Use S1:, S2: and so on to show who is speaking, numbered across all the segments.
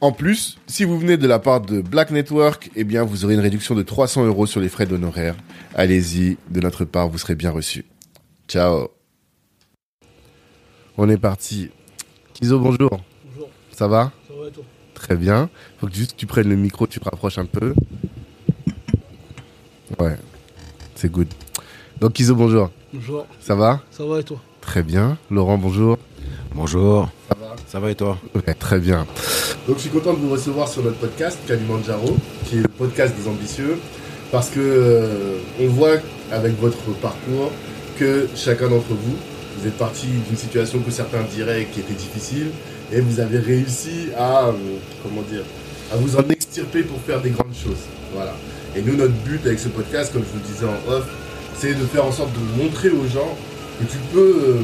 S1: En plus, si vous venez de la part de Black Network, eh bien, vous aurez une réduction de 300 euros sur les frais d'honoraires. Allez-y, de notre part, vous serez bien reçus. Ciao. On est parti. Kizo, bonjour.
S2: Bonjour,
S1: Ça va
S2: ça va et toi
S1: Très bien. Faut que juste que tu prennes le micro, tu te rapproches un peu. Ouais, c'est good. Donc, Kizo, bonjour.
S2: Bonjour,
S1: Ça va
S2: ça va et toi
S1: Très bien. Laurent, bonjour.
S3: Bonjour. Ça va et toi
S1: Ouais, très bien. Donc je suis content de vous recevoir sur notre podcast Kalimandjaro, qui est le podcast des ambitieux, parce que euh, on voit avec votre parcours que chacun d'entre vous, vous êtes parti d'une situation que certains diraient qui était difficile, et vous avez réussi à, euh, comment dire, à vous en extirper pour faire des grandes choses. Voilà. Et nous, notre but avec ce podcast, comme je vous le disais en off, c'est de faire en sorte de montrer aux gens que tu peux, euh,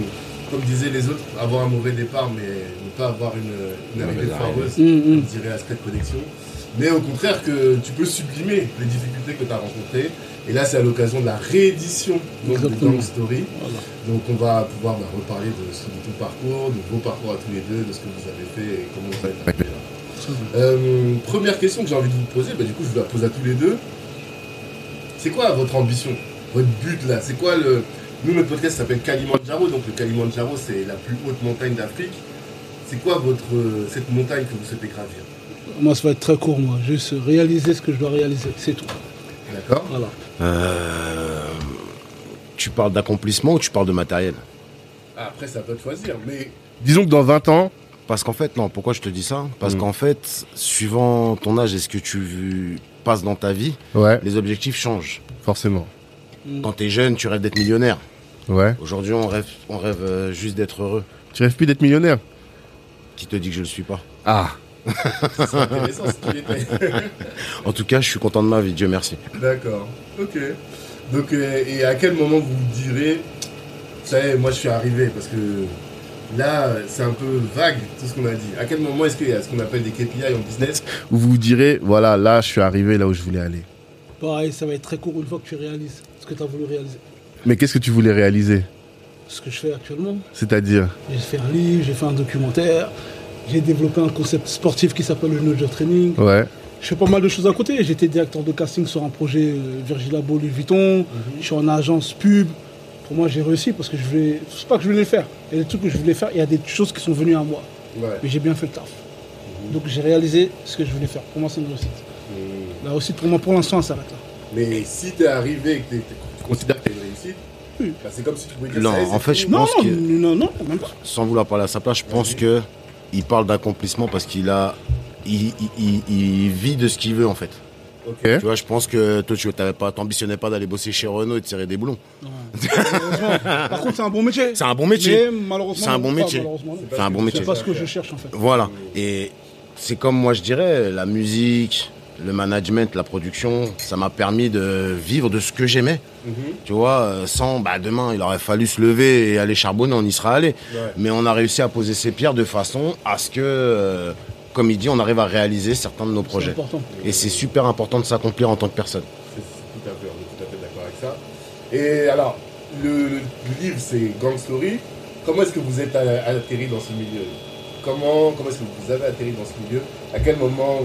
S1: comme disaient les autres, avoir un mauvais départ, mais ne pas avoir une, une
S3: Une
S1: arrivée
S3: mauvaise arrivée.
S1: foireuse
S2: Hum,
S1: on dirait aspect de connexion. Mais au contraire, que tu peux sublimer les difficultés que tu as rencontrées. Et là, c'est à l'occasion de la réédition donc, de
S2: Exactement.
S1: Gang Story.
S2: Voilà.
S1: Donc, on va pouvoir bah, reparler de, ce- de ton parcours, de vos parcours à tous les deux, de ce que vous avez fait et comment vous êtes arrivé là. Euh, première question que j'ai envie de vous poser, bah, du coup, je vous la pose à tous les deux. C'est quoi votre ambition Votre but là C'est quoi le. Nous, notre podcast s'appelle Kalimandjaro. Donc, le Kalimandjaro, c'est la plus haute montagne d'Afrique. C'est quoi votre, cette montagne que vous souhaitez gravir
S2: Moi, ça va être très court, moi. Juste réaliser ce que je dois réaliser, c'est tout.
S1: D'accord
S2: Voilà.
S3: Euh, Tu parles d'accomplissement ou tu parles de matériel
S1: Après, ça peut te choisir, mais. Disons que dans 20 ans.
S3: Parce qu'en fait, non, pourquoi je te dis ça Parce
S1: Mm.
S3: qu'en fait, suivant ton âge et ce que tu passes dans ta vie,
S1: Ouais,
S3: les objectifs changent.
S1: forcément.
S2: Hum. Ah.
S3: Quand t'es jeune, tu rêves d'être millionnaire.
S1: Ouais.
S3: Aujourd'hui, on rêve, on rêve euh, juste d'être heureux.
S1: Tu rêves plus d'être millionnaire
S3: Qui te dit que je le suis pas
S1: Ah
S4: C'est intéressant ce qu'il était.
S3: En tout cas, je suis content de ma vie, Dieu merci.
S4: D'accord. Ok. Donc, euh, et à quel moment vous vous direz, ça y est, moi je suis arrivé Parce que là, c'est un peu vague tout ce qu'on a dit. À quel moment est-ce qu'il y a ce qu'on appelle des KPI en business
S1: Vous vous direz, voilà, là, je suis arrivé là où je voulais aller.
S2: Pareil, ça va être très court une fois que tu réalises ce que tu as voulu réaliser.
S1: Mais qu'est-ce que tu voulais réaliser
S2: Ce que je fais actuellement,
S1: C'est-à-dire
S2: j'ai fait un livre, j'ai fait un documentaire, j'ai développé un concept sportif qui s'appelle le No Job Training.
S1: Ouais.
S2: Je fais pas mal de choses à côté. J'étais directeur de casting sur un projet euh, Virgil Abloh Louis Vuitton. Je suis en agence pub. Pour moi, j'ai réussi parce que je voulais. C'est pas que je voulais le faire. Il y a des trucs que je voulais faire. Il y a des choses qui sont venues à moi.
S4: Ouais.
S2: Mais j'ai bien fait le taf. Donc j'ai réalisé ce que je voulais faire. Pour moi, c'est une réussite.
S4: Mm.
S2: La réussite, pour moi, pour l'instant, elle s'arrête là.
S4: Mais si t'es arrivé et que t'es- tu considères que t'as une réussite,
S2: Oui.
S4: bah, c'est comme si tu pouvais dire
S3: Non,
S4: ça y est,
S3: en
S4: c'est
S3: fait,
S4: fini.
S3: je
S2: Non,
S3: pense
S2: non,
S3: que-
S2: non, non, même pas.
S3: Sans vouloir parler à sa place, je pense que il parle d'accomplissement parce qu'il a, il- il- il- il vit de ce qu'il veut en fait.
S4: Ok.
S3: Tu vois, je pense que toi, tu t'avais pas, t'ambitionnais pas d'aller bosser chez Renault et de tirer des boulons.
S2: Non. Malheureusement. Par contre, c'est un bon métier.
S3: Ah. C'est un bon métier.
S2: Mais malheureusement,
S3: C'est un bon
S2: pas,
S3: métier.
S2: malheureusement, non.
S3: C'est un bon
S2: C'est
S3: métier.
S2: pas ce que je cherche en fait.
S3: Voilà. Et c'est comme moi, je dirais, la musique, le management, la production, ça m'a permis de vivre de ce que j'aimais.
S4: Mhm.
S3: Tu vois, euh, sans, bah, demain, il aurait fallu se lever et aller charbonner, on y sera allé.
S4: Ouais.
S3: Mais on a réussi à poser ses pierres de façon à ce que, euh, comme il dit, on arrive à réaliser certains de nos
S2: C'est
S3: projets.
S2: important.
S3: Et c'est super important de s'accomplir en tant que personne.
S4: C'est- c'est Tout à fait, on est tout à fait d'accord avec ça. Et alors, le, le livre, c'est Gang Story. Comment est-ce que vous êtes euh, atterri dans ce milieu Comment, comment est-ce que vous avez atterri dans ce milieu À quel moment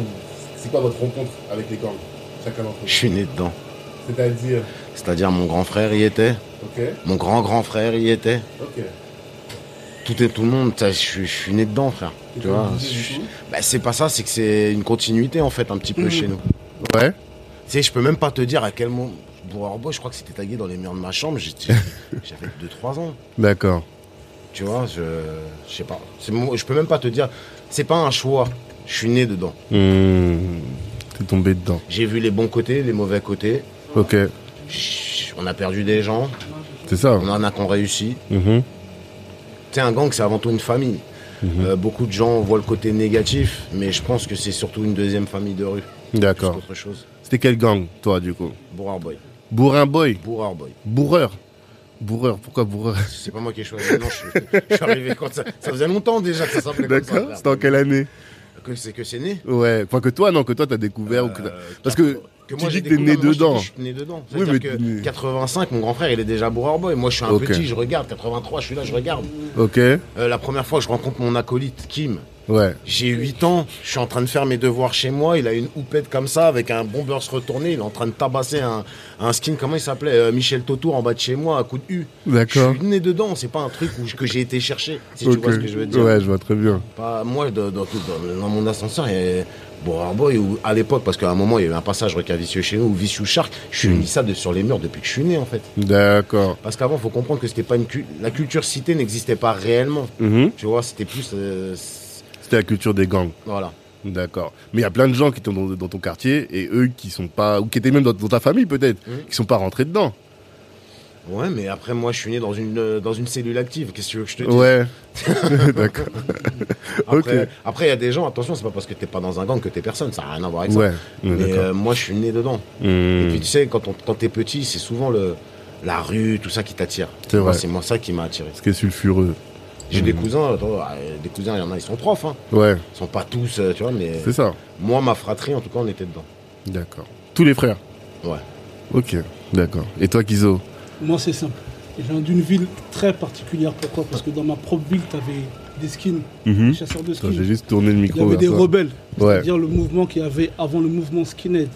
S4: C'est quoi votre rencontre avec les gangs Chacun d'entre
S3: Je
S4: vous.
S3: suis né dedans.
S4: C'est-à-dire.
S3: C'est-à-dire mon grand frère y était,
S4: Ok,
S3: mon grand-grand frère y était.
S4: ok.
S3: Tout et tout le monde, ça, je, suis- je suis né dedans, frère.
S4: Et
S3: Tu vois,
S4: comme
S3: je-
S4: tu dis, du coup,
S3: bah, c'est pas ça, c'est que c'est une continuité en fait, un petit peu
S2: Mhm.
S3: chez nous.
S1: Ouais.
S3: Tu sais, je peux même pas te dire à quel moment. Bourg-Arbo, je crois que c'était tagué dans les murs de ma chambre, j'étais- j'avais 2-3 ans.
S1: D'accord.
S3: Tu vois, je, je sais pas. C'est mon- Je peux même pas te dire. C'est pas un choix. Je suis né dedans.
S1: Mmh. T'es tombé dedans.
S3: J'ai vu les bons côtés, les mauvais côtés.
S1: Ok.
S3: Ch- On a perdu des gens.
S1: C'est ça.
S3: On en a qu'on réussi.
S1: Mhm.
S3: Tu sais, un gang, c'est avant tout une famille. Euh, beaucoup de gens voient le côté négatif, mais je pense que c'est surtout une deuxième famille de rue. Plus
S1: D'accord.
S3: qu'autre chose.
S1: C'était quel gang, toi, du coup
S3: Bourrard Boy.
S1: Bourrin boy.
S3: Bourrard Boy.
S1: Bourreur. Bourreur. Pourquoi bourreur
S3: C'est pas moi qui ai choisi. Non, je, je suis arrivé quand ça. Ça faisait longtemps déjà que ça s'appelait comme ça.
S1: D'accord.
S3: frère.
S1: C'était en quelle année
S3: Que c'est que c'est né
S1: Ouais. Enfin, que toi, non, que toi, t'as découvert. ou que t'as-
S3: Euh,
S1: Parce que tu
S3: que moi,
S1: dis
S3: j'ai
S1: que t'es
S3: découvert,
S1: né
S3: mais moi, je te
S1: dedans.
S3: dis, Je suis né dedans.
S1: Oui,
S3: C'est-à-dire
S1: mais t'es né.
S3: que 85, mon grand frère, il est déjà bourrard boy. Moi, je suis un
S1: Ok.
S3: petit, je regarde. 83, je suis là, je regarde.
S1: Ok.
S3: Euh, la première fois que je rencontre mon acolyte, Kim,
S1: Ouais.
S3: j'ai 8 ans. Je suis en train de faire mes devoirs chez moi. Il a une houppette comme ça, avec un bombers retourné. Il est en train de tabasser un, un skin, comment il s'appelait Euh, Michel Totour en bas de chez moi, à coup de U.
S1: D'accord.
S3: Je suis né dedans. C'est pas un truc où, je- que j'ai été chercher, si tu
S1: Ok.
S3: vois ce que je veux dire.
S1: Ouais, je vois très bien.
S3: Pas- moi, dans, dans tout- dans- dans mon ascenseur, il y a Borer Boy, ou à l'époque, parce qu'à un moment, il y a eu un passage recavicieux chez nous, ou Vicious Shark, je suis
S1: Hmm.
S3: mis ça de, sur les murs depuis que je suis né, en fait.
S1: D'accord.
S3: Parce qu'avant, faut comprendre que c'était pas une cul- la culture cité n'existait pas réellement.
S1: Mhm.
S3: Tu vois, c'était plus. euh, c-
S1: C'était la culture des gangs.
S3: voilà.
S1: D'accord. Mais il y a plein de gens qui sont dans, dans ton quartier et eux qui sont pas, ou qui étaient même dans, dans ta famille peut-être,
S3: Mhm.
S1: qui sont pas rentrés dedans.
S3: Ouais, mais après, moi, je suis né dans une, euh, dans une cellule active. Qu'est-ce que tu veux que je te dise
S1: Ouais. D'accord.
S3: Après,
S1: ok.
S3: après, il y a des gens, attention, c'est pas parce que t'es pas dans un gang que t'es personne, ça n'a rien à voir avec ça.
S1: Ouais. Ouais,
S3: Mais
S1: D'accord.
S3: euh, moi, je suis né dedans. euh, Et
S1: Mmh.
S3: puis tu sais, quand, on- quand t'es petit, c'est souvent le, la rue, tout ça qui t'attire.
S1: C'est
S3: Moi,
S1: vrai.
S3: C'est moi ça qui m'a attiré.
S1: Ce qui est sulfureux.
S3: J'ai
S1: Mmh.
S3: des cousins, attends, euh, des cousins, il y en a, ils sont profs. Hein.
S1: Ouais.
S3: Ils sont pas tous, euh, tu vois, mais
S1: C'est ça.
S3: moi, ma fratrie, en tout cas, on était dedans.
S1: D'accord. Tous les frères.
S3: Ouais.
S1: Ok. D'accord. Et toi, Kizo
S2: Moi, c'est simple. Je viens d'une ville très particulière. Pourquoi Parce que dans ma propre ville, tu avais des skins,
S3: Mhm.
S2: des chasseurs de
S1: Attends, J'ai
S2: skins.
S1: juste tourné le
S2: Il
S1: micro.
S2: y avait
S1: vers
S2: des
S1: toi.
S2: rebelles,
S1: Ouais.
S2: c'est-à-dire le mouvement qu'il y avait avant le mouvement skinhead.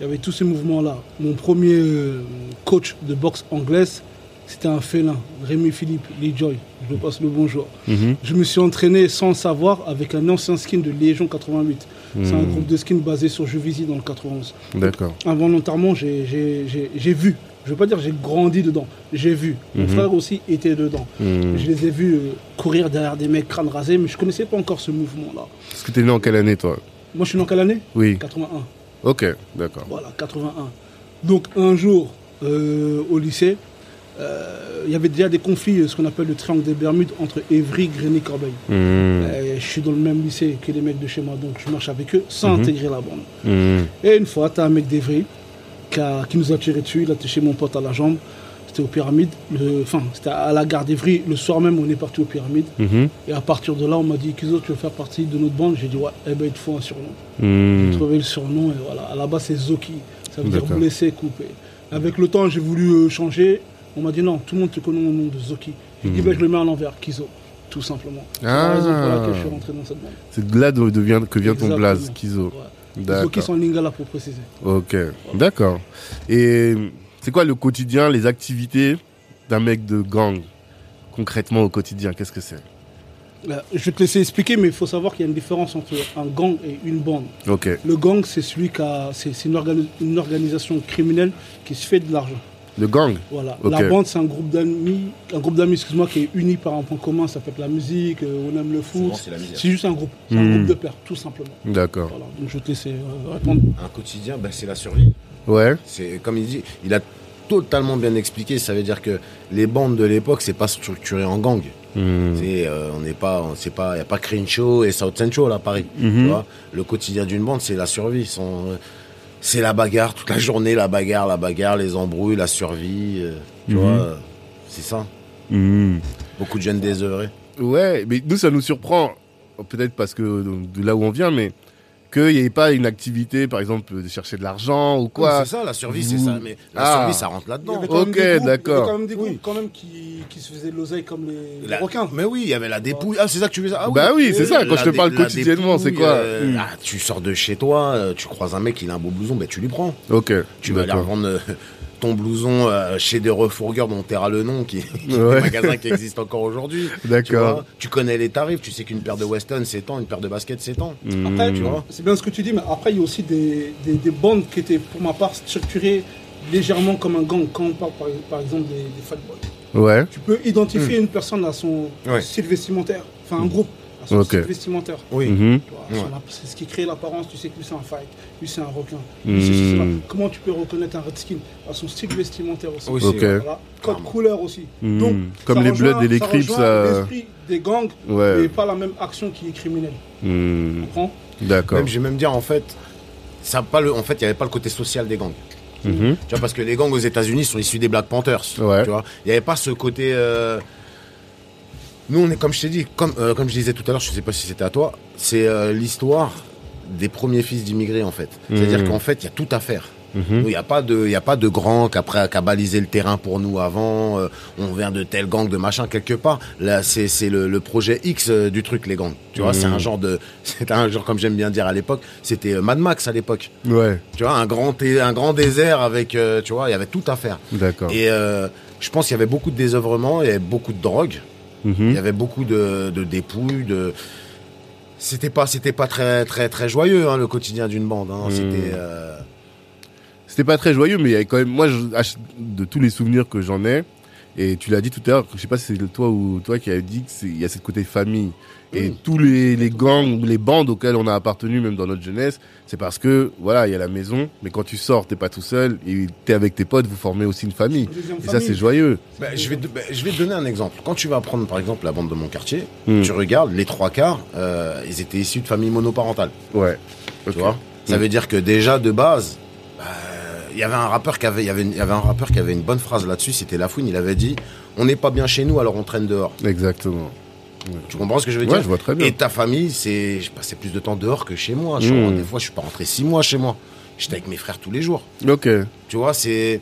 S2: Il y avait tous ces mouvements-là. Mon premier euh, coach de boxe anglaise, c'était un félin, Rémi Philippe Lee Joy. Je vous passe le bonjour.
S1: Mhm.
S2: Je me suis entraîné sans le savoir avec un ancien skin de Légion 88. C'est un
S1: Mhm.
S2: groupe de skins basé sur Juvisy dans le 91
S1: D'accord.
S2: involontairement, j'ai- j'ai j'ai- j'ai vu. Je veux pas dire j'ai grandi dedans, j'ai vu. Mon
S1: Mhm.
S2: frère aussi était dedans.
S1: Mmh.
S2: Je les ai vus euh, courir derrière des mecs crânes rasés, mais je connaissais pas encore ce mouvement-là.
S1: Est-ce que t'es né en quelle année, toi
S2: Moi, je suis né en quelle année
S1: Oui.
S2: 81.
S1: Ok. D'accord.
S2: Voilà, 81. Donc, un jour, euh, au lycée, euh, il y avait déjà des conflits, euh, ce qu'on appelle le triangle des Bermudes, entre Évry, Grigny, Corbeil.
S1: Mmh.
S2: Euh, je suis dans le même lycée que les mecs de chez moi, donc je marche avec eux sans
S1: Mhm.
S2: intégrer la bande.
S1: Mmh.
S2: Et une fois, t'as un mec d'Evry qui, a- qui nous a tiré dessus, il a touché mon pote à la jambe. C'était aux pyramides, le- enfin, c'était à la gare d'Evry. Le soir même, on est parti aux pyramides.
S1: Mmh.
S2: Et à partir de là, on m'a dit Kizo, tu veux faire partie de notre bande J'ai dit Ouais, eh ben, il te faut un surnom.
S1: Mmh.
S2: J'ai trouvé le surnom, et voilà. À la base, c'est Zoki. Ça veut dire
S1: D'accord.
S2: blessé, coupé. Avec le temps, j'ai voulu euh, changer. On m'a dit Non, tout le monde te connaît au nom de Zoki. J'ai dit
S1: Mhm.
S2: Ben, Je le mets à l'envers, Kizo, tout simplement. C'est
S1: Ah.
S2: la raison pour laquelle je suis rentré dans cette bande.
S1: C'est de là d'où- d'où vient- que vient ton
S2: Exactement.
S1: blaze, Kizo.
S2: Ouais. Zoki,
S1: D'accord.
S2: c'est en lingala pour préciser.
S1: Ok, d'accord. Et c'est quoi le quotidien, les activités d'un mec de gang Concrètement au quotidien, qu'est-ce que c'est
S2: Là, Euh, Je vais te laisser expliquer, mais il faut savoir qu'il y a une différence entre un gang et une bande.
S1: Ok,
S2: Le gang, c'est celui qui a, c'est c'est une, organi- une organisation criminelle qui se fait de l'argent.
S1: le gang
S2: Voilà.
S1: Ok.
S2: La bande, c'est un groupe d'amis, un groupe d'amis, excuse-moi, qui est uni par un point commun. Ça peut être la musique, euh, on aime le
S3: Souvent,
S2: foot.
S3: c'est la misère.
S2: C'est juste un groupe, c'est
S1: Mhm.
S2: un groupe de pères, tout simplement.
S1: D'accord.
S2: Voilà. Donc je vais te laisser euh, répondre.
S3: Un quotidien, bah, c'est la survie.
S1: Ouais,
S3: C'est comme il dit, il a totalement bien expliqué. Ça veut dire que les bandes de l'époque, c'est pas structuré en gang.
S1: Hmm.
S3: C'est, euh, on n'est pas, on sait pas, y a pas Crenshaw et South Central à Paris.
S1: Mhm.
S3: Tu vois le quotidien d'une bande, c'est la survie. Son- euh, c'est la bagarre toute la journée, la bagarre, la bagarre, les embrouilles, la survie. euh, tu
S1: Mhm.
S3: vois, euh, c'est ça.
S1: Hmm.
S3: Beaucoup de jeunes désœuvrés.
S1: ouais, mais nous ça nous surprend, peut-être parce que de là où on vient, mais qu'il n'y ait pas une activité, par exemple, de chercher de l'argent ou quoi.
S3: Oui, C'est ça, la survie,
S1: Vous-
S3: c'est ça. Mais la
S1: Ah.
S3: survie, ça rentre là-dedans.
S1: quand même Ok, des groupes- il y avait d'accord. quand
S2: même des
S3: groupes, Oui.
S2: quand même qui, se faisaient de l'oseille comme les,
S3: La-
S1: Hmm.
S3: Mais oui, il y avait la dépouille. Ah, c'est ça que tu veux dire Ah
S1: Bah oui, c'est ça, quand
S3: la
S1: je te
S3: dé-
S1: parle
S3: la
S1: quotidiennement, c'est
S3: dépouille,
S1: quoi
S3: euh,
S1: Hmm.
S3: ah, Tu sors de chez toi, euh, tu croises un mec, il a un beau blouson, ben tu lui prends.
S1: Ok,
S3: Tu vas aller
S1: d'accord.
S3: revendre euh, ton blouson euh, chez des refourgueurs dont t'airas le nom, qui, qui est
S1: Ouais.
S3: un magasin qui existe encore aujourd'hui. Tu,
S1: D'accord.
S3: vois, tu connais les tarifs, tu sais qu'une paire de Weston c'est tant, une paire de baskets c'est tant.
S2: Après,
S1: Hmm.
S3: Tu vois
S2: C'est bien ce que tu dis, mais après, il y a aussi des, des, des bandes qui étaient, pour ma part, structurées légèrement comme un gang. Quand on parle, par, par exemple, des, des fat boys.
S1: Ouais.
S2: Tu peux
S1: Hmm.
S2: identifier une personne à son
S3: Ouais.
S2: style vestimentaire, enfin un groupe, à son
S1: Ok.
S2: style vestimentaire.
S3: Oui.
S1: Mhm.
S2: Tu vois,
S3: Ouais.
S2: son app- C'est ce qui crée l'apparence, tu sais que lui c'est un fight, lui c'est un requin.
S1: Mm.
S2: lui, c'est ceci, cela. Comment tu peux reconnaître un redskin À son style vestimentaire aussi.
S3: Aussi,
S1: Ok.
S3: ouais.
S2: Voilà. Code
S3: Clairement.
S2: couleur aussi.
S1: Mm.
S2: Donc,
S1: Comme
S2: ça
S1: les
S2: rejoint-
S1: Bloods et les Crips,
S2: rejoint
S1: ça-
S2: L'esprit des gangs,
S1: Ouais.
S2: mais pas la même action qui est criminelle.
S1: Mhm.
S2: Tu comprends
S1: D'accord.
S3: Même, je vais même dire en fait, ça a pas le, en fait, il n'y avait pas le côté social des gangs.
S1: Mhm.
S3: Tu vois, parce que les gangs aux États-Unis sont issus des Black Panthers.
S1: Ouais.
S3: Tu vois, il n'y avait pas ce côté. euh, Nous, on est comme je t'ai dit, comme euh, comme je disais tout à l'heure, je sais pas si c'était à toi, c'est euh, l'histoire des premiers fils d'immigrés en fait. C'est-à-dire qu'en fait, il y a tout à faire.
S1: Hmm.
S3: Nous, Il n'y a pas de, il y a pas de grand qui après qui a balisé le terrain pour nous avant. euh, on vient de tel gang, de machin quelque part. Là, c'est c'est le, le projet X euh, du truc les gangs. Tu vois, c'est un genre de, c'est un genre comme j'aime bien dire à l'époque, c'était euh, Mad Max à l'époque.
S1: Ouais.
S3: Tu vois, un grand, té- un grand désert avec, euh, tu vois, il y avait tout à faire.
S1: D'accord.
S3: Et euh, je pense qu'il y avait beaucoup de désœuvrement, il y avait beaucoup de drogue, il y
S1: Mhm.
S3: avait beaucoup de, de dépouilles, de. C'était pas, c'était pas très, très, très joyeux hein, le quotidien d'une bande. hein. C'était. euh,
S1: C'était pas très joyeux, mais il y avait quand même. Moi, je- ach- de tous les souvenirs que j'en ai, et tu l'as dit tout à l'heure, je sais pas si c'est toi ou toi qui as dit qu'il y a ce côté famille. Et tous les, les gangs ou les bandes auxquelles on a appartenu, même dans notre jeunesse, c'est parce que, voilà, il y a la maison, mais quand tu sors, t'es pas tout seul, et t'es avec tes potes, vous formez aussi une famille.
S2: Une deuxième
S1: Et ça,
S2: famille.
S1: c'est joyeux.
S3: bah, je, vais te, bah, je vais te donner un exemple. Quand tu vas prendre par exemple la bande de mon quartier,
S1: Mm.
S3: tu regardes les trois quarts, euh, ils étaient issus de familles monoparentales.
S1: Ouais.
S3: Tu vois Ça veut dire que déjà de base, bah, il y avait un rappeur qui avait, il y avait, une- il y avait un rappeur qui avait une bonne phrase là-dessus. C'était Lafouine. Il avait dit "On n'est pas bien chez nous, alors on traîne dehors."
S1: Exactement.
S3: Tu comprends ce que je veux
S1: Ouais,
S3: dire
S1: je vois très bien.
S3: Et ta famille, c'est, je passais plus de temps dehors que chez moi. Je-
S1: Mm.
S3: Des fois, je suis pas rentré six mois chez moi. J'étais avec mes frères tous les jours.
S1: Ok.
S3: Tu vois, c'est.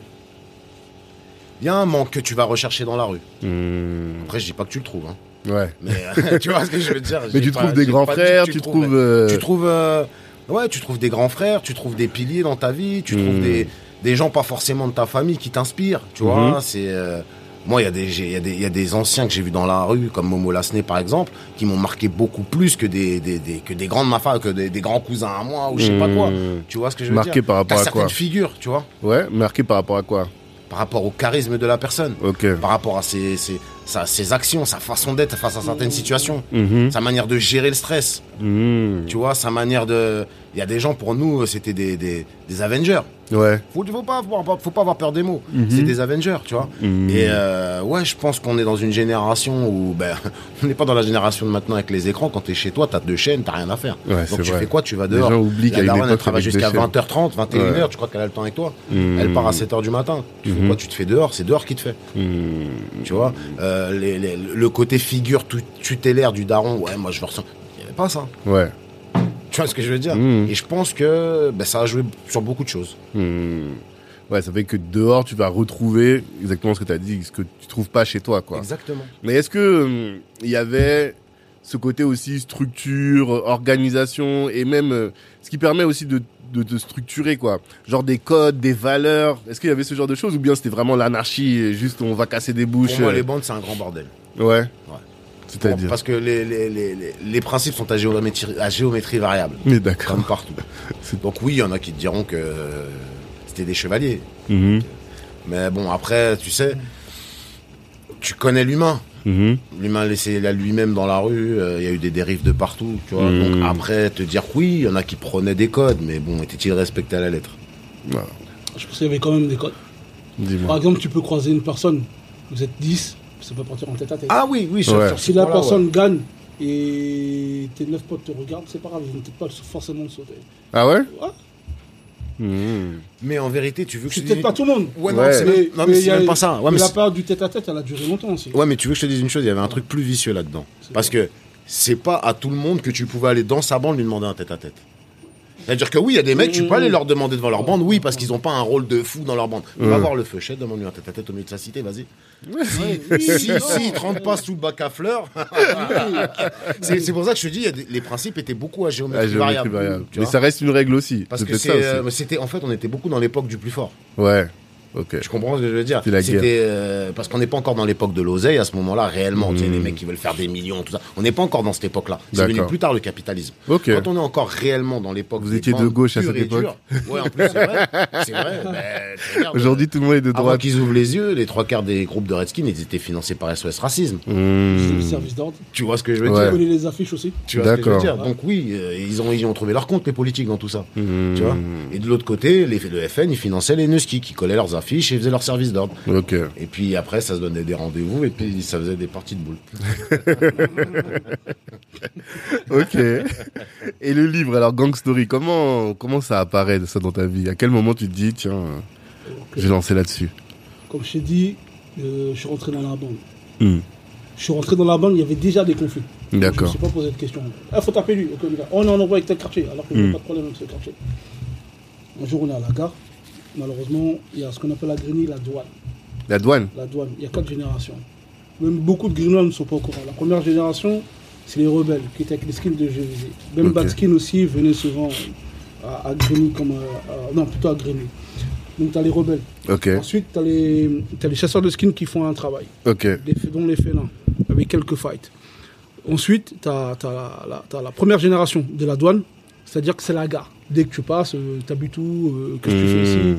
S3: Il y a un manque que tu vas rechercher dans la rue.
S1: Hmm.
S3: Après, je dis pas que tu le trouves. hein.
S1: Ouais.
S3: Mais euh, tu vois ce que je veux dire
S1: Mais
S3: J'ai
S1: tu
S3: pas-
S1: trouves des
S3: j'ai
S1: grands
S3: pas dit
S1: frères,
S3: que
S1: tu trouves. euh,
S3: tu trouves euh, ouais tu trouves des grands frères tu trouves des piliers dans ta vie tu trouves
S1: Mm.
S3: des, des gens pas forcément de ta famille qui t'inspirent tu vois
S1: Mhm.
S3: c'est euh, moi il y a des j'ai- il y a des il y a des anciens que j'ai vus dans la rue comme Momo Lasné par exemple qui m'ont marqué beaucoup plus que des, des, des que des grandes mafas que des, des grands cousins à moi ou je sais pas quoi
S1: Mm.
S3: tu vois ce que je veux
S1: Marqué
S3: dire
S1: par rapport
S3: T'as
S1: à
S3: certaines
S1: quoi
S3: figures tu vois
S1: Ouais, marqué par rapport à quoi
S3: par rapport au charisme de la personne
S1: Ok.
S3: par rapport à ses, ses, sa- ses actions sa façon d'être face à
S1: Hmm.
S3: certaines situations
S1: Mhm.
S3: sa manière de gérer le stress
S1: Mhm.
S3: tu vois, sa manière de. Il y a des gens pour nous, c'était des, des, des Avengers.
S1: Ouais.
S3: Faut, faut, pas, avoir- faut pas avoir peur des mots. C'est des Avengers, tu vois.
S1: Mhm.
S3: Et euh, ouais, je pense qu'on est dans une génération où. Ben, on n'est pas dans la génération de maintenant avec les écrans. Quand t'es chez toi, t'as deux chaînes, t'as rien à faire.
S1: Ouais, c'est
S3: Donc tu
S1: vrai.
S3: fais quoi Tu vas
S1: Les
S3: dehors.
S1: gens oublient
S3: La
S1: qu'à une
S3: daronne, elle
S1: époque,
S3: travaille
S1: avec
S3: jusqu'à
S1: deux chaînes.
S3: 20h30, 21h,
S1: Ouais.
S3: tu crois qu'elle a le temps avec toi
S1: Mhm.
S3: Elle part à 7h du matin. Tu fais quoi Tu te fais dehors, c'est dehors qui te fait.
S1: Mhm.
S3: Tu vois, Euh, les- les- le côté figure tout- tutélaire du daron, ouais, moi je le ressens. Il n'y avait pas ça.
S1: Ouais.
S3: Tu vois ce que je veux dire
S1: Mhm.
S3: Et je pense que ben, ça a joué sur beaucoup de choses.
S1: Mhm. Ouais, ça fait que dehors, tu vas retrouver exactement ce que tu as dit, ce que tu trouves pas chez toi, quoi.
S3: Exactement.
S1: Mais est-ce que hum, il y avait ce côté aussi structure, euh, organisation et même euh, ce qui permet aussi de de te structurer quoi genre des codes des valeurs est-ce qu'il y avait ce genre de choses ou bien c'était vraiment l'anarchie et juste on va casser des bouches
S3: Pour moi,
S1: euh,
S3: les bandes, c'est un grand bordel.
S1: ouais c'est-à-dire
S3: Parce que les, les, les, les- les principes sont à géométrie, à géométrie variable,
S1: mais d'accord
S3: comme partout. Donc oui, il y en a qui te diront que euh, c'était des chevaliers. Mm-hmm.
S1: Mhm,
S3: Mais bon, après, tu sais, tu connais l'humain.
S1: mhm.
S3: L'humain laissé là lui-même dans la rue, euh, il y a eu des dérives de partout. Tu vois.
S1: Mhm.
S3: Donc après, te dire oui, il y en a qui prenaient des codes, mais bon, étaient-ils respectés à la lettre
S2: Je pense qu'il y avait quand même des codes. Par
S1: dis-moi
S2: exemple, tu peux croiser une personne, vous êtes 10, ça peut partir en tête à tête.
S3: Ah oui, oui,
S1: Ouais.
S2: si la personne gagne et tes 9 potes te regardent, c'est pas grave, ils vont peut-être pas forcément te sauter.
S1: ah ouais
S2: Ouais.
S3: Mm-hmm.
S1: Mhm.
S3: Mais en vérité, tu veux que
S2: C'est
S3: je te
S2: peut-être
S3: dise-
S2: pas tout le monde.
S3: Ouais, non,
S1: Ouais.
S3: c'est
S2: Mais-
S3: même- non, mais,
S2: mais il y
S3: c'est
S2: a-
S3: même pas ça. Ouais
S2: et
S3: mais,
S2: la
S3: c'est-
S2: part du tête à tête, elle a duré longtemps aussi.
S3: ouais, mais tu veux que je te dise une chose, il y avait un truc plus vicieux là-dedans. Parce que c'est pas à tout le monde que tu pouvais aller dans sa bande lui demander un tête-à-tête. C'est-à-dire que oui, il y a des mecs, tu peux aller leur demander devant leur bande, oui, parce qu'ils n'ont pas un rôle de fou dans leur bande.
S1: Mm.
S3: Va voir le feuchet, demande-lui un tête-à-tête au milieu de sa cité, vas-y.
S2: Oui,
S3: Si, si,
S2: non.
S3: il te rentre pas sous le bac à fleurs. c'est c'est pour ça que je te dis, il y a des- les principes étaient beaucoup à
S1: La
S3: géométrie,
S1: géométrie
S3: variable.
S1: variable.
S3: tu
S1: mais
S3: vois.
S1: ça reste une règle aussi
S3: parce
S1: C'est
S3: que
S1: peut-être
S3: c'est,
S1: ça
S3: euh, c'était, en fait, on était beaucoup dans l'époque du plus fort.
S1: aussi. ouais Ok.
S3: Tu comprends ce que je veux dire
S1: C'est la
S3: C'était,
S1: guerre.
S3: euh, parce qu'on n'est pas encore dans l'époque de l'oseille à ce moment-là réellement. Tu sais, les mecs qui veulent faire des millions, tout ça. On n'est pas encore dans cette époque-là. C'est venu
S1: Hmm. D'accord.
S3: plus tard le capitalisme.
S1: Ok.
S3: Quand on est encore réellement dans l'époque,
S1: Vous
S3: des
S1: étiez de
S3: banques
S1: gauche à
S3: pures
S1: cette
S3: et
S1: époque.
S3: dures. Ouais, en plus c'est vrai. C'est vrai. Ben, tu regardes,
S1: Aujourd'hui, tout le monde est de
S3: avant
S1: droite.
S3: qu'ils ouvrent les yeux, les trois quarts des groupes de Redskins, ils étaient financés par SOS Racisme.
S1: Mm.
S2: C'est le service d'ordre.
S3: Tu vois ce que je veux
S1: Ouais.
S2: Tu
S3: dire
S2: connais les affiches aussi.
S3: tu vois ce que je veux
S1: D'accord.
S3: dire Donc oui, euh, ils, ont, ils ont trouvé leur compte, les politiques, dans tout ça.
S1: Mm.
S3: Tu vois
S1: Hmm.
S3: et de l'autre côté, les, le FN, ils finançaient les Nuski, qui collaient leurs affiches et faisaient leur service d'ordre.
S1: Ok.
S3: Et puis après, ça se donnait des rendez-vous et puis ça faisait des parties de boules.
S1: Ok. Et le livre, alors Gang Story, comment, comment ça apparaît ça dans ta vie À quel moment tu te dis, tiens, euh, je vais lancer là-dessus
S2: Comme je t'ai dit, euh, je suis rentré dans la banque.
S3: Mm.
S1: Hmm.
S2: Je suis rentré dans la banque, il y avait déjà des conflits. Je me
S1: D'accord.
S2: suis pas posé de question. Ah, faut taper lui. Ok, le gars. Oh, on est en envoie avec tel quartier, alors qu'il n'y
S1: Mm.
S2: a
S3: Hmm.
S2: pas de problème avec ce quartier. Un jour, on est à la gare. Malheureusement, il y a ce qu'on appelle la grenille, la douane.
S1: La douane
S2: La douane, il y a quatre générations. Même beaucoup de Grenois ne sont pas au courant. La première génération, c'est les rebelles qui étaient avec les skins de jeux vidéo. Même
S1: Ok.
S2: Batskin aussi venait souvent à, à Grigny comme. euh, à- à- non, plutôt à Grigny. Donc, tu as les rebelles.
S1: Ok.
S2: Ensuite, tu as, les chasseurs de skins qui font un travail,
S1: Ok.
S2: les, dont les félins, avec quelques fights. Ensuite, tu as, la, t'as la première génération de la douane, c'est-à-dire que c'est la gare. Dès que tu passes, euh, t'habites où, euh, qu'est-ce que tu fais ici,
S1: Mm.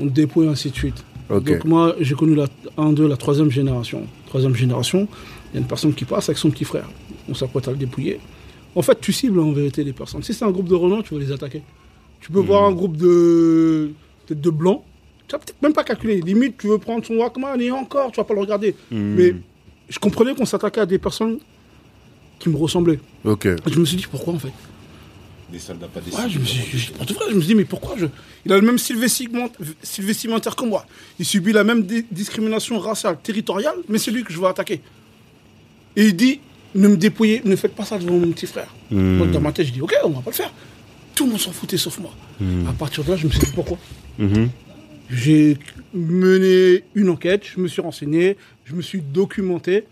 S2: on te dépôt et ainsi de suite.
S1: Ok.
S2: Donc moi, j'ai connu la 1, 2, la troisième génération. Troisième génération, il y a une personne qui passe avec son petit frère. On s'apprête à le dépouiller. En fait, tu cibles en vérité les personnes. Si c'est un groupe de Renan, tu vas les attaquer. Tu peux voir un groupe de peut-être de blancs. Tu vas peut-être même pas calculer. Limite, tu veux prendre son Walkman et encore, tu vas pas le regarder. Mais je comprenais qu'on s'attaquait à des personnes qui me ressemblaient.
S1: Ok.
S2: Et je me suis dit pourquoi en fait.
S3: Des soldats pas des
S2: Ouais, je me suis, je- je- pour de vrai, je me suis dit, mais pourquoi je... Il a le même style vestimentaire, vestimentaire que moi. Il subit la même di- discrimination raciale, territoriale, mais c'est lui que je veux attaquer. Et il dit, ne me dépouillez, ne faites pas ça devant mon petit frère.
S1: Hmm.
S2: Moi, dans ma tête, je dis, ok, on va pas le faire. Tout le monde s'en foutait sauf moi.
S1: Hmm.
S2: À partir de là, je me suis dit, pourquoi
S1: Mm-hmm.
S2: j'ai mené une enquête, je me suis renseigné, je me suis documenté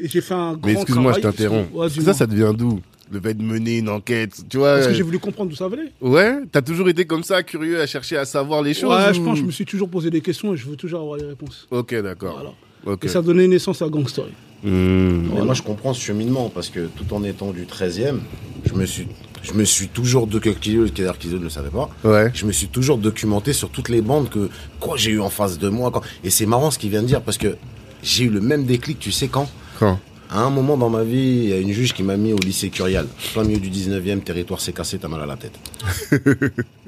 S2: et j'ai fait un grand
S1: Mais excuse-moi, je
S2: travail.
S1: t'interromps.
S2: Ouais,
S1: Parce que
S2: dis-moi.
S1: ça, ça devient d'où Le fait de mener une enquête, tu vois
S2: Parce que j'ai
S1: euh,
S2: voulu comprendre d'où ça venait.
S1: Ouais T'as toujours été comme ça, curieux à chercher à savoir les choses
S2: Ouais, je
S1: ou-
S2: pense, je me suis toujours posé des questions et je veux toujours avoir les réponses.
S1: Ok,
S3: Ah,
S1: d'accord.
S2: Voilà.
S1: Ok.
S2: Et ça a donné naissance à Gang Story.
S1: Mmh.
S3: Mais moi, je comprends ce cheminement parce que tout en étant du 13e, je me suis, je me suis toujours de Kilo, le Kader Kizo ne le savait pas.
S1: Ouais.
S3: Je me suis toujours documenté sur toutes les bandes que quoi j'ai eu en face de moi. Quoi. Et c'est marrant ce qu'il vient de dire parce que j'ai eu le même déclic, tu sais quand
S1: Quand
S3: À un moment dans ma vie, il y a une juge qui m'a mis au lycée Curial, plein milieu du 19e, territoire c'est cassé, t'as mal à la tête.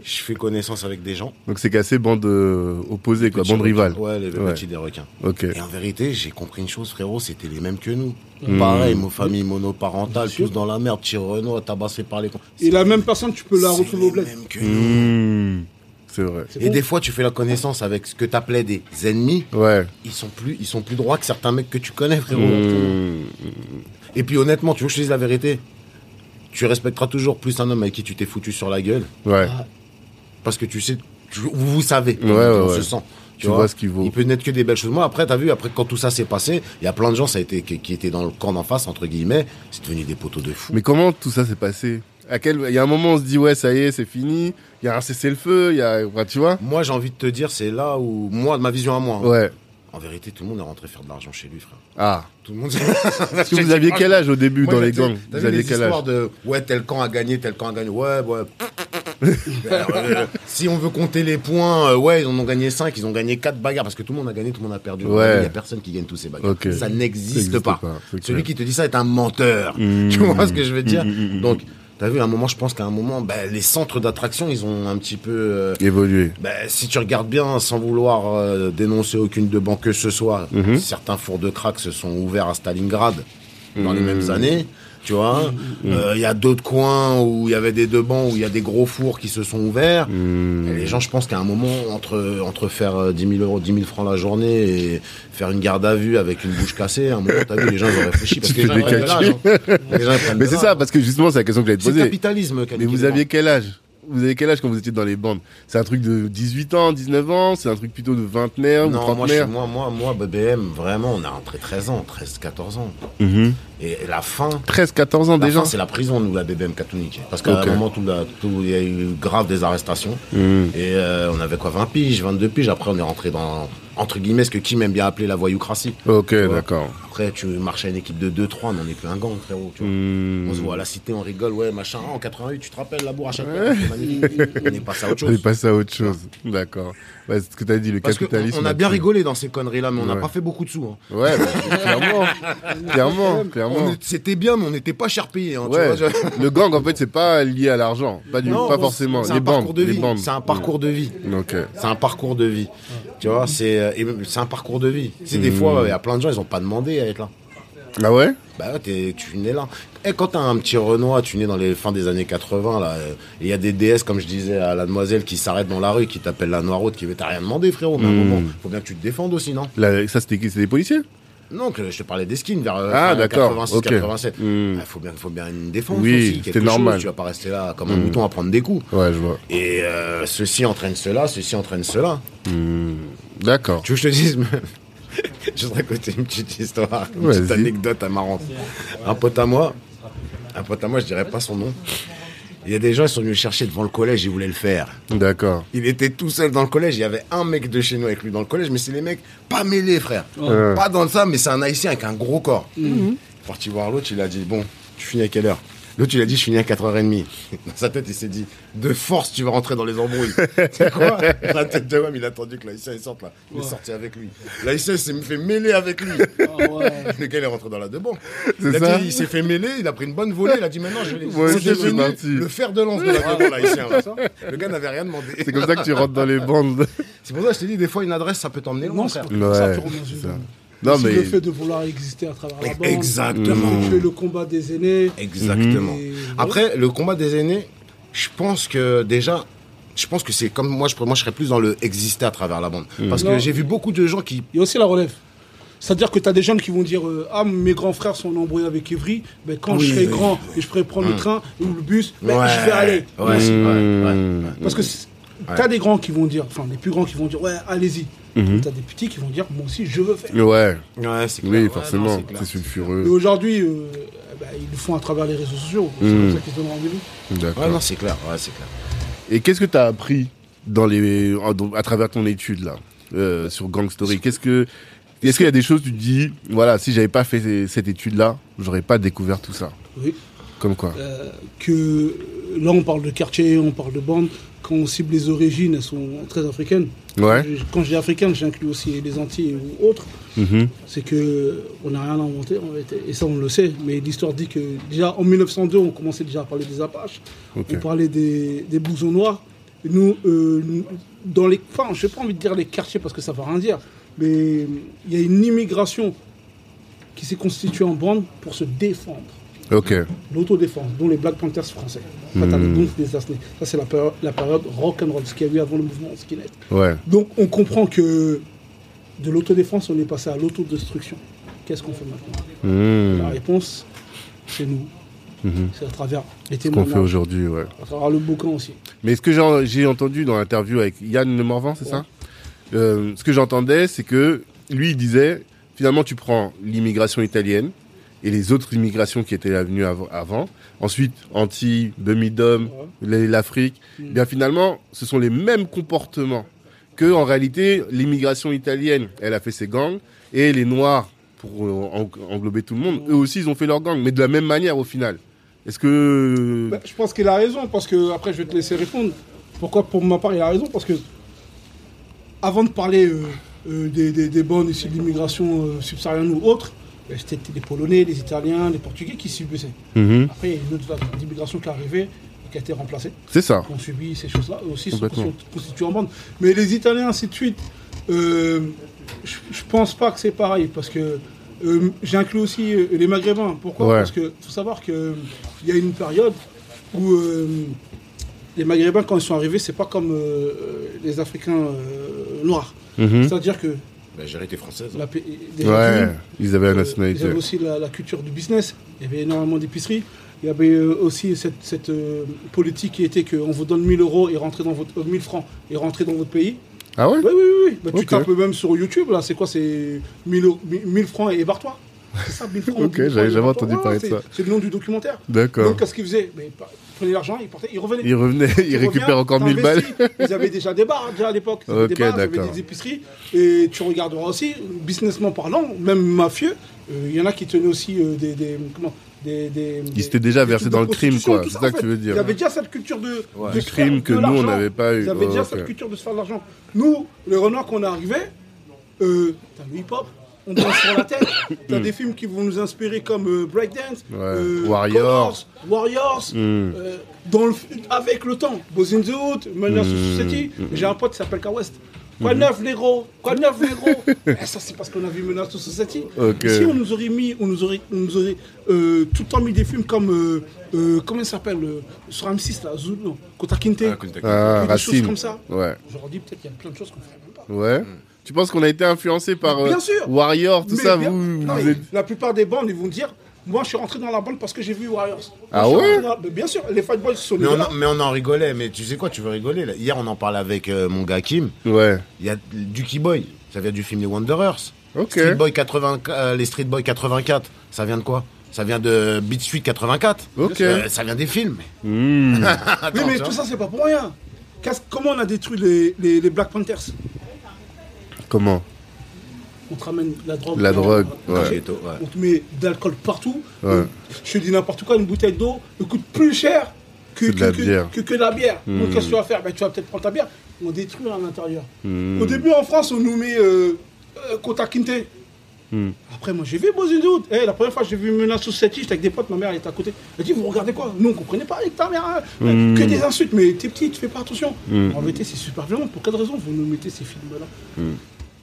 S3: je fais connaissance avec des gens.
S1: Donc c'est cassé, bande euh, opposée, quoi,
S3: Petits
S1: bande
S3: requins.
S1: rivale.
S3: Ouais, les
S1: Ouais.
S3: petits des requins.
S1: Ok.
S3: Et en vérité, j'ai compris une chose, frérot, c'était les mêmes que nous. Pareil, nos familles monoparentales, tous dans la merde, petit Renault, tabassé par les cons.
S2: Et la même personne, tu peux la retrouver au
S3: les
S2: bled.
S3: mêmes que nous.
S1: Mmh. C'est vrai.
S2: C'est
S3: Et
S2: bon.
S3: des fois, tu fais la connaissance avec ce que t'appelais des ennemis.
S1: Ouais.
S3: Ils sont plus, ils sont plus droits que certains mecs que tu connais, frérot.
S1: Mmh.
S3: Et puis honnêtement, tu veux que je te dise la vérité Tu respecteras toujours plus un homme avec qui tu t'es foutu sur la gueule,
S1: Ouais.
S2: Ah.
S3: parce que tu sais, tu- vous savez,
S1: Ouais, ouais,
S3: on
S1: ouais.
S3: se sent.
S1: Tu vois ce qu'il vaut.
S3: Il peut n'être que des belles choses. Moi, après, t'as vu, après quand tout ça s'est passé, il y a plein de gens ça a été, qui, qui étaient dans le camp d'en face, entre guillemets, c'est devenu des poteaux de fou.
S1: Mais comment tout ça s'est passé à quel... Il y a un moment, on se dit, ouais, ça y est, c'est fini. Il y a un cessez-le-feu. Il y a. bah, tu vois
S3: Moi, j'ai envie de te dire, c'est là où, moi, ma vision à moi, hein.
S1: Ouais.
S3: en vérité, tout le monde est rentré faire de l'argent chez lui, frère.
S1: Ah.
S3: Tout le monde.
S1: Parce que vous aviez quel âge au début
S3: Moi,
S1: dans les
S3: j'étais-
S1: gangs
S3: T'as
S1: Vous
S3: vu les
S1: aviez quel
S3: histoires
S1: âge
S3: de ouais tel camp a gagné, tel camp a gagné. Ouais, ouais. Alors, euh, si on veut compter les points, euh, ouais, ils en ont gagné 5, ils ont gagné 4 bagarres parce que tout le monde a gagné, tout le monde a perdu.
S1: Ouais.
S3: Il n'y a personne qui gagne tous ces bagarres.
S1: Ok.
S3: Ça
S1: Ça
S3: n'existe
S1: n'existe
S3: pas.
S1: pas, c'est
S3: Celui
S1: clair.
S3: qui te dit ça est un menteur.
S1: Mmh.
S3: Tu vois ce que je veux dire
S1: Mmh, mmh, mmh.
S3: Donc, t'as vu, à un moment, je pense qu'à un moment, bah, les centres d'attraction, ils ont un petit peu. euh,
S1: Évolué.
S3: ben, si tu regardes bien, sans vouloir euh, dénoncer aucune de banque que ce soit,
S1: Mhm.
S3: certains fours de crack se sont ouverts à Stalingrad dans les
S1: Mhm.
S3: mêmes années. Tu vois, Euh, il y a d'autres coins où il y avait des deux bancs, où il y a des gros fours qui se sont ouverts.
S1: Mhm.
S3: Et les gens, je pense qu'à un moment, entre, entre faire euh, 10 000 euros, 10 000 francs la journée et faire une garde à vue avec une bouche cassée, à un moment, t'as vu, les gens, ils ont réfléchi parce
S1: Tu
S3: que
S1: fais
S3: les gens, ils
S1: des
S3: prennent de l'âge, hein. Les gens, ils prennent
S1: Mais
S3: de
S1: c'est
S3: l'âge.
S1: ça, parce que justement, c'est la question que j'allais te
S3: C'est le
S1: poser.
S3: capitalisme.
S1: Mais vous
S3: calculement.
S1: aviez quel âge vous avez quel âge quand vous étiez dans les bandes C'est un truc de 18 ans, 19 ans C'est un truc plutôt de vingtenaire ou
S3: Non, moi, je suis-
S1: trentenaire
S3: moi, moi, moi, BBM, vraiment, on a rentré 13 ans, 13, 14 ans.
S1: Mhm.
S3: Et la fin,
S1: 13, 14 ans
S3: la
S1: déjà
S3: fin, c'est la prison, nous, la BBM Katounique. Parce qu'à
S1: Ok.
S3: un moment, tout la- tout- il y a eu grave des arrestations.
S1: Mhm.
S3: Et euh, on avait quoi, 20 piges, 22 piges. Après, on est rentré dans, entre guillemets, ce que Kim aime bien appeler la voyoucratie.
S1: Ok, d'accord.
S3: Après, tu marches à une équipe de 2-3, on n'en est plus un gang, frérot. Tu vois.
S1: Hmm.
S3: On se voit à la cité, on rigole, ouais, machin. Ah, En 88, tu te rappelles la bourre à chaque fois c'était magnifique. On est passé à autre
S1: On est
S3: chose.
S1: passé à autre chose. D'accord. Ouais, c'est ce que t'as dit, le
S3: Parce qu'on
S1: capitalisme.
S3: on a bien
S1: là-dessus.
S3: rigolé dans ces conneries-là, mais on n'a
S1: Ouais.
S3: pas fait beaucoup de sous. hein.
S1: Ouais, bah, clairement. clairement,
S3: On
S1: clairement.
S3: est- C'était bien, mais on n'était pas cher payé. hein, tu
S1: Ah Ouais.
S3: vois, je-
S1: Le gang, en fait, c'est pas lié à l'argent. Pas, du,
S3: Non,
S1: pas
S3: on-
S1: forcément.
S3: c'est
S1: Les
S3: un parcours
S1: bandes,
S3: de
S1: les
S3: vie,
S1: bandes.
S3: C'est un parcours de vie.
S1: Ok.
S3: C'est un parcours de vie. Tu
S1: Mm.
S3: vois, c'est euh, et même- c'est un parcours de vie. C'est des fois, il y a plein de gens, ils ont pas demandé à être là.
S1: Ah ouais
S3: Bah ouais, t'es- tu nais là. Et quand t'as un petit Renoir, tu nais dans les fins des années 80, là, euh, et il y a des DS, comme je disais à la demoiselle, qui s'arrête dans la rue, qui t'appelle la noiroute, qui veut t'as rien demandé, frérot. Mais à un
S1: Mm.
S3: moment, faut bien que tu te défendes aussi, non
S1: Là, Ça, c'était qui C'était des policiers
S3: Non, que je te parlais des skins vers euh,
S1: Ah,
S3: fin
S1: d'accord,
S3: 86,
S1: ok.
S3: 87.
S1: Mm.
S3: Bah, faut bien, faut bien une défense
S1: Oui,
S3: aussi,
S1: c'était
S3: quelque chose.
S1: normal. Hmm.
S3: Tu vas pas rester là comme un mouton à prendre des coups.
S1: Ouais, je vois.
S3: Et euh, ceci entraîne cela, ceci entraîne cela.
S1: D'accord.
S3: Tu veux que je te dise même Je te raconter une petite histoire, une petite
S1: Vas-y.
S3: anecdote marrante. Un pote à moi, un pote à moi, je dirais pas son nom. Il y a des gens, ils sont venus le chercher devant le collège, ils voulaient le faire.
S1: D'accord.
S3: Il était tout seul dans le collège, il y avait un mec de chez nous avec lui dans le collège, mais c'est les mecs pas mêlés, frère.
S1: Ouais.
S3: Pas dans ça, mais c'est un haïtien avec un gros corps. Parti voir l'autre, il a dit Bon, tu finis à quelle heure L'autre, il a dit Je finis à 4h30. Dans sa tête, il s'est dit De force, tu vas rentrer dans les embrouilles. c'est quoi La tête de homme, il a attendu que l'haïtien il sorte là. Il est sorti avec lui. L'haïtien il s'est fait mêler avec lui. Le gars, il est rentré dans la de banque. Il, a
S1: ça
S3: dit, il s'est fait mêler, il a pris une bonne volée, il a dit Maintenant, je vais
S1: Moi aussi,
S3: C'est
S1: je suis
S3: devenu
S1: parti.
S3: le fer de lance de la de l'haïtien. là. Le gars n'avait rien demandé.
S1: C'est comme ça que tu rentres dans les bandes.
S3: C'est pour ça que je t'ai dit, des fois, une adresse, ça peut t'emmener loin,
S2: Non,
S3: frère.
S2: c'est pour ça
S1: Ouais.
S2: que tu reviens
S1: c'est
S2: sur
S1: ça.
S2: le-
S1: Non,
S2: C'est
S1: mais.
S2: le fait de vouloir exister à travers la bande.
S3: Exactement.
S2: Tu es le combat des aînés.
S3: Exactement.
S2: Mhm.
S3: Après, le combat des aînés, je pense que déjà, je pense que c'est comme moi, je, moi, je serais plus dans le exister à travers la bande. Parce que
S2: Non.
S3: j'ai vu beaucoup de gens qui.
S2: Il y a aussi la relève. C'est-à-dire que tu as des jeunes qui vont dire euh, Ah, mes grands frères sont embrouillés avec Evry, mais quand
S3: Ah Oui,
S2: je serai
S3: oui. Mm.
S2: grand et je pourrai prendre le train ou le bus, ben,
S3: Ouais,
S2: je vais aller.
S3: Ouais, Mm. c'est- ouais, ouais, ouais.
S2: Parce que tu as des grands qui vont dire, enfin, les plus grands qui vont dire Ouais, allez-y.
S3: Mm-hmm.
S2: Tu as des petits qui vont dire Moi aussi, je veux faire.
S1: Ouais,
S3: Ouais, c'est
S1: oui,
S3: clair. Ouais, non,
S1: forcément.
S3: c'est clair.
S1: C'est
S2: Et
S1: sulfureux.
S2: aujourd'hui, euh, bah, ils le font à travers les réseaux sociaux. C'est
S1: Mhm.
S2: comme ça qu'ils se donnent rendez-vous.
S3: Ouais,
S1: D'accord.
S3: non, c'est clair. Ouais, c'est clair.
S1: Et qu'est-ce que t'as appris dans les... en- dans- à travers ton étude, là, euh, sur Gang Story Qu'est-ce que. Est-ce qu'il y a des choses, tu te dis, voilà, si j'avais pas fait cette étude-là, j'aurais pas découvert tout ça
S2: Oui.
S1: Comme quoi
S2: Euh, que euh, là, on parle de quartier, on parle de bande. Quand on cible les origines, elles sont très africaines.
S1: Ouais.
S2: Je- Quand je dis africaine, j'inclus aussi les Antilles ou autres.
S1: Mhm.
S2: C'est que on n'a rien inventé, en réalité. et ça on le sait. Mais l'histoire dit que déjà en 1902, on commençait déjà à parler des Apaches,
S1: Ok.
S2: on parlait des, des blousons noirs. Nous, euh, nous- dans les, enfin, je n'ai pas envie de dire les quartiers parce que ça ne va rien dire, mais il y a une immigration qui s'est constituée en bande pour se défendre,
S1: Ok.
S2: l'autodéfense, dont les Black Panthers français. Après, t'as les Donf, les Asnés. Ça, c'est la période, la période rock'n'roll, ce qu'il y a eu avant le mouvement skinhead.
S1: Ouais.
S2: Donc on comprend que de l'autodéfense, on est passé à l'autodestruction. Qu'est-ce qu'on fait maintenant
S1: Hmm.
S2: La réponse, c'est nous. C'est à travers les
S1: Mhm. Ce qu'on fait
S2: témoignages,
S1: aujourd'hui, ouais.
S2: à travers le bouquin aussi.
S1: Mais ce que j'ai- j'ai entendu dans l'interview avec Yann Le Morvan, c'est ça Euh, Ce que j'entendais, c'est que lui, il disait, finalement, tu prends l'immigration italienne et les autres immigrations qui étaient venues av- avant. Ensuite, Antilles, demi-dom, l'Afrique. Eh Bien finalement, ce sont les mêmes comportements que, en réalité, l'immigration italienne, elle a fait ses gangs et les Noirs, pour euh, en- englober tout le monde, eux aussi, ils ont fait leurs gangs, mais de la même manière au final. Est-ce que
S2: Bah, je pense qu'il a raison, parce que après je vais te laisser répondre. Pourquoi pour ma part il a raison Parce que avant de parler euh, euh, des, des, des bandes ici de l'immigration euh, subsaharienne ou autre, euh, c'était les Polonais, les Italiens, les Portugais qui subissaient.
S1: Mhm.
S2: Après il y a une autre vague d'immigration qui est arrivée et qui a été remplacée.
S1: c'est ça
S2: qui ont subi ces choses-là, eux aussi sont,
S1: Complètement.
S2: sont constitués en bande. Mais les Italiens, ainsi de suite, euh, je je pense pas que c'est pareil, parce que euh, j'inclus aussi euh, les Maghrébins. Pourquoi
S1: Ouais.
S2: Parce que faut savoir qu'il y a une période où euh, les Maghrébins, quand ils sont arrivés, c'est pas comme euh, les Africains euh, noirs.
S1: Mhm.
S2: C'est-à-dire que
S3: La gérité Bah, française. hein.
S2: la, paix- déjà
S1: Hmm. Ouais,
S2: connue,
S1: ils avaient la
S2: euh,
S1: nationalité.
S2: Ils avaient aussi la, la culture du business. Il y avait énormément d'épiceries. Il y avait euh, aussi cette, cette, euh, politique qui était qu'on vous donne 1000 euros et rentrez dans votre euh, 1000 francs et rentrez dans votre pays.
S1: Ah ouais
S2: Oui, oui, oui. oui. Bah, tu
S1: Ok.
S2: tapes même sur YouTube, là, c'est quoi C'est 1000, euros- 1000 francs et barre-toi. C'est ça, 1000 francs.
S1: Ok, j'avais
S2: 1000 francs,
S1: jamais
S2: barre-toi.
S1: entendu parler de
S2: c'est-
S1: ça.
S2: C'est le nom du documentaire.
S1: D'accord.
S2: Donc, qu'est-ce qu'ils faisaient Mais, bah, Ils prenaient l'argent, ils partaient, ils revenaient.
S1: Il revenait, il
S2: Tu
S1: récupère
S2: reviens,
S1: encore 1000 balles.
S2: t'investis. Ils avaient déjà des bars déjà à l'époque. Ils avaient
S1: Ok,
S2: des bars, ils avaient
S1: d'accord.
S2: des épiceries. Et tu regarderas aussi, businessment parlant, même mafieux, euh, il y en a qui tenaient aussi euh, des, des- Comment des, des,
S1: Ils
S2: des-
S1: s'étaient déjà
S2: des
S1: versés
S2: trucs
S1: dans le
S2: de
S1: crime,
S2: prostitution,
S1: quoi.
S2: tout
S1: C'est ça
S2: en
S1: que
S2: fait.
S1: tu veux dire.
S2: Ils avaient déjà cette culture de.
S1: Du
S2: se
S1: crime
S2: faire
S1: que
S2: de
S1: nous,
S2: l'argent.
S1: on n'avait pas eu.
S2: Ils avaient
S1: Oh,
S2: déjà
S1: ok.
S2: cette culture de se faire de l'argent. Nous, les renards qu'on est arrivé, euh, t'as le hip-hop. On danse sur la tête. T'as des films qui vont nous inspirer comme euh, Breakdance,
S1: Ouais.
S2: euh,
S1: Warriors.
S2: Colors, Warriors, euh, dans le- avec le temps, Boys in the Hood, Manière
S1: Mm.
S2: Society. J'ai un pote qui s'appelle Kawest.
S1: Mm-hmm.
S2: Quoi de neuf, négro Quoi de neuf, négro Eh, Ça, c'est parce qu'on a vu Menace Society.
S1: Ok.
S2: Si on nous aurait mis, on nous aurait, on nous aurait euh, tout le temps mis des films comme. euh, euh, comment il s'appelle euh, Sur M6, là, Zulu, non, Kota Kinte.
S1: Ah,
S2: Des choses
S1: Racine.
S2: comme ça.
S1: Ouais.
S2: J'aurais dit peut-être qu'il y a plein de choses qu'on ne ferait même pas.
S1: Ouais.
S3: Mm.
S1: Tu penses qu'on a été influencé par
S2: Mais
S1: euh,
S2: bien sûr.
S1: Warrior, tout
S2: Mais
S1: ça
S2: bien-
S1: vous,
S2: non,
S1: vous
S2: mais
S1: êtes...
S2: La plupart des bandes, ils vont dire Moi, je suis rentré dans la bande parce que j'ai vu Warriors. Moi,
S1: Ah
S2: je suis
S1: ouais
S2: rentré dans la- Mais Bien sûr, les Fight Boys sont
S3: Mais
S2: nés là.
S3: on, mais on en rigolait, mais tu sais quoi, tu veux rigoler là. Hier, on en parlait avec euh, mon gars Kim.
S1: Ouais.
S3: Il y a Ducky Boy, ça vient du film Les Wanderers.
S1: Ok.
S3: Street Boy 80, euh, les Street Boy 84, ça vient de quoi Ça vient de Beat Street 84.
S1: Ok.
S3: Euh, ça vient des films.
S2: Oui, mais tout ça, c'est pas pour rien. Qu'est-ce- Comment on a détruit les, les- les Black Panthers
S1: Comment
S2: On te ramène la drogue.
S1: La drogue,
S2: on-
S1: ouais.
S3: Ghetto, ouais.
S2: On te met de l'alcool partout.
S1: Ouais.
S2: Euh, Je te dis n'importe quoi, une bouteille d'eau elle coûte plus cher que,
S1: Que de la
S2: que,
S1: bière. Hmm.
S2: que- que de la bière. Donc qu'est-ce que tu vas faire Ben, Tu vas peut-être prendre ta bière. On détruit à l'intérieur.
S1: Hmm.
S2: Au début, en France, on nous met euh, euh, Kota Kinte.
S1: Hmm.
S2: Après, moi, j'ai vu Bozin Doute. Eh, la première fois, j'ai vu Menace Society, j'étais avec des potes, ma mère, elle était à côté. Elle dit, vous regardez quoi Nous, on comprenait pas avec ta mère. hein.
S1: Hmm.
S2: Que des insultes, mais t'es petit, tu fais pas attention. En vérité, c'est super violent. Pour quelle raison vous nous mettez ces films-là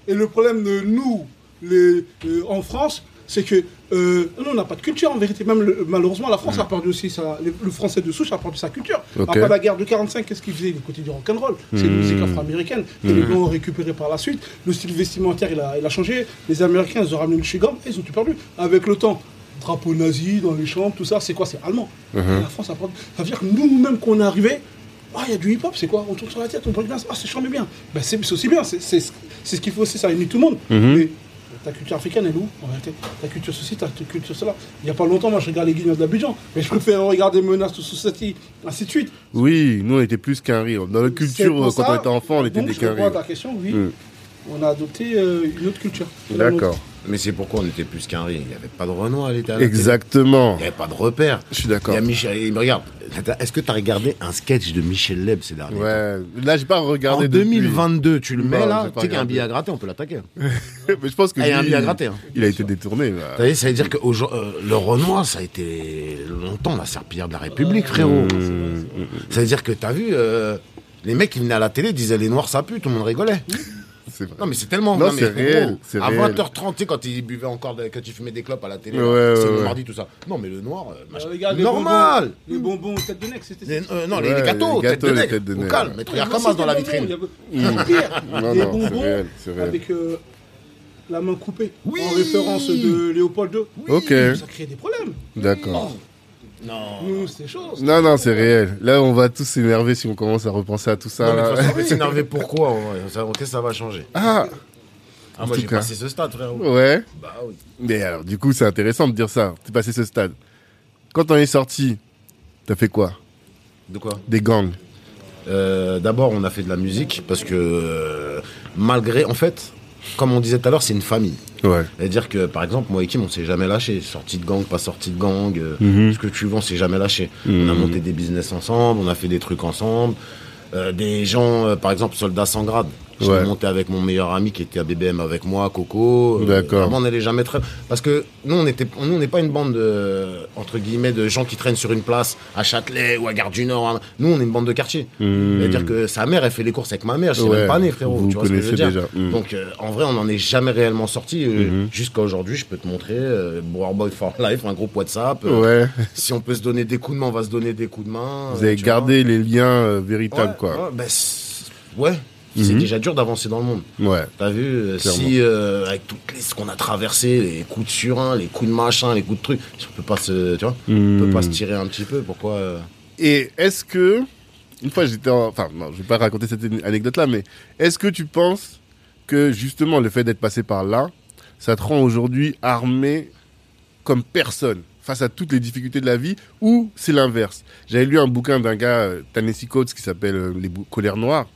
S2: et le problème de nous, les- euh, en France, c'est que euh, nous, on n'a pas de culture en vérité. Même le- malheureusement, la France a perdu aussi sa, le, le français de souche a perdu sa culture.
S1: Ok.
S2: Après la guerre de 45, qu'est-ce qu'ils faisaient Ils écoutaient du rock'n'roll. C'est une musique afro-américaine que les blancs ont récupéré par la suite. Le style vestimentaire, il a, il a changé. Les Américains, ils ont ramené le chewing-gum et ils ont tout perdu. Avec le temps, drapeau nazi dans les chambres, tout ça, c'est quoi C'est allemand. Et La France a perdu. Ça veut dire que nous-mêmes, qu'on est arrivés, ah, il y a du hip-hop, c'est quoi On tourne sur la tête, on breakdance. Ah, c'est charmé bien. Ben, c'est c'est aussi bien, c'est c'est ce c'est ce qu'il faut aussi, ça unit tout le monde. Mais ta culture africaine, elle est où en réalité Ta culture ceci, ta ta culture cela. Il n'y a pas longtemps, moi, je regardais les Guignols d'Abidjan, mais je préfère regarder Menace de Society, ainsi de suite.
S1: Oui, nous on était plus qu'un rire. Dans la
S2: C'est
S1: culture,
S2: pour
S1: quand
S2: ça,
S1: on était enfant, on était
S2: donc,
S1: des
S2: je
S1: qu'un
S2: réponds à
S1: rire.
S2: ta question, oui. On a adopté euh, une autre culture. C'est la
S1: D'accord.
S2: nôtre.
S3: Mais c'est pourquoi on était plus qu'un riz. Il n'y avait pas de Renoir à l'état.
S1: Exactement.
S3: Il n'y avait pas de repère.
S1: Je suis d'accord.
S3: Il y a Michel. et regarde, t'as- est-ce que tu as regardé un sketch de Michel Leb ces derniers temps
S1: Ouais. Là, j'ai pas regardé
S3: En
S1: depuis.
S3: 2022, tu le
S1: Non,
S3: mets là,
S1: j'ai pas
S3: tu sais qu'il y a un
S1: regardé.
S3: billet à gratter, on peut l'attaquer.
S1: Mais je pense que
S3: Ah, il y a un
S1: lui,
S3: billet à gratter, hein.
S1: Il a été détourné. bah.
S3: T'as vu, ça veut dire que aujourd- euh, le Renoir, ça a été longtemps la serpillière de la République,
S1: Euh,
S3: frérot.
S1: mm,
S3: Ça veut dire que t'as vu, euh, les mecs qui venaient à la télé disaient les Noirs ça pue, tout le monde rigolait.
S1: C'est vrai.
S3: Non mais c'est tellement
S1: Non,
S3: mais
S1: c'est
S3: frérot,
S1: réel, c'est
S3: À
S1: réel.
S3: 20h30, tu sais, quand ils buvaient encore, des- quand ils fumaient des clopes à la télé,
S1: Ouais,
S3: là, c'est
S1: ouais,
S3: le
S1: ouais.
S3: mardi, tout ça. Non mais le Noir, euh, machin,
S2: Euh, regarde les
S3: normal
S2: bonbons- Les bonbons, tête de nec, c'était
S3: Les- euh, Non,
S1: Ouais,
S3: les, les gâteaux,
S1: les
S3: tête
S1: gâteaux,
S3: de
S1: les
S3: nec,
S1: têtes de
S3: au
S1: nec,
S3: calme.
S1: ouais.
S3: Mais regarde comment dans la vitrine.
S2: Il y avait- Pire,
S1: Hmm. Non,
S2: des
S1: non, c'est
S2: bonbons
S1: réel, c'est réel.
S2: avec euh, la main coupée.
S3: Oui.
S2: En référence de Léopold II.
S1: Ok.
S2: Ça crée des problèmes.
S1: D'accord.
S3: Non.
S2: Nous, c'est chaud. ça.
S1: Non, non, c'est réel. Là, on va tous s'énerver si on commence à repenser à tout ça.
S3: Non, mais de
S1: là.
S3: toute façon, on va s'énerver pourquoi en vrai Ça- Qu'est-ce que ça va changer
S1: Ah,
S3: Ah, moi
S1: tout
S3: j'ai
S1: cas. Oh.
S3: passé ce stade, frérot.
S1: ouais.
S3: Bah oui.
S1: Mais alors, du coup, c'est intéressant de dire ça. T'es passé ce stade. Quand on est sorti, t'as fait quoi
S3: De quoi
S1: Des gangs.
S3: Euh, D'abord, on a fait de la musique parce que euh, malgré, en fait, comme on disait tout à l'heure, c'est une famille.
S1: Ouais.
S3: C'est-à-dire que, par exemple, moi et Kim, on s'est jamais lâché. Sortie de gang, pas sortie de gang, euh,
S1: Mhm.
S3: ce que tu veux, on s'est jamais lâché. On a monté des business ensemble, on a fait des trucs ensemble. Euh, des gens, euh, par exemple, soldats sans grade. Je
S1: Ouais.
S3: monté avec mon meilleur ami qui était à BBM avec moi, Coco. Euh,
S1: D'accord.
S3: avant, on n'allait jamais très. Parce que nous, on était, nous, on n'est pas une bande de, entre guillemets, de gens qui traînent sur une place à Châtelet ou à Gare du Nord. hein. Nous, on est une bande de quartier. C'est-à-dire que sa mère, elle fait les courses avec ma mère. Je suis
S1: Mhm. Ouais.
S3: même pas né, frérot.
S1: Vous
S3: tu vois ce que je veux
S1: connaissez
S3: dire.
S1: déjà. Mhm. Mm.
S3: Donc, donc euh, en vrai, on n'en est jamais réellement sorti. euh, Jusqu'à aujourd'hui, je peux te montrer euh, Boer Boy for Life, un groupe WhatsApp. euh,
S1: Ouais.
S3: Si on peut se donner des coups de main, on va se donner des coups de main.
S1: Vous
S3: euh,
S1: avez
S3: tu
S1: gardé les liens euh,
S3: vois.
S1: véritables,
S3: Ouais, bah,
S1: quoi.
S3: Ouais, ben, c'est- ouais. C'est
S1: Mhm.
S3: déjà dur d'avancer dans le monde.
S1: Ouais.
S3: T'as vu, euh,
S1: Clairement.
S3: si euh, avec tout les- ce qu'on a traversé, les coups de surin, les coups de machin, les coups de trucs, on peut pas se, tu vois, on peut
S1: Mhm.
S3: pas se tirer un petit peu. Pourquoi euh,
S1: Et est-ce que, une fois j'étais en- Enfin, non, je vais pas raconter cette anecdote-là, mais est-ce que tu penses que justement le fait d'être passé par là, ça te rend aujourd'hui armé comme personne face à toutes les difficultés de la vie ou c'est l'inverse J'avais lu un bouquin d'un gars, euh, Tennessee Coates, qui s'appelle euh, Les Bou- Colères Noires,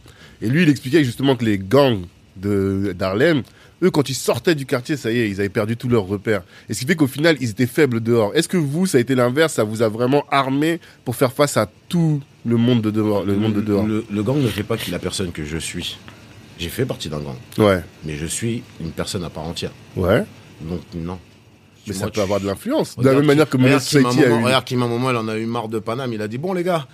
S1: et lui il expliquait justement que les gangs de- d'Harlem, eux quand ils sortaient du quartier, ça y est, ils avaient perdu tous leurs repères. Et ce qui fait qu'au final, ils étaient faibles dehors. Est-ce que vous, ça a été l'inverse Ça vous a vraiment armé pour faire face à tout le monde de dehors, le monde de dehors
S3: le- le gang ne fait pas qui la personne que je suis. J'ai fait partie d'un gang,
S1: Ouais,
S3: mais je suis une personne à part entière.
S1: ouais.
S3: Donc non.
S1: Mais ça
S3: Moi,
S1: peut
S3: tu-
S1: avoir de l'influence. De la
S3: Regarde
S1: même
S3: qui-
S1: manière que Mona
S3: regarde qui,
S1: Society
S3: m'a
S1: a
S3: moment-
S1: eu.
S3: Regarde qui, m'a moment, elle en a eu marre de Paname. Il a dit Bon, les gars,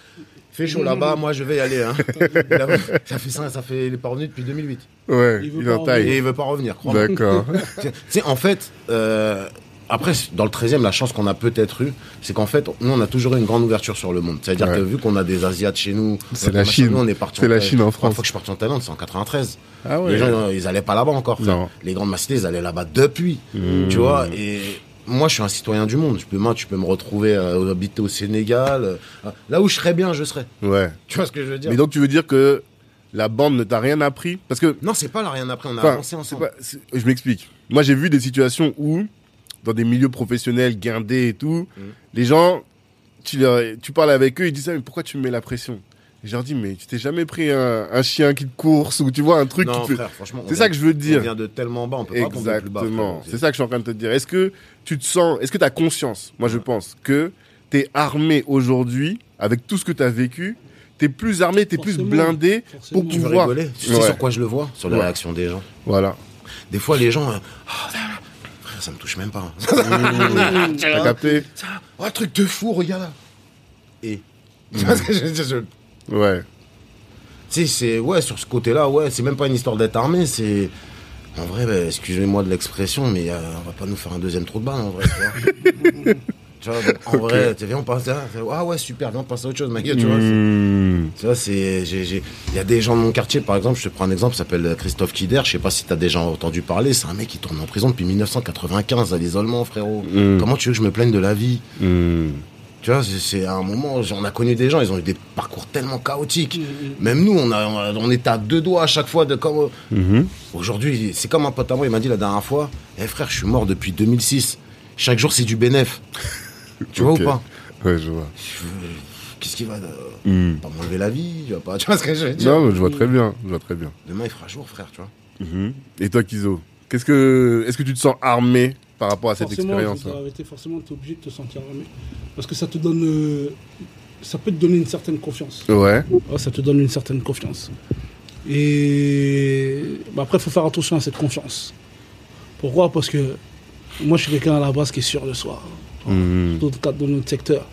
S3: fait chaud là-bas, moi je vais y aller. hein. Il a- ça fait ça, ça fait, il est pas revenu depuis 2008.
S1: Ouais,
S2: Il veut
S1: il
S2: pas
S1: en
S2: en
S3: Et
S1: taille.
S3: il veut pas revenir, crois-moi.
S1: D'accord.
S3: Tu sais, en fait, euh, après, dans le 13e, la chance qu'on a peut-être eue, c'est qu'en fait, nous, on a toujours eu une grande ouverture sur le monde. C'est-à-dire
S1: Ouais.
S3: que vu qu'on a des Asiates chez nous,
S1: C'est
S3: notre
S1: la
S3: machin,
S1: Chine.
S3: nous, on est parti
S1: C'est la
S3: Thaï-
S1: Chine en
S3: La
S1: France.
S3: fois que je suis parti en Thaïlande, c'est en 93.
S1: Ah ouais.
S3: Les gens, euh, ils allaient pas là-bas encore. frère.
S1: Non. Mmh.
S3: Les grandes macités, ils allaient là-bas depuis. Tu vois, et moi, je suis un citoyen du monde. Tu peux, moi, tu peux me retrouver euh, habiter au Sénégal. euh, là où je serais bien, je serais.
S1: Ouais.
S3: Tu vois ce que je veux dire
S1: Mais donc tu veux dire que la bande ne t'a rien appris Parce que
S3: Non, c'est pas là, rien après. On a
S1: Enfin,
S3: avancé
S1: c'est
S3: ensemble.
S1: pas- c'est- je m'explique. Moi, j'ai vu des situations où, dans des milieux professionnels, guindés et tout,
S3: Mm.
S1: les gens, tu, leur- tu parles avec eux, ils disent ah, mais pourquoi tu me mets la pression Et Je leur dis mais tu t'es jamais pris un, un chien qui te course ou tu vois un truc
S3: Non,
S1: qui te fait.
S3: frère, franchement. on
S1: C'est ça
S3: vient-
S1: que je veux te
S3: On
S1: dire.
S3: vient de tellement bas, on peut pas tomber plus bas.
S1: Exactement.
S3: frère.
S1: C'est ça que je suis en train de te dire. Est-ce que tu te sens, est-ce que tu as conscience Moi, je pense que tu es armé aujourd'hui avec tout ce que tu as vécu. Tu es plus armé, tu es plus
S2: Forcément.
S1: blindé
S2: Forcément.
S1: pour
S3: Tu veux
S1: pouvoir.
S3: rigoler Tu sais
S1: Ouais.
S3: sur quoi je le vois Sur les
S1: Ouais.
S3: réactions des gens.
S1: Voilà.
S3: Des fois, les gens. euh, Ah, frère, ça me touche même pas. Ah,
S1: T'as capté
S3: Ça, oh, truc de fou, regarde là. Et. Tu vois ce que je veux dire, je-
S1: Ouais.
S3: Tu sais, c'est. Ouais, sur ce côté-là, ouais, c'est même pas une histoire d'être armé, c'est. En vrai, bah, excusez-moi de l'expression, mais euh, on va pas nous faire un deuxième trou de balle, en vrai. Tu vois, Tu vois, donc, en vrai, tu viens, on passe à. Ah ouais, super, viens, on passe à autre chose, ma gueule, tu vois. c'est-
S1: Hmm.
S3: Tu vois, c'est, j'ai, j'ai- il y a des gens de mon quartier, par exemple, je te prends un exemple, il s'appelle euh, Christophe Kider, je sais pas si t'as déjà entendu parler, c'est un mec qui tourne en prison depuis 1995 à l'isolement, frérot.
S1: Mm.
S3: Comment tu veux que je me plaigne de la vie
S1: Hmm.
S3: Tu vois, c'est, c'est à un moment, on a connu des gens, ils ont eu des parcours tellement chaotiques. Même nous, on, a, on a- on était à deux doigts à chaque fois de comme.
S1: Mhm.
S3: Aujourd'hui, c'est comme un pote à moi, il m'a dit la dernière fois, Eh frère, je suis mort depuis 2006. Chaque jour, c'est du bénéf. tu vois
S1: Ok.
S3: ou pas
S1: Ouais, je vois.
S3: Je- Qu'est-ce qui va euh,
S1: Hmm.
S3: pas m'enlever la vie Tu vois pas Tu vois ce que je veux dire
S1: Non, mais je vois très bien. Je vois très bien.
S3: Demain, il fera jour, frère, tu vois.
S1: Mhm. Et toi, Kizo Qu'est-ce que, est-ce que tu te sens armé par rapport à cette
S2: Forcément,
S1: expérience hein.
S2: je vais te arrêter, forcément, tu es obligé de te sentir armé. Parce que ça te donne. euh, ça peut te donner une certaine confiance.
S1: Ouais.
S2: Ouais, Ah, ça te donne une certaine confiance. Et bah, après, il faut faire attention à cette confiance. Pourquoi Parce que moi, je suis quelqu'un à la base qui est sûr de soi.
S1: Hmm.
S2: Dans notre cadre, dans notre secteur.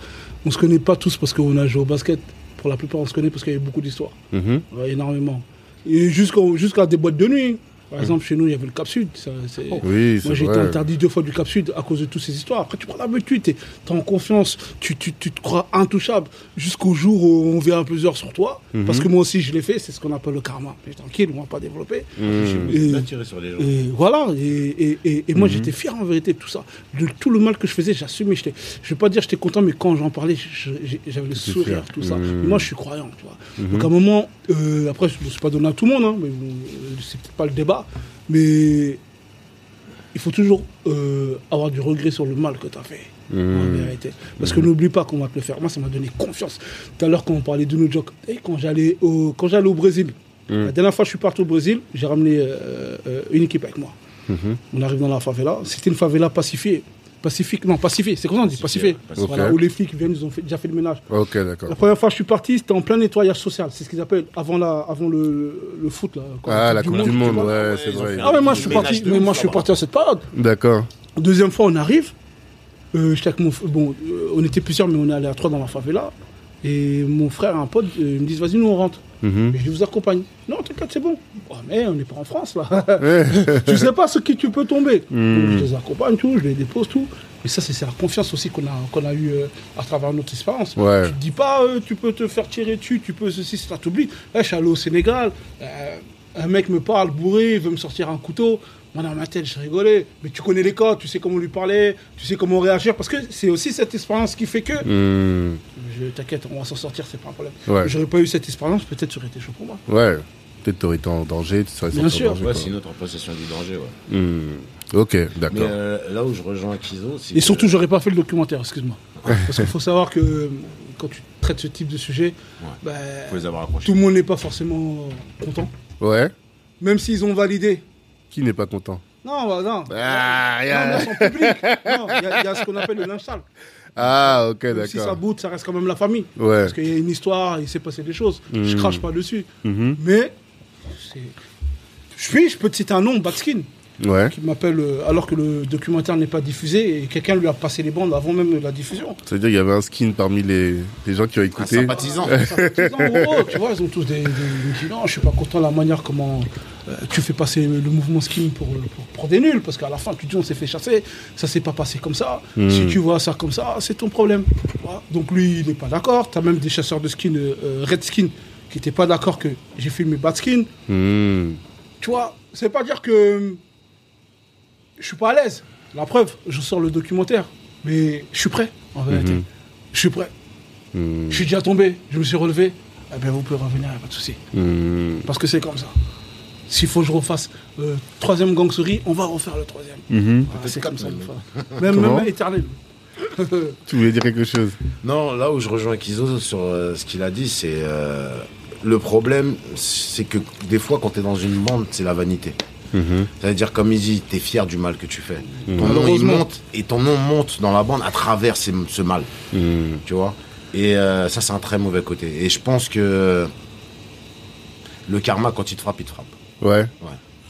S2: On se connaît pas tous parce qu'on a joué au basket. Pour la plupart, on se connaît parce qu'il y a eu beaucoup d'histoires.
S1: Mhm.
S2: Ouais, énormément. Et jusqu'au- jusqu'à des boîtes de nuit. Par exemple, chez nous, il y avait le Cap Sud. Ça, c'est-
S1: Mhm. Oui, c'est
S2: Moi, j'ai été
S1: vrai.
S2: interdit deux fois du Cap Sud à cause de toutes ces histoires. Après, tu prends l'habitude, tu es en confiance, tu, tu, tu te crois intouchable jusqu'au jour où on vient à plusieurs sur toi.
S1: Mhm.
S2: Parce que moi aussi, je l'ai fait, c'est ce qu'on appelle le karma. Mais tranquille, on va pas développer.
S1: Mhm.
S2: Et-
S3: Attirer sur les gens.
S2: et voilà, et, et- et- et moi
S1: Mhm.
S2: j'étais fier en vérité de tout ça. De tout le mal que je faisais, j'assumais. j'étais- Je ne vais pas dire j'étais content, mais quand j'en parlais, je- j'ai- j'avais le sourire,
S1: fier.
S2: tout ça.
S1: Mhm.
S2: Et moi je suis croyant, tu vois. Donc à un moment, euh, après je ne me suis pas donné à tout le monde, hein, mais bon, euh, c'est peut-être pas le débat, mais il faut toujours euh, avoir du regret sur le mal que tu as fait.
S1: Mmh.
S2: En vérité. Parce que n'oublie pas qu'on va te le faire. Moi, ça m'a donné confiance. Tout à l'heure, quand on parlait de nos jokes, et quand j'allais au, quand j'allais au Brésil,
S1: Mmh.
S2: la dernière fois que je suis parti au Brésil, j'ai ramené euh, euh, une équipe avec moi.
S1: Mmh.
S2: On arrive dans la favela. C'était une favela pacifiée. Pacifique, non, pacifiée. C'est comment on dit Pacifiée.
S1: pacifiée.
S2: Voilà,
S1: Ok.
S2: où les flics viennent, ils ont fait- déjà fait le ménage.
S1: Ok, d'accord.
S2: La première fois que je suis parti, c'était en plein nettoyage social. C'est ce qu'ils appellent avant, la, avant le, le foot. Là, quand
S1: Ah, la
S2: Coupe
S1: Coupe du
S2: tu
S1: Monde,
S2: vois.
S1: ouais,
S3: Ouais,
S1: c'est
S3: ils ont
S1: vrai.
S3: fait
S2: Ah ouais, moi je suis
S3: Le ménage
S2: parti,
S3: de
S2: mais
S3: ouf,
S2: moi je suis
S3: là-bas.
S2: parti à cette période.
S1: D'accord.
S2: Deuxième fois, on arrive. Euh, j'étais avec mon f- bon, euh, on était plusieurs, mais on est allé à trois dans la favela. Et mon frère et un pote, euh, ils me disent, vas-y, nous on rentre.
S1: Mhm.
S2: Et je vous accompagne. Non, t'inquiète, c'est bon. Oh, mais on n'est pas en France, là. tu sais pas sur qui tu peux tomber.
S1: Hmm.
S2: Donc, je les accompagne, tout, je les dépose, tout. Et ça, c'est c'est la confiance aussi qu'on a, qu'on a eue euh, à travers notre expérience.
S1: Ouais.
S2: Tu te dis pas, euh, tu peux te faire tirer dessus, tu peux ceci, cela, t'oublies. Là, je suis allé au Sénégal. euh, Un mec me parle bourré, il veut me sortir un couteau. Moi, dans ma tête, je rigolais. Mais tu connais les cas, tu sais comment lui parler, tu sais comment réagir. Parce que c'est aussi cette expérience qui fait que.
S1: Hmm,
S2: Je t'inquiète, on va s'en sortir, c'est pas un problème.
S1: Ouais.
S2: J'aurais pas eu cette expérience, peut-être ça aurait été chaud pour moi.
S1: Ouais. Peut-être t'aurais été en danger, tu serais
S2: Bien
S1: sorti en
S2: sûr.
S1: danger,
S3: Ouais,
S1: quoi.
S3: c'est une autre possession du danger, ouais.
S1: Hmm, Ok,
S3: Mais
S1: d'accord.
S3: euh, là où je rejoins Kizo, c'est.
S2: Et
S3: que-
S2: surtout, j'aurais pas fait le documentaire, excuse-moi. Parce qu'il faut savoir que euh, quand tu traites ce type de sujet,
S3: Ouais.
S2: bah,
S3: Faut les avoir accrochés.
S2: tout le monde n'est pas forcément content.
S1: Ouais.
S2: Même s'ils ont validé.
S1: Qui n'est pas content
S2: Non, bah, non.
S1: Ah, y
S2: Non,
S1: a-
S2: mais c'est en public. Non, il y, a- il y a ce qu'on appelle le linge sale.
S1: Ah, ok,
S2: Même si ça
S1: d'accord.
S2: boute, ça reste quand même la famille.
S1: Ouais.
S2: Parce qu'il y a une histoire, il s'est passé des choses. Je
S1: Mhm.
S2: crache pas dessus.
S1: Mhm.
S2: Mais, c'est- je puis, je peux te citer un nom, Batskin.
S1: Ouais.
S2: qui m'appelle euh, alors que le documentaire n'est pas diffusé et quelqu'un lui a passé les bandes avant même la diffusion.
S1: Ça veut dire qu'il y avait un skin parmi les, les gens qui ont
S3: Un
S1: écouté.
S3: Ah, sympathisant.
S2: Ça fait dix ans, gros, tu vois, ils ont tous des, des- ils me disent, non, je suis pas content de la manière comment euh, tu fais passer le mouvement skin pour, le- pour, pour des nuls parce qu'à la fin tu dis on s'est fait chasser, ça s'est pas passé comme ça. Si tu vois ça comme ça, c'est ton problème. Tu vois. Donc lui il n'est pas d'accord. T'as même des chasseurs de skin, euh, euh, red skin, qui n'étaient pas d'accord que j'ai filmé bad skin.
S1: Hmm.
S2: tu vois, c'est pas dire que je suis pas à l'aise. La preuve, je sors le documentaire, mais je suis prêt, en
S1: Mhm.
S2: vérité. Je suis prêt.
S1: Hmm.
S2: Je suis déjà tombé, je me suis relevé. Eh bien, vous pouvez revenir, y a pas de souci.
S1: Hmm.
S2: Parce que c'est comme ça. S'il faut que je refasse euh, troisième gang souris, on va refaire le troisième.
S1: Mhm.
S2: Voilà, c'est comme ça. une fois. Même,
S1: Comment
S2: même éternel.
S1: Tu voulais dire quelque chose
S3: Non, là où je rejoins Kizo sur euh, ce qu'il a dit, c'est euh, le problème, c'est que des fois, quand t'es dans une bande, c'est la vanité. Mhm. C'est-à-dire, comme il dit, t'es fier du mal que tu fais. Ton nom, il
S2: Malheureusement.
S3: monte, et ton nom monte dans la bande à travers ces- ce mal,
S1: Hmm.
S3: tu vois. Et euh, ça, c'est un très mauvais côté. Et je pense que le karma, quand il te frappe, il te frappe.
S1: Ouais.
S3: Ouais.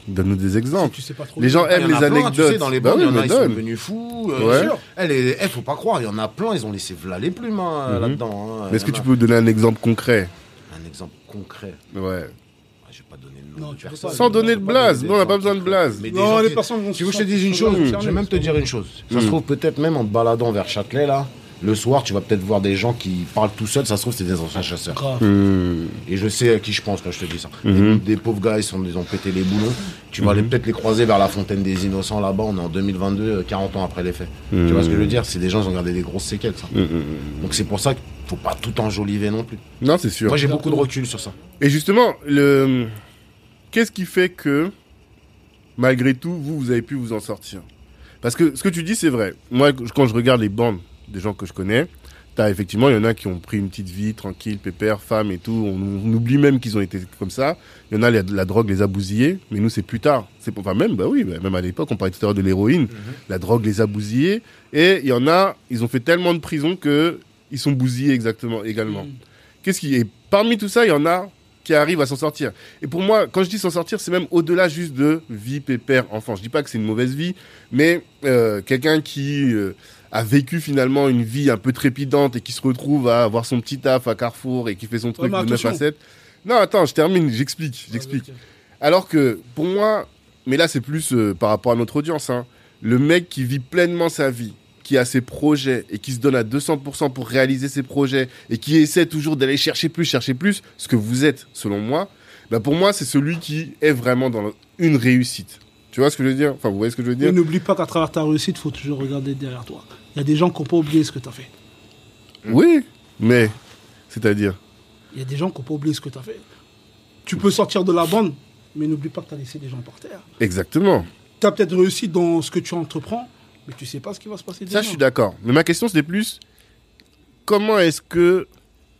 S1: Donne-nous des exemples.
S2: Tu sais pas trop.
S1: Les gens
S3: Il y
S1: aiment
S3: en
S1: les
S3: a plein,
S1: anecdotes.
S3: tu sais, dans les
S1: Bah
S3: bandes,
S1: oui,
S3: il y en a,
S1: mais
S3: ils sont
S1: donne.
S3: devenus fous.
S1: Ouais.
S3: Euh, elle faut pas croire, il y en a plein, ils ont laissé vlaler plume hein,
S1: Mhm.
S3: là-dedans. hein.
S1: Mais est-ce que
S3: Il y
S1: tu
S3: en
S1: peux nous donner un exemple concret
S3: a- Un exemple concret.
S1: Ouais.
S3: Ah, Je vais pas donner le nom
S2: Non,
S3: de
S2: tu peux
S3: personne.
S2: pas.
S1: Sans donner
S3: Je
S1: de
S3: peux
S1: blase.
S3: pas donner
S1: Nous, on n'a pas besoin
S3: d'exemple
S1: de
S3: concret.
S1: blase.
S3: Mais des
S2: Non,
S3: gens
S2: les
S3: qui-
S2: personnes vont se
S3: Tu veux que je te
S2: sentir
S3: dise une chose
S2: concernées,
S3: Je vais même te
S2: parce que-
S3: dire une chose. Ça se trouve peut-être même en te baladant vers Châtelet, là, le soir, tu vas peut-être voir des gens qui parlent tout seuls. Ça se trouve, c'est des anciens chasseurs.
S2: Grave.
S1: Hmm.
S3: Et je sais à qui je pense quand je te dis ça. des, des pauvres gars, ils, sont, ils ont pété les boulons. Tu vas aller peut-être les croiser vers la fontaine des innocents là-bas. On est en 2022, euh, 40 ans après les faits. Tu vois ce que je veux dire C'est des gens qui ont gardé des grosses séquelles. ça. Donc c'est pour ça qu'il faut pas tout enjoliver non plus.
S1: Non, c'est sûr.
S3: Moi, j'ai beaucoup de recul sur ça.
S1: Et justement, le... qu'est-ce qui fait que, malgré tout, vous, vous avez pu vous en sortir Parce que ce que tu dis, c'est vrai. Moi, quand je regarde les bandes des gens que je connais, t'as effectivement, il y en a qui ont pris une petite vie tranquille, pépère, femme et tout. On, on oublie même qu'ils ont été comme ça. Il y en a, la, la drogue les a bousillés, mais nous, c'est plus tard. C'est pour... Enfin, même, bah oui, bah, même à l'époque, on parlait tout à l'heure de l'héroïne. La drogue les a bousillés. Et il y en a, ils ont fait tellement de prison que ils sont bousillés exactement, également. Qu'est-ce qui est parmi tout ça, il y en a qui arrivent à s'en sortir. Et pour moi, quand je dis s'en sortir, c'est même au-delà juste de vie pépère enfant. Je dis pas que c'est une mauvaise vie, mais euh, quelqu'un qui euh, a vécu finalement une vie un peu trépidante et qui se retrouve à avoir son petit taf à Carrefour et qui fait son truc
S2: mais
S1: de 9 à
S2: attention.
S1: 7. Non, attends, je termine, j'explique, j'explique. Alors que pour moi, mais là c'est plus euh, par rapport à notre audience, hein, le mec qui vit pleinement sa vie, qui a ses projets et qui se donne à 200% pour réaliser ses projets et qui essaie toujours d'aller chercher plus, chercher plus, ce que vous êtes selon moi, bah pour moi c'est celui qui est vraiment dans le- une réussite. Tu vois ce que je veux dire Enfin, vous voyez ce que je veux
S2: Mais
S1: dire
S2: n'oublie pas qu'à travers ta réussite, il faut toujours regarder derrière toi. Il y a des gens qui n'ont pas oublié ce que tu as fait.
S1: Oui, mais c'est-à-dire
S2: Il y a des gens qui n'ont pas oublié ce que tu as fait. Tu peux sortir de la bande, mais n'oublie pas que tu as laissé des gens par terre.
S1: exactement.
S2: Tu as peut-être réussi dans ce que tu entreprends, mais tu sais pas ce qui va se passer.
S1: Ça, je suis d'accord. Mais ma question, c'était plus comment est-ce que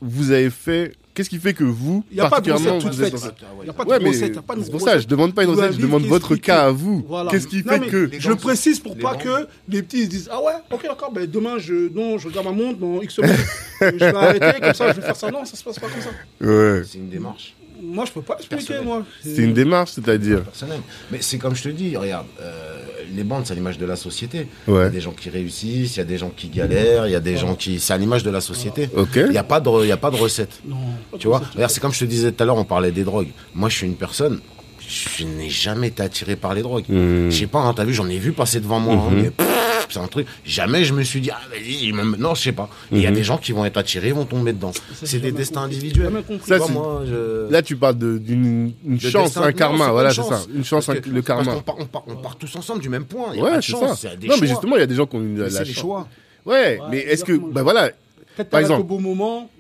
S1: vous avez fait Qu'est-ce qui fait que vous,
S2: Il y a pas de
S1: particulièrement,
S2: recette toute
S1: vous êtes
S2: faite.
S1: dans cette-
S2: Il n'y a pas de
S1: Ouais, mais
S2: recette.
S1: c'est
S2: y a pas de
S1: pour
S2: recette.
S1: ça, je demande pas une
S2: Tu dois
S1: recette, je
S2: vivre
S1: demande
S2: ce
S1: votre
S2: qui
S1: cas
S2: te-
S1: à vous.
S2: Voilà.
S1: Qu'est-ce qui
S2: Non,
S1: fait
S2: mais
S1: que
S3: les
S2: Je
S3: gens-
S2: précise pour
S3: les
S2: pas
S3: gens-
S2: que les petits ils disent Ah ouais, ok, d'accord, ben demain, je, non, je regarde ma montre, dans X semaines, je vais arrêter, comme ça, je vais faire ça. Non, ça se passe pas comme ça.
S1: Ouais.
S3: C'est une démarche.
S2: Moi, je peux pas expliquer,
S3: Personnel.
S2: moi.
S1: C'est une démarche, c'est-à-dire.
S3: personnel. Mais c'est comme je te dis, regarde, euh, les bandes, c'est à l'image de la société. Il y
S1: Ouais.
S3: a des gens qui réussissent, il y a des gens qui galèrent, il y a des gens qui. C'est à l'image de la société.
S1: Ok.
S3: Il n'y a, pas de re- il y a pas de recette.
S2: Non.
S3: Tu vois Regarde, c'est comme je te disais tout à l'heure, on parlait des drogues. Moi, je suis une personne.
S1: Hmm. Mhm.
S3: Je n'ai jamais été attiré par les drogues. Je sais pas, hein, t'as vu, j'en ai vu passer devant moi. hein, mais pff, c'est un truc. Jamais je me suis dit, ah vas-y, même- non, je sais pas. Il y a
S5: Mhm.
S3: des gens qui vont être attirés, vont tomber dedans. C'est des destins individuels.
S1: Ça,
S3: Tu vois,
S1: c'est-
S3: moi, je-
S1: Là, tu parles de- d'une une
S3: le
S1: chance,
S3: destin-
S1: un
S3: non,
S1: karma,
S3: pas
S1: voilà,
S3: une
S1: c'est ça.
S3: chance.
S1: Une chance,
S3: Parce
S1: un-
S3: que-
S1: le
S3: parce
S1: karma.
S3: qu'on part- on, part, on part tous ensemble du même point. Il y a pas
S1: Ouais,
S3: de
S1: c'est
S3: chance,
S1: ça.
S3: il y a des
S1: Non, mais
S3: choix.
S1: justement, il y a des gens qui ont eu la
S3: Mais c'est
S1: la
S3: des
S1: chance.
S3: choix.
S1: Ouais,
S2: Ouais,
S1: mais est-ce que,
S2: exactement.
S1: bah voilà,
S2: Peut-être
S1: Par
S2: t'arrêtes
S1: exemple.
S2: au bon moment.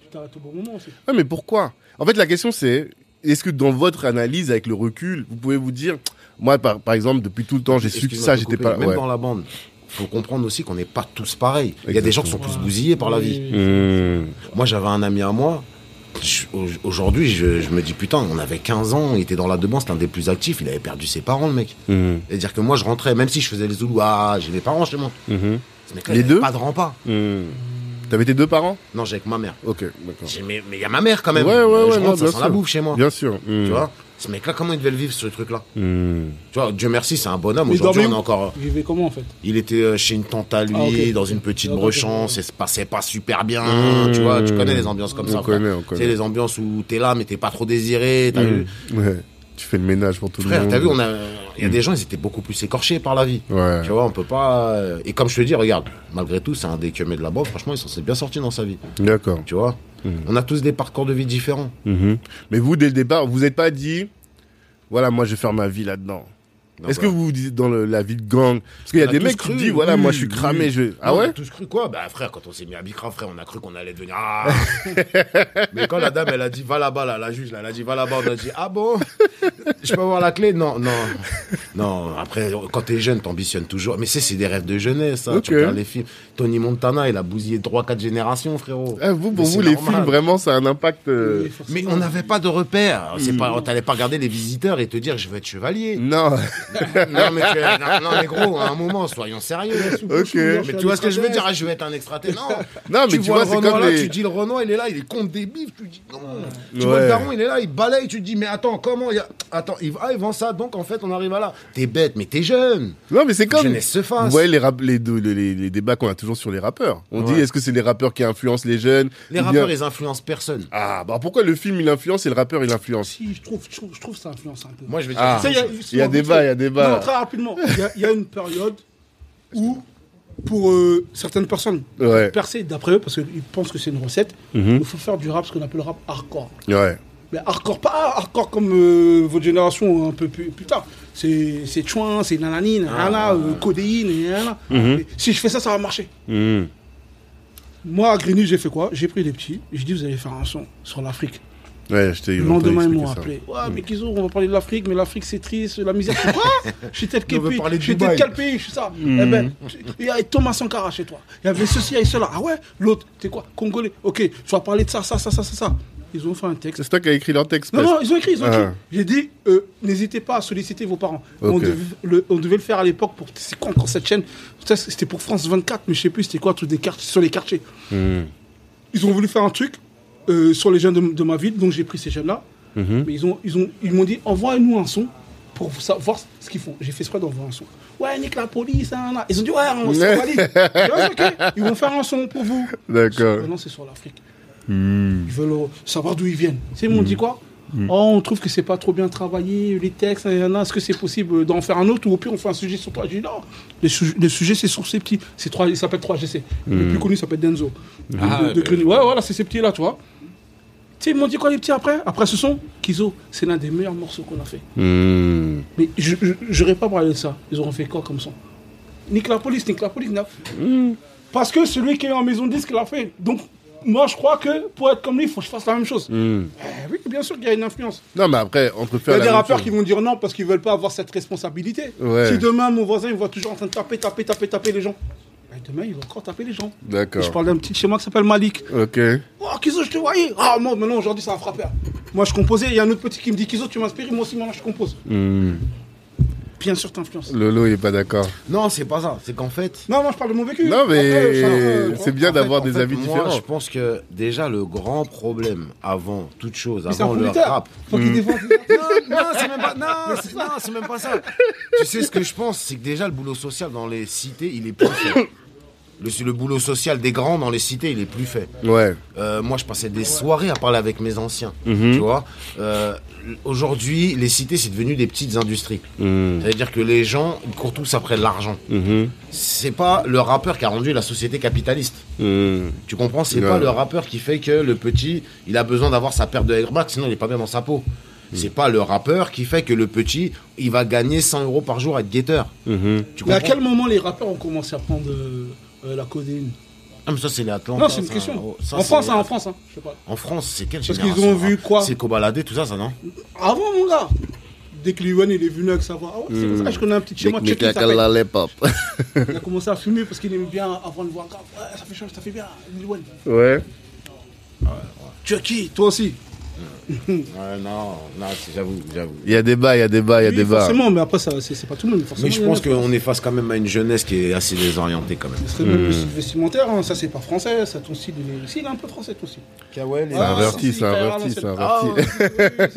S2: Tu t'arrêtes au bon moment aussi.
S1: Ouais, mais pourquoi En fait, la question c'est est-ce que dans votre analyse, avec le recul, vous pouvez vous dire moi, par, par exemple, depuis tout le temps, j'ai su que
S3: Excuse-moi
S1: ça,
S3: de te
S1: j'étais
S3: couper,
S1: pas.
S3: Même
S1: ouais.
S3: dans la bande, faut comprendre aussi qu'on n'est pas tous pareils. Il y a des gens qui sont plus bousillés par la vie.
S5: Mmh.
S3: Moi, j'avais un ami à moi. je- au- Aujourd'hui, je, je me dis putain, on avait 15 ans, il était dans la demande, c'était un des plus actifs, il avait perdu ses parents, le mec.
S5: Mmh.
S3: C'est-à-dire que moi, je rentrais, même si je faisais les zoulous, ah, j'ai mes parents chez moi.
S5: Mmh.
S3: Ce mec-là,
S1: Les
S3: il avait
S1: deux
S3: Pas de repas.
S5: Mmh.
S1: T'avais tes deux parents
S3: Non, j'ai avec ma mère.
S1: Ok, d'accord.
S3: J'ai mes- mais il y a ma mère quand même.
S1: Ouais, ouais, ouais,
S3: je
S1: non,
S3: rentre, ça
S1: bien
S3: sent la
S1: sûr.
S3: bouffe chez moi.
S1: Bien sûr.
S5: Mmh.
S3: Tu vois, ce mec-là, comment il devait le vivre ce truc-là
S5: Mmh.
S3: Tu vois, Dieu merci, c'est un bonhomme.
S2: Mais il
S3: Aujourd'hui,
S2: dormait
S3: on est
S2: où
S3: encore.
S2: Il vivait comment en fait
S3: Il était euh, chez une tante à lui,
S2: Ah, ok.
S3: dans une petite
S2: Ah, ok.
S3: brochan, ça se passait pas super bien,
S5: Mmh.
S3: tu vois, tu connais les ambiances comme
S1: On
S3: ça.
S1: connaît,
S3: frère.
S1: on
S3: Tu sais,
S1: connaît. Mm.
S3: les ambiances où t'es là, mais t'es pas trop désiré, t'as vu.
S1: Mmh. Ouais. Tu fais le ménage pour tout le
S3: Frère,
S1: monde.
S3: t'as vu, on a, il y a des gens, ils étaient beaucoup plus écorchés par la vie.
S1: Mm. Ouais.
S3: Tu vois, on peut pas, euh, et comme je te dis, regarde, malgré tout, c'est un des cumés de la bande, franchement, ils s'en sont bien sortis dans sa vie.
S1: D'accord.
S3: Tu vois,
S1: Mm.
S3: on a tous des parcours de vie différents.
S5: Mmh.
S1: Mais vous, dès le départ, vous n'êtes pas dit voilà, moi, je vais faire ma vie là-dedans.
S3: Donc,
S1: Est-ce que
S3: voilà.
S1: vous vous dites dans le- la vie de gang Parce qu'il y a
S3: On
S1: des
S3: tous
S1: mecs qui
S3: cru,
S1: disent voilà,
S3: oui,
S1: moi, je suis
S3: oui.
S1: cramé. Je... Ah
S3: Non, On
S1: ouais
S3: a tous cru quoi Bah frère, quand on s'est mis à Bicra, frère, on a cru qu'on allait devenir. Ah Mais quand la dame, elle a dit va là-bas, là, la juge, là, elle a dit va là-bas, on a dit ah bon Je peux avoir la clé Non, non. Non, après, quand t'es jeune, t'ambitionnes toujours. Mais c'est, c'est des rêves de jeunesse, ça. Tu
S1: Ok.
S3: regardes les films. Tony Montana, il a bousillé 3-4 générations, frérot.
S1: Ah, Vous, pour vous,
S3: Mais c'est
S1: les
S3: normal.
S1: films, vraiment, ça a un impact. euh,
S2: Oui, forcément.
S3: Mais on n'avait pas de repères. C'est
S1: Hmm.
S3: pas, t'allais pas regarder les visiteurs et te dire je veux être chevalier.
S1: Non.
S3: non, mais tu- non, non, mais gros, à un moment, soyons sérieux.
S1: Ok.
S3: Mais tu vois ce que je veux dire Ah, Je vais être un extraterrestre. Non,
S1: Non, mais tu vois,
S3: le
S1: c'est
S3: Renoir
S1: comme
S3: là,
S1: les-
S3: Tu dis le Renoir, il est là, il est contre des bifs. Tu dis non. Tu
S1: Ouais.
S3: vois le daron, il est là, il balaye. Tu te dis mais attends, comment il y a... Attends, il... Ah, il vend ça. Donc en fait, on arrive à là. T'es bête, mais t'es jeune.
S1: Non, mais c'est comme.
S3: Jeunesse se fasse.
S1: Vous voyez les, rap- les, deux- les, les- les débats qu'on a toujours sur les rappeurs. On dit
S3: Ouais.
S1: est-ce que c'est les rappeurs qui influencent les jeunes
S3: Les
S1: ou bien-
S3: rappeurs, ils influencent personne.
S1: Ah, bah pourquoi le film il influence et le rappeur il influence
S2: Si, je trouve, je trouve, je trouve ça influence un peu.
S3: Moi, je vais dire.
S1: Ah,
S2: Tu sais, il y a-
S1: il y a débat, il y a débat.
S2: Non, très rapidement. Il y a- il y, a une période où, pour euh, certaines personnes,
S1: Ouais.
S2: percer d'après eux, parce qu'ils pensent que c'est une recette,
S5: Mhm.
S2: il faut faire du rap, ce qu'on appelle le rap hardcore.
S1: Ouais.
S2: Mais hardcore, pas hardcore comme euh, votre génération un peu plus, plus tard. C'est c'est chouin, c'est nanani, nanana, euh, codéine, et nanana. Mais Si je fais ça, ça va marcher.
S5: Mmh.
S2: Moi, à Grigny, j'ai fait quoi J'ai pris des petits, j'ai dit, vous allez faire un son sur l'Afrique.
S1: Ouais, je t'ai
S2: Le
S1: longtemps
S2: lendemain, ils
S1: expliqué
S2: m'ont
S1: ça.
S2: appelé.
S3: Mm.
S2: Ouais, mais qu'ils ont, on va parler de l'Afrique, mais l'Afrique, c'est triste, la misère. Quoi J'étais de
S3: Nous,
S2: quel
S3: on veut
S2: pays
S3: parler de
S2: J'étais de
S3: Dubaï.
S2: quel pays Je suis ça. Eh ben, tu- il y avait Thomas Sankara chez toi. Il y avait ceci, il y avait cela. Ah ouais L'autre, t'es quoi Congolais. Ok, tu vas parler de ça, ça, ça, ça, ça, ça. Ils ont fait un texte.
S1: C'est toi qui as écrit leur texte.
S2: Non,
S1: parce-
S2: non, ils ont écrit, ils ont
S1: Ah.
S2: écrit. J'ai dit, euh, n'hésitez pas à solliciter vos parents. On,
S1: Ok.
S2: devait le, on devait le faire à l'époque pour. C'est quoi encore cette chaîne Ça, C'était pour France 24, mais je sais plus c'était quoi, tout des quartiers, sur les quartiers.
S1: Hmm.
S2: Ils ont voulu faire un truc euh, sur les jeunes de, de ma ville, donc j'ai pris ces jeunes-là.
S1: Mhm.
S2: Mais ils ont, ils ont, ils m'ont dit, envoie-nous un son pour savoir ce qu'ils font. J'ai fait exprès d'envoyer un son. Ouais, nique la police, hein, là. Ils ont dit, ouais, on s'en valide. J'ai dit, Ouais, ok, Ils vont faire un son pour vous.
S1: D'accord.
S2: Ah Non, c'est sur l'Afrique. Ils veulent euh, savoir d'où ils viennent. Tu sais, ils m'ont dit quoi Oh, on trouve que c'est pas trop bien travaillé, les textes, nan, nan, nan. est-ce que c'est possible d'en faire un autre ou au pire on fait un sujet sur toi J'ai dit non, le, sujet sujet c'est sur ces petits, c'est trois, il s'appelle 3GC. Le plus connu s'appelle Denzo. De- de, de Grenoble. Ouais, voilà, c'est ces petits là, tu vois. Tu sais, ils m'ont dit quoi les petits après Après ce son, Kizo, c'est l'un des meilleurs morceaux qu'on a fait.
S5: Mmh.
S2: Mais je je- j'aurais pas parlé de ça. Ils auront fait quoi comme son Nique la police, nique la police. na-
S1: Hmm.
S2: Parce que celui qui est en maison de disque l'a fait. Donc, moi, je crois que pour être comme lui, il faut que je fasse la même chose. Eh oui, bien sûr qu'il y a une influence.
S1: Non, mais après, entre
S2: Il y
S1: faire.
S2: a
S1: Hmm. la
S2: des
S1: même
S2: rappeurs
S1: chose-
S2: qui vont dire non parce qu'ils veulent pas avoir cette responsabilité.
S1: Ouais.
S2: Si demain, mon voisin, il voit toujours en train de taper, taper, taper, taper les gens. ben, demain, il va encore taper les gens. Et je
S1: D'accord.
S2: parle d'un petit chez moi qui s'appelle Malik.
S1: Ok.
S2: Oh, Kizo, je te voyais. Ah, moi, maintenant, aujourd'hui, c'est un frappeur. Moi, je composais. Il y a un autre petit qui me dit Kizo, tu m'inspires. Moi aussi, maintenant, je compose.
S3: Hmm.
S2: Bien sûr, t'influences.
S1: Lolo, il est pas d'accord.
S3: Non, c'est pas ça. C'est qu'en fait.
S2: Non, moi je parle de mon vécu.
S1: Non,
S2: Après, je-
S1: mais
S2: euh,
S1: c'est bien
S3: En fait,
S1: d'avoir
S3: en
S1: des
S3: fait,
S1: avis
S3: moi,
S1: différents.
S3: Je pense que déjà le grand problème avant toute chose,
S2: c'est un
S3: avant le
S2: producteur.
S3: rap, Hmm.
S2: Faut qu'il défende.
S3: non, non, c'est même pas, non, c'est- non, c'est même pas ça. Tu sais ce que je pense, c'est que déjà le boulot social dans les cités, il est plus fait. Le, le boulot social des grands dans les cités, il est plus fait.
S1: Ouais.
S3: Euh, moi, je passais des soirées à parler avec mes anciens. Tu vois Euh, Aujourd'hui, les cités, c'est devenu des petites industries. C'est-à-dire que les gens ils courent tous après de l'argent. C'est pas le rappeur qui a rendu la société capitaliste. Tu comprends C'est
S1: Ouais.
S3: pas le rappeur qui fait que le petit, il a besoin d'avoir sa paire de airbags, sinon il est pas bien dans sa peau.
S2: Mm.
S3: C'est pas le rappeur qui fait que le petit, il va gagner 100 euros par jour à être guetteur. Tu
S2: Mm-hmm. Mais
S3: comprends
S2: à quel moment les rappeurs ont commencé à prendre euh, euh, la codéine
S3: Ah, mais ça, c'est les Atlantes.
S2: Non, c'est une
S3: ça, oh,
S2: question.
S3: ça,
S2: en
S3: c'est-
S2: France, hein, en France, hein, je sais pas.
S3: En France, c'est quelle
S2: Parce
S3: génération
S2: qu'ils ont vu
S3: hein
S2: quoi
S3: C'est Kobalade, tout ça, ça, non
S2: Avant, mon gars, dès que Liwan il est venu avec sa voix, ah ouais, c'est comme ça, je connais
S3: Hmm.
S2: un petit chez moi, check, il s'appelle.
S1: pop.
S2: Il a commencé à fumer parce qu'il aimait bien avant de voir, grave, ouais, ça fait chaud, ça fait bien, Liwan.
S1: Ouais.
S2: Chucky, toi aussi.
S3: Ouais, non, non, c'est- j'avoue, j'avoue.
S1: Il y a débat, il y a débat, il y a
S2: Oui,
S1: débat.
S2: Forcément, mais après, ça, c'est c'est hein. pas tout le monde. Forcément,
S3: Mais je
S2: il y en a
S3: pense
S2: qui-
S3: qu'on est face quand même à une jeunesse qui est assez désorientée quand même.
S2: Ce serait
S1: Hmm.
S2: même le style vestimentaire, hein, ça c'est pas français, ça ton style, il est, si, il est un peu français ton style.
S3: Kawel
S2: Ah,
S1: un averti, c'est un averti, c'est un averti.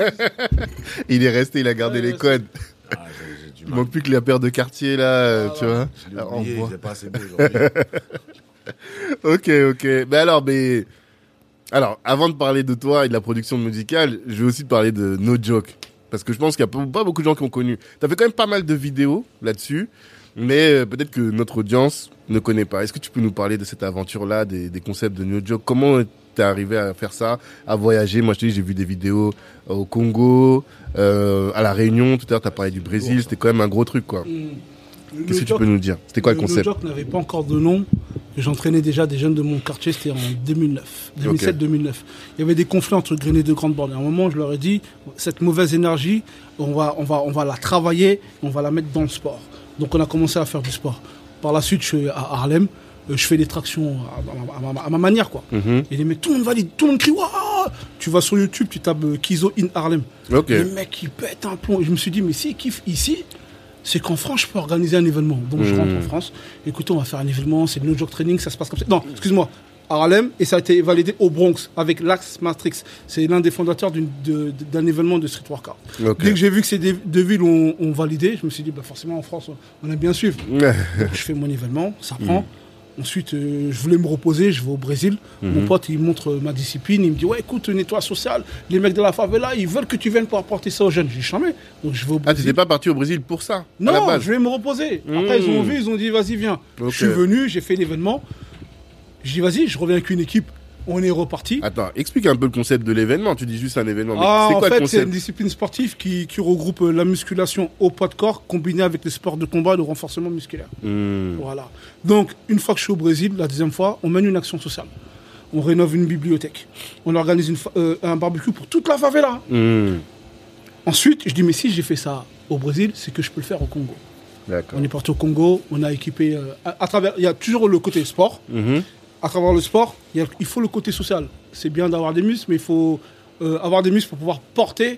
S1: Il est resté, il a gardé
S2: Ouais,
S1: les
S2: ouais,
S1: codes.
S3: Ah, j'ai- j'ai du
S1: Il
S3: mal.
S1: manque plus que la paire de quartier là, euh, tu vois.
S3: Je l'ai
S2: Ah,
S1: en
S3: oublié,
S1: bois.
S3: il est pas assez beau aujourd'hui.
S1: Ok, ok. Mais alors, mais. Alors, avant de parler de toi et de la production musicale, je vais aussi te parler de No Joke. Parce que je pense qu'il n'y a pas- pas beaucoup de gens qui ont connu. Tu as fait quand même pas mal de vidéos là-dessus, mais euh, peut-être que notre audience ne connaît pas. Est-ce que tu peux nous parler de cette aventure-là, des, des concepts de No Joke Comment t'es arrivé à faire ça, à voyager Moi, je te dis, j'ai vu des vidéos au Congo, euh, à La Réunion, tout à l'heure, tu as parlé du Brésil, c'était quand même un gros truc, quoi. Qu'est-ce que tu peux nous dire C'était quoi le concept
S2: Le New York n'avait pas encore de nom. J'entraînais déjà des jeunes de mon quartier, c'était en 2009, 2007-2009. Il y avait des conflits entre Grenet de Grande Borne. Et à un moment, je leur ai dit, cette mauvaise énergie, on va, on va, on va la travailler, on va la mettre dans le sport. Donc on a commencé à faire du sport. Par la suite, je suis à Harlem, euh, je fais des tractions à, à- à ma- à ma manière. quoi.
S1: Mhm.
S2: Et les mecs, tout le monde valide, tout le monde crie, Waouh Tu vas sur YouTube, tu tapes euh, Kizo in Harlem.
S1: Ok.
S2: Le mec, il pète un plomb. Et je me suis dit, mais s'il kiffe ici, c'est qu'en France, je peux organiser un événement. Donc je rentre en France. Écoutez, on va faire un événement, c'est le no joke training, ça se passe comme ça. Non, excuse-moi. à Harlem, et ça a été validé au Bronx avec l'Axe Matrix. C'est l'un des fondateurs d'une- de- d'un événement de street workout.
S1: Ok.
S2: Dès que j'ai vu que ces deux deux villes ont, ont validé, je me suis dit, bah forcément en France, on aime bien suivre. Donc, je fais mon événement, ça
S1: Mm.
S2: prend. Ensuite, euh, je voulais me reposer, je vais au Brésil.
S1: Mm-hmm.
S2: Mon pote, il me montre euh, ma discipline. Il me dit Ouais, écoute, nettoie social, les mecs de la favela, ils veulent que tu viennes pour apporter ça aux jeunes. Je dis Jamais. Donc, je vais au
S1: Ah, t'étais
S2: Brésil.
S1: pas parti au Brésil pour ça à la
S2: non,
S1: base.
S2: je vais me reposer. Après,
S1: Mhm.
S2: ils ont vu, ils ont dit Vas-y, viens.
S1: Ok.
S2: Je suis venu, j'ai fait l'événement. Je dis Vas-y, je reviens avec une équipe. On est reparti.
S1: Attends, explique un peu le concept de l'événement. Tu dis juste un événement, mais
S2: Ah,
S1: c'est
S2: en
S1: quoi le
S2: fait, c'est une
S1: concept
S2: discipline sportive qui, qui regroupe euh, la musculation au poids de corps combinée avec les sports de combat et le renforcement musculaire.
S1: Hmm,
S2: Voilà. Donc, une fois que je suis au Brésil, la deuxième fois, on mène une action sociale. On rénove une bibliothèque. On organise une fa- euh, un barbecue pour toute la favela.
S1: hmm,
S2: Ensuite, je dis, mais si j'ai fait ça au Brésil, c'est que je peux le faire au Congo.
S1: D'accord.
S2: On est parti au Congo, on a équipé. euh, à, à travers, il y a toujours le côté sport.
S1: Mhm.
S2: À travers le sport, il, y a- il faut le côté social. C'est bien d'avoir des muscles, mais il faut euh, avoir des muscles pour pouvoir porter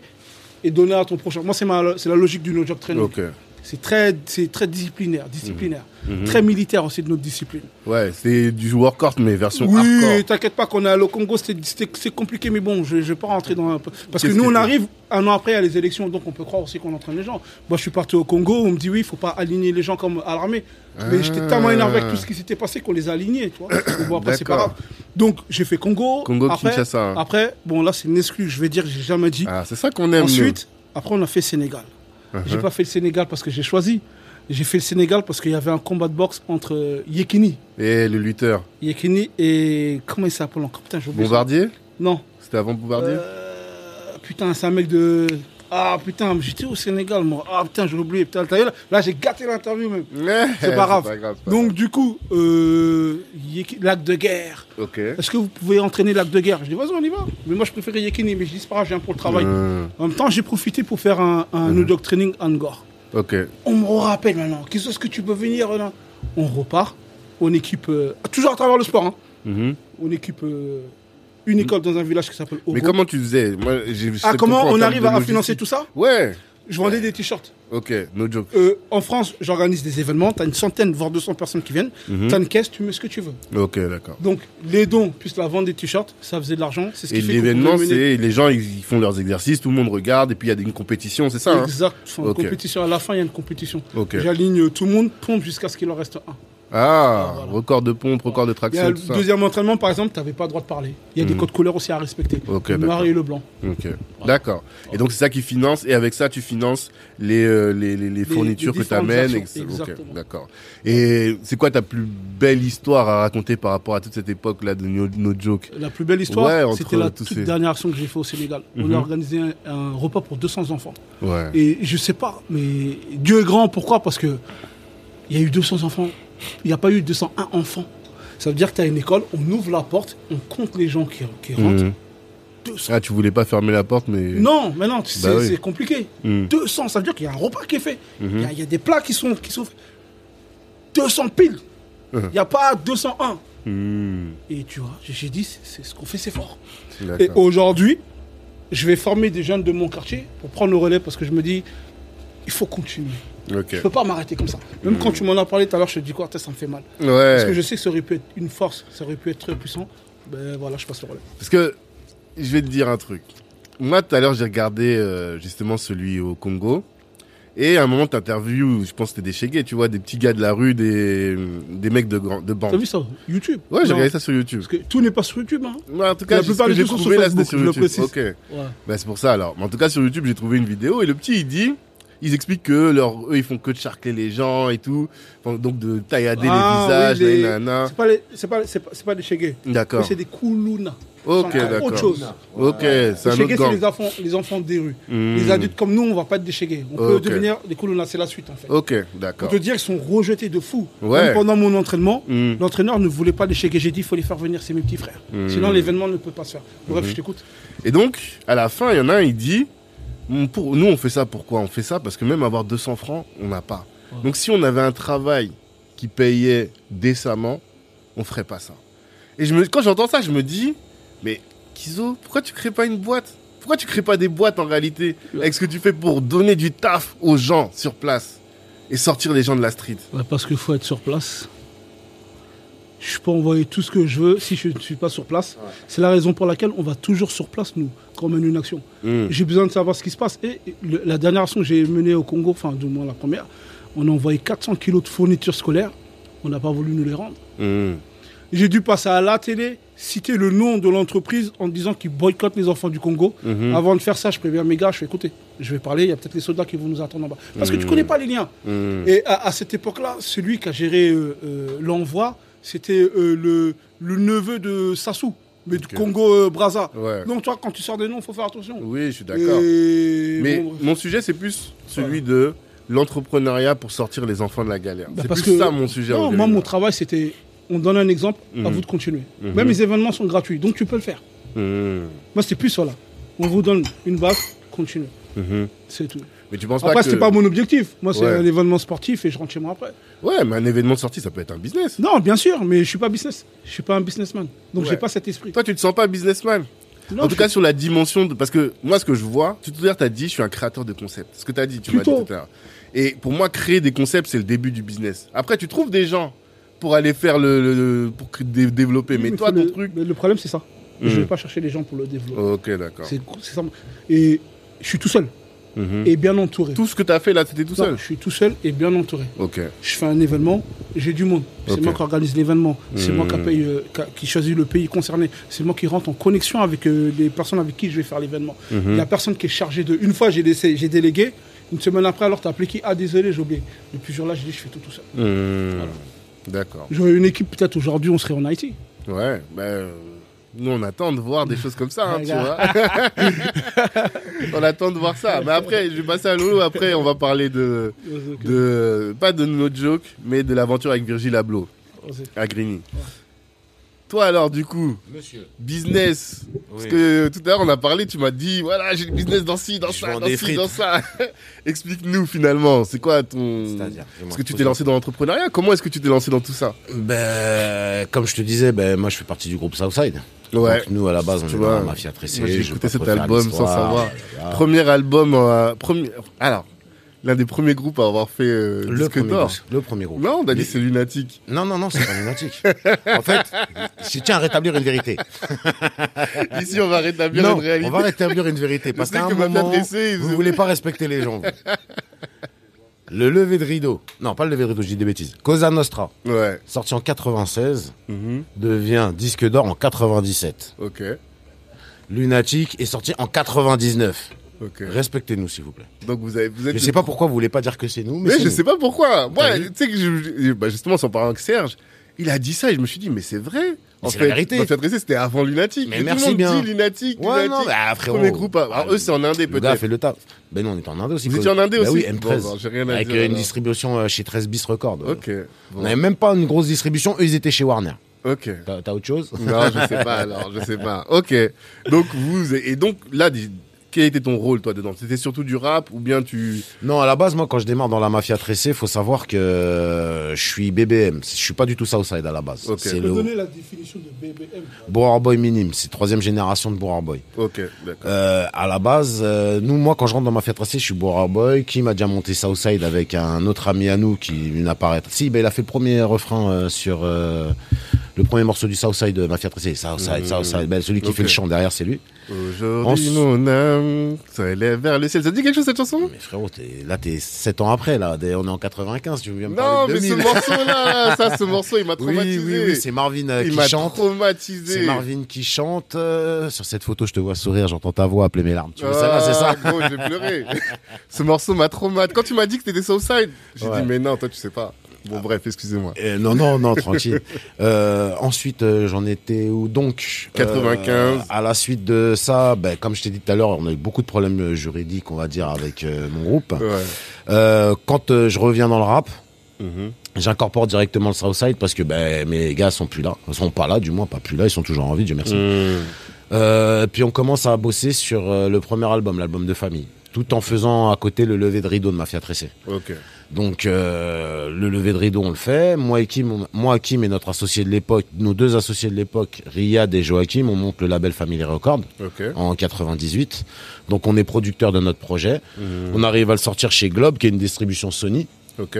S2: et donner à ton prochain. Moi, c'est ma- c'est la logique du no-job training.
S1: Ok.
S2: C'est très, c'est très disciplinaire, disciplinaire, très militaire aussi de notre discipline.
S1: Ouais, c'est du workout, mais version
S2: Oui,
S1: hardcore.
S2: t'inquiète pas qu'on est allé au Congo, c'était- c'était- c'est compliqué, mais bon, je ne vais pas rentrer dans... un peu- Parce que
S1: Qu'est-ce
S2: nous,
S1: que
S2: on
S1: t'as-
S2: arrive un an après à les élections, donc on peut croire aussi qu'on entraîne les gens. Moi, je suis parti au Congo, on me dit oui, il faut pas aligner les gens comme à l'armée. Mais
S1: Ah.
S2: j'étais tellement énervé avec tout ce qui s'était passé qu'on les a alignés, tu vois. bon, après, c'est pas
S1: D'accord.
S2: grave. Donc, j'ai fait Congo.
S1: Congo,
S2: après,
S1: Kinshasa.
S2: Après, bon, là, c'est une exclue, je vais dire, j'ai jamais dit.
S1: Ah, Uh-huh. c'est ça qu'on aime. nous.
S2: Ensuite, après, on a fait Sénégal. J'ai pas fait le Sénégal parce que j'ai choisi. J'ai fait le Sénégal parce qu'il y avait un combat de boxe entre euh, Yekini.
S1: Et Eh, le lutteur.
S2: Yekini et. Comment il s'appelle encore Putain, j'ai oublié. son-
S1: Bombardier
S2: Non.
S1: C'était avant Bombardier
S2: Euh, putain, c'est un mec de. Ah putain, mais j'étais au Sénégal, moi. Ah putain, j'ai oublié. Putain, t'as vu, là, là, j'ai gâté l'interview même.
S1: Ouais,
S2: C'est pas grave.
S1: Eh, c'est pas
S2: Donc, du coup, euh, Yeki- l'acte de guerre.
S1: grave. Ok.
S2: Est-ce que vous pouvez entraîner l'acte de guerre Je dis, vas-y, on y va. Mais moi, je préférais Yekini, mais je dis, c'est pas grave, je viens pour le travail.
S1: Hmm,
S2: En même temps, j'ai profité pour faire un, un no dog training Angor.
S1: Ok.
S2: On me rappelle maintenant. Qu'est-ce que tu peux venir là On repart. On équipe. euh, toujours à travers le sport. hein.
S1: Mhm.
S2: On équipe euh, une école dans un village qui s'appelle Oro.
S1: Mais comment tu faisais Moi, j'ai je
S2: Oh. Ah,
S1: sais
S2: comment
S1: pas en
S2: on
S1: termes
S2: arrive
S1: de
S2: à
S1: logistique.
S2: financer tout ça
S1: Ouais.
S2: Je vendais des t-shirts.
S1: Ok, no joke.
S2: Euh, en France, j'organise des événements. T'as une centaine, voire 200 personnes qui viennent.
S1: Mhm.
S2: T'as une caisse, tu mets ce que tu veux.
S1: Ok, d'accord.
S2: Donc, les dons, plus la vente des t-shirts, ça faisait de l'argent. C'est ce qui
S1: Et
S2: fait qu'on
S1: l'événement,
S2: pouvait mener-
S1: c'est les gens, ils ils font leurs exercices, tout le monde regarde, et puis il y a des- une compétition, c'est ça hein
S2: Exact. Enfin,
S1: Ok.
S2: Compétition. À la fin, il y a une compétition.
S1: Ok.
S2: J'aligne tout le monde, pompe jusqu'à ce qu'il en reste un.
S1: Ah,
S2: Voilà.
S1: record de pompe, record de
S2: Il y a
S1: traction,
S2: le
S1: tout ça. Mm.
S2: deuxième entraînement, par exemple, tu n'avais pas le droit de parler. Il y a des codes couleurs aussi à respecter.
S1: Ok,
S2: le noir
S1: d'accord.
S2: et le blanc.
S1: Ok, d'accord. Et donc c'est ça qui finance, et avec ça tu finances les, euh, les, les, les fournitures que tu
S2: différentes
S1: amènes.
S2: actions, exactement.
S1: d'accord. Et c'est quoi ta plus belle histoire à raconter par rapport à toute cette époque-là de No, No Joke
S2: La plus belle histoire,
S1: Ouais, entre
S2: c'était la
S1: tous
S2: toute
S1: ces-
S2: dernière action que j'ai fait au Sénégal. On
S1: Mhm.
S2: a organisé un, un repas pour 200 enfants.
S1: Ouais.
S2: Et je sais pas, mais Dieu est grand, pourquoi Parce que il y a eu 200 enfants. Il n'y a pas eu 201 enfants. Ça veut dire que tu as une école, on ouvre la porte, on compte les gens qui, qui rentrent.
S1: Mhm.
S2: 200.
S1: Ah, tu voulais pas fermer la porte, mais.
S2: Non, mais non, c'est
S1: Bah oui.
S2: c'est compliqué.
S1: Mhm.
S2: 200, ça veut dire qu'il y a un repas qui est fait. Il y a- il y, a des plats qui sont, qui sont 200 piles. Il
S1: Mhm.
S2: n'y a pas 201.
S1: Mhm.
S2: Et tu vois, j'ai j'ai dit, c'est- c'est ce qu'on fait, c'est fort. Et
S1: D'accord.
S2: aujourd'hui, je vais former des jeunes de mon quartier pour prendre le relais parce que je me dis, il faut continuer.
S1: Ok. Hmm.
S2: Je peux pas m'arrêter comme ça. Même quand tu m'en as parlé tout à l'heure, je te dis quoi, ça me fait mal. Parce que
S1: Ouais.
S2: je sais que ça aurait pu être une force, ça aurait pu être très puissant. Ben voilà, je passe le relais.
S1: Parce que je vais te dire un truc. Moi, tout à l'heure, j'ai regardé euh, justement celui au Congo. Et à un moment, t'interviews, je pense que t'es déchégué, tu vois, des petits gars de la rue, des, des mecs de, grand, de
S2: T'as
S1: banque.
S2: vu ça YouTube
S1: Ah. Ouais, j'ai
S2: Non,
S1: regardé ça sur YouTube.
S2: Parce que tout n'est pas sur YouTube. Hein.
S1: Ouais, en tout cas,
S2: La
S1: j'ai-
S2: plupart
S1: ce que
S2: des
S1: j'ai
S2: trucs sont sur
S1: trouvé là, c'était
S2: Facebook,
S1: sur
S2: je le
S1: YouTube.
S2: précise.
S1: Ok.
S2: Ouais.
S1: Bah, c'est pour ça alors. Mais en tout cas, sur YouTube, j'ai trouvé une vidéo et le petit, il dit, ils expliquent que leur, eux, ils font que de charcler les gens et tout. Enfin, donc, de taillader
S2: Ah, oui,
S1: les visages,
S2: les-
S1: nanana.
S2: C'est pas, les- c'est pas, c'est pas, c'est pas des chegués.
S1: D'accord.
S2: C'est des koulouna.
S1: Ok,
S2: C'est
S1: d'accord.
S2: Autre chose.
S1: Ok, c'est
S2: Les
S1: un autre
S2: chegués, c'est
S1: gang.
S2: les enfants, les enfants des rues.
S1: Hmm.
S2: Les adultes comme nous, on va pas être déchégués. On
S1: Ok.
S2: peut devenir des koulouna, c'est la suite en fait.
S1: Ok,
S2: Pour
S1: d'accord.
S2: te dire, ils sont rejetés de fou.
S1: Ouais.
S2: Même pendant mon entraînement,
S1: Hmm.
S2: l'entraîneur ne voulait pas les checker. J'ai dit, il faut les faire venir, c'est mes petits frères. Sinon, l'événement ne peut pas se faire.
S1: Hmm.
S2: Bref, je t'écoute.
S1: Et donc, à la fin, il y en a un, il dit Hum, pour, Nous, on fait ça pourquoi On fait ça parce que même avoir 200 francs, on n'a pas. Donc, si on avait un travail qui payait décemment, on ferait pas ça. Et je me, quand j'entends ça, je me dis Mais Kizo, pourquoi tu crées pas une boîte Pourquoi tu crées pas des boîtes en réalité Avec ce que tu fais pour donner du taf aux gens sur place et sortir les gens de la street
S2: parce qu'il faut être sur place. Je peux envoyer tout ce que je veux si je ne suis pas sur place. C'est la raison pour laquelle on va toujours sur place, nous, quand on mène une action.
S1: Hum,
S2: J'ai besoin de savoir ce qui se passe. Et le- la dernière action que j'ai menée au Congo, enfin, du moins la première, on a envoyé 400 kilos de fournitures scolaires. On n'a pas voulu nous les rendre.
S1: hum.
S2: J'ai dû passer à la télé, citer le nom de l'entreprise en disant qu'ils boycottent les enfants du Congo.
S1: Mhm.
S2: Avant de faire ça, je préviens mes gars, je fais écoutez, je vais parler, il y a peut-être les soldats qui vont nous attendre en bas. Parce que tu connais pas les liens.
S1: Mhm.
S2: Et à, à cette époque-là, celui qui a géré euh, euh, l'envoi, c'était euh, le, le neveu de Sassou, mais
S1: Ok.
S2: du Congo-Braza.
S1: Ouais.
S2: Donc toi, quand tu sors des noms, il faut faire attention.
S1: Oui, je suis d'accord.
S2: Et
S1: Mais
S2: bon, bref.
S1: mon sujet, c'est plus celui de l'entrepreneuriat pour sortir les enfants de la galère.
S2: Bah,
S1: c'est
S2: parce
S1: plus
S2: que-
S1: ça mon sujet.
S2: Non,
S1: aujourd'hui.
S2: moi, mon travail, c'était. On donne un exemple, à vous de continuer. Même les événements sont gratuits, donc tu peux le faire.
S1: Mhm,
S2: Moi, c'était plus ça là. On vous donne une base, continuez.
S1: mhm.
S2: C'est tout.
S1: Mais tu penses
S2: Après,
S1: pas que...
S2: c'était pas mon objectif. Moi, c'est
S1: Ouais.
S2: un événement sportif et je rentre chez moi après.
S1: Ouais, mais un événement de sortie, ça peut être un business.
S2: Non, bien sûr, mais je suis pas business. Je suis pas un businessman. Donc,
S1: Ouais.
S2: j'ai pas cet esprit.
S1: Toi, tu te sens pas businessman.
S2: Non,
S1: en tout
S2: je
S1: cas,
S2: suis
S1: sur la dimension de... Parce que moi, ce que je vois, tout à l'heure, t'as dit, je suis un créateur de concepts. Ce que t'as dit, tu m'as dit
S2: Plutôt.
S1: tout à l'heure. Et pour moi, créer des concepts, c'est le début du business. Après, tu trouves des gens pour aller faire le... le- le- pour cré- dé- développer. mais
S2: mais
S1: toi,
S2: faut
S1: ton
S2: le-
S1: truc...
S2: mais le problème, c'est ça.
S1: Mhm. Oh.
S2: Je vais pas chercher les gens pour le développer.
S1: Ok, d'accord.
S2: C'est c'est simple. Et je suis tout seul
S1: Mhm.
S2: et bien entouré.
S1: Tout ce que t'as fait là, c'était tout
S2: Non,
S1: seul
S2: Je suis tout seul et bien entouré.
S1: Ok.
S2: Je fais un événement, j'ai du monde. C'est
S1: Ok.
S2: moi qui organise l'événement. C'est
S1: Mhm.
S2: moi qui, paye, euh, qui- qui choisis le pays concerné. C'est moi qui rentre en connexion avec euh, les personnes avec qui je vais faire l'événement.
S1: Mhm.
S2: La personne qui est chargée de. Une fois, j'ai laissé- j'ai délégué. Une semaine après, alors t'as appelé qui Ah, désolé, j'ai oublié. Depuis ce jour-là, j'ai dit, je fais tout tout seul.
S1: Mhm. D'accord.
S2: J'aurais une équipe, peut-être aujourd'hui, on serait en Haïti.
S1: Ouais, ben. euh, Nous, on attend de voir des choses comme ça, hein, tu vois. on attend de voir ça. Mais après, je vais passer à Lolo. Après, on va parler de. de pas de notre joke, mais de l'aventure avec Virgil Abloh à Grigny. Toi, alors, du coup,
S3: Monsieur.
S1: business. Parce
S3: Oui.
S1: que tout à l'heure, on a parlé, tu m'as dit, voilà, j'ai le business dans ci, dans
S3: Je
S1: ça,
S3: vends
S1: dans
S3: des
S1: ci,
S3: frites.
S1: dans ça. Explique-nous finalement, c'est quoi ton.
S3: C'est-à-dire, je m'en
S1: Parce que tu
S3: fous.
S1: t'es lancé dans l'entrepreneuriat. Comment est-ce que tu t'es lancé dans tout ça
S3: Ben, comme je te disais, ben, moi je fais partie du groupe Southside.
S1: Ouais.
S3: Donc, nous à la base, on
S1: Tu
S3: est
S1: vois,
S3: dans la mafia tressée.
S1: Moi, j'ai
S3: je vais
S1: écouté
S3: pas
S1: cet
S3: te refaire
S1: album sans
S3: l'histoire.
S1: savoir.
S3: Voilà.
S1: Premier album, euh, premier. Alors, l'un des premiers groupes à avoir fait euh,
S3: Le
S1: disque
S3: premier,
S1: d'or.
S3: groupe, le premier groupe.
S1: Non, on a dit
S3: Mais-
S1: c'est lunatique.
S3: Non, non, non, c'est pas lunatique. en fait, je tiens à rétablir une vérité.
S1: Ici, on va rétablir
S3: non,
S1: une réalité.
S3: on va rétablir une vérité. Parce
S1: sais
S3: qu'à un
S1: que ma
S3: moment,
S1: tête est-
S3: vous voulez pas respecter les gens. vous. Le lever de rideau. Non, pas le lever de rideau, je dis des bêtises. Cosa Nostra,
S1: Ouais.
S3: sorti en 96,
S1: Mhm.
S3: devient disque d'or en 97.
S1: Ok.
S3: Lunatic est sorti en 99.
S1: Ok.
S3: Respectez-nous, s'il vous plaît.
S1: Donc vous avez, vous êtes.
S3: Je sais pas pourquoi vous voulez pas dire que c'est nous,
S1: Mais
S3: mais, c'est Ah
S1: je
S3: nous.
S1: sais pas pourquoi. Moi,
S3: T'as
S1: tu
S3: vu
S1: sais que je- je- bah, justement, sans parler avec Serge, il a dit ça et je me suis dit, mais c'est vrai.
S3: Mais c'est la vérité.
S1: En fait, Dressé, c'était avant Lunatic.
S3: Mais
S1: Et
S3: merci
S1: tout le
S3: bien.
S1: monde dit Lunatic.
S3: Ouais,
S1: Lunatic.
S3: non, mais ah, frérot.
S1: Premier groupe. hein. Alors, eux, c'est en Indé,
S3: Le gars a
S1: peut-être.
S3: fait le taf. Ben non, on était en Indé aussi.
S1: Vous
S3: quoi.
S1: étiez en Indé
S3: Ben
S1: aussi
S3: oui, M13.
S1: Bon, bah, j'ai rien à
S3: avec
S1: dire,
S3: euh, une
S1: alors.
S3: distribution euh, chez 13 bis record.
S1: Ok. Bon.
S3: On n'avait même pas une grosse distribution, eux ils étaient chez Warner.
S1: Ok.
S3: T'as t'as autre chose
S1: Non, je sais pas, alors, je sais pas. Ok. Donc, vous, et donc, là, dis- quel était ton rôle, toi, dedans C'était surtout du rap ou bien tu.
S3: Non, à la base, moi, quand je démarre dans la mafia tressée, faut savoir que euh, je suis BBM. Je suis pas du tout Southside à la base.
S1: Ok. Bah,
S3: C'est
S2: Je peux
S3: le
S2: donner la définition de BBM.
S3: Boer Boy minime. C'est troisième génération de Boer Boy.
S1: Ok, d'accord.
S3: Euh, à la base, euh, nous, moi, quand je rentre dans ma fête tracée, je suis Bora Boy. Qui m'a déjà monté Southside avec un autre ami à nous qui n'apparaît. Si, ben, il a fait le premier refrain euh, sur euh, le premier morceau du Southside de Mafia tracée. Southside, Southside. Ben, celui qui
S1: Ok.
S3: fait le chant derrière, c'est lui.
S1: Euh, Aujourd'hui,
S3: s-
S1: mon âme s'élève vers le ciel. Ça te dit quelque chose, cette chanson
S3: Mais frérot, t'es- là, t'es 7 ans après, là. Dès- On est en 95, tu veux bien me
S1: Non,
S3: parler de
S1: mais ce
S3: 2000.
S1: morceau-là, ça, ce morceau, il m'a
S3: Oui,
S1: traumatisé.
S3: oui, oui, c'est Marvin euh,
S1: Il
S3: qui
S1: m'a
S3: chante.
S1: traumatisé.
S3: C'est Marvin qui chante. euh, sur cette photo, je te vois sourire, j'entends ta voix appeler mes larmes. Tu vois ça là, c'est ça
S1: Ah, Gros, j'ai pleuré. ce morceau m'a traumatisé. Quand tu m'as dit que t'étais Southside, j'ai
S3: Ouais.
S1: dit, mais non, toi, tu sais pas. Bon, bref, excusez-moi.
S3: Euh, Non, non, non, tranquille. Euh, ensuite, euh, j'en étais où donc Euh,
S1: 95.
S3: à la suite de ça, ben, comme je t'ai dit tout à l'heure, on a eu beaucoup de problèmes euh, juridiques, on va dire, avec euh, mon groupe.
S1: Ouais.
S3: Euh, quand euh, je reviens dans le rap,
S1: Mhm.
S3: j'incorpore directement le Southside parce que ben, mes gars sont plus là. Ils sont pas là, du moins, pas plus là. Ils sont toujours en vie, Dieu merci.
S1: Mm.
S3: Euh, puis on commence à bosser sur euh, le premier album, l'album de famille, tout en faisant à côté le lever de rideau de Mafia Tressé.
S1: Ok.
S3: Donc euh, le lever de rideau, on le fait. Moi et Kim, on- moi Kim et notre associé de l'époque, nos deux associés de l'époque, Riyad et Joachim, on monte le label Family Records
S1: Ok.
S3: en 98. Donc on est producteur de notre projet.
S1: Mhm.
S3: On arrive à le sortir chez Globe, qui est une distribution Sony.
S1: Ok.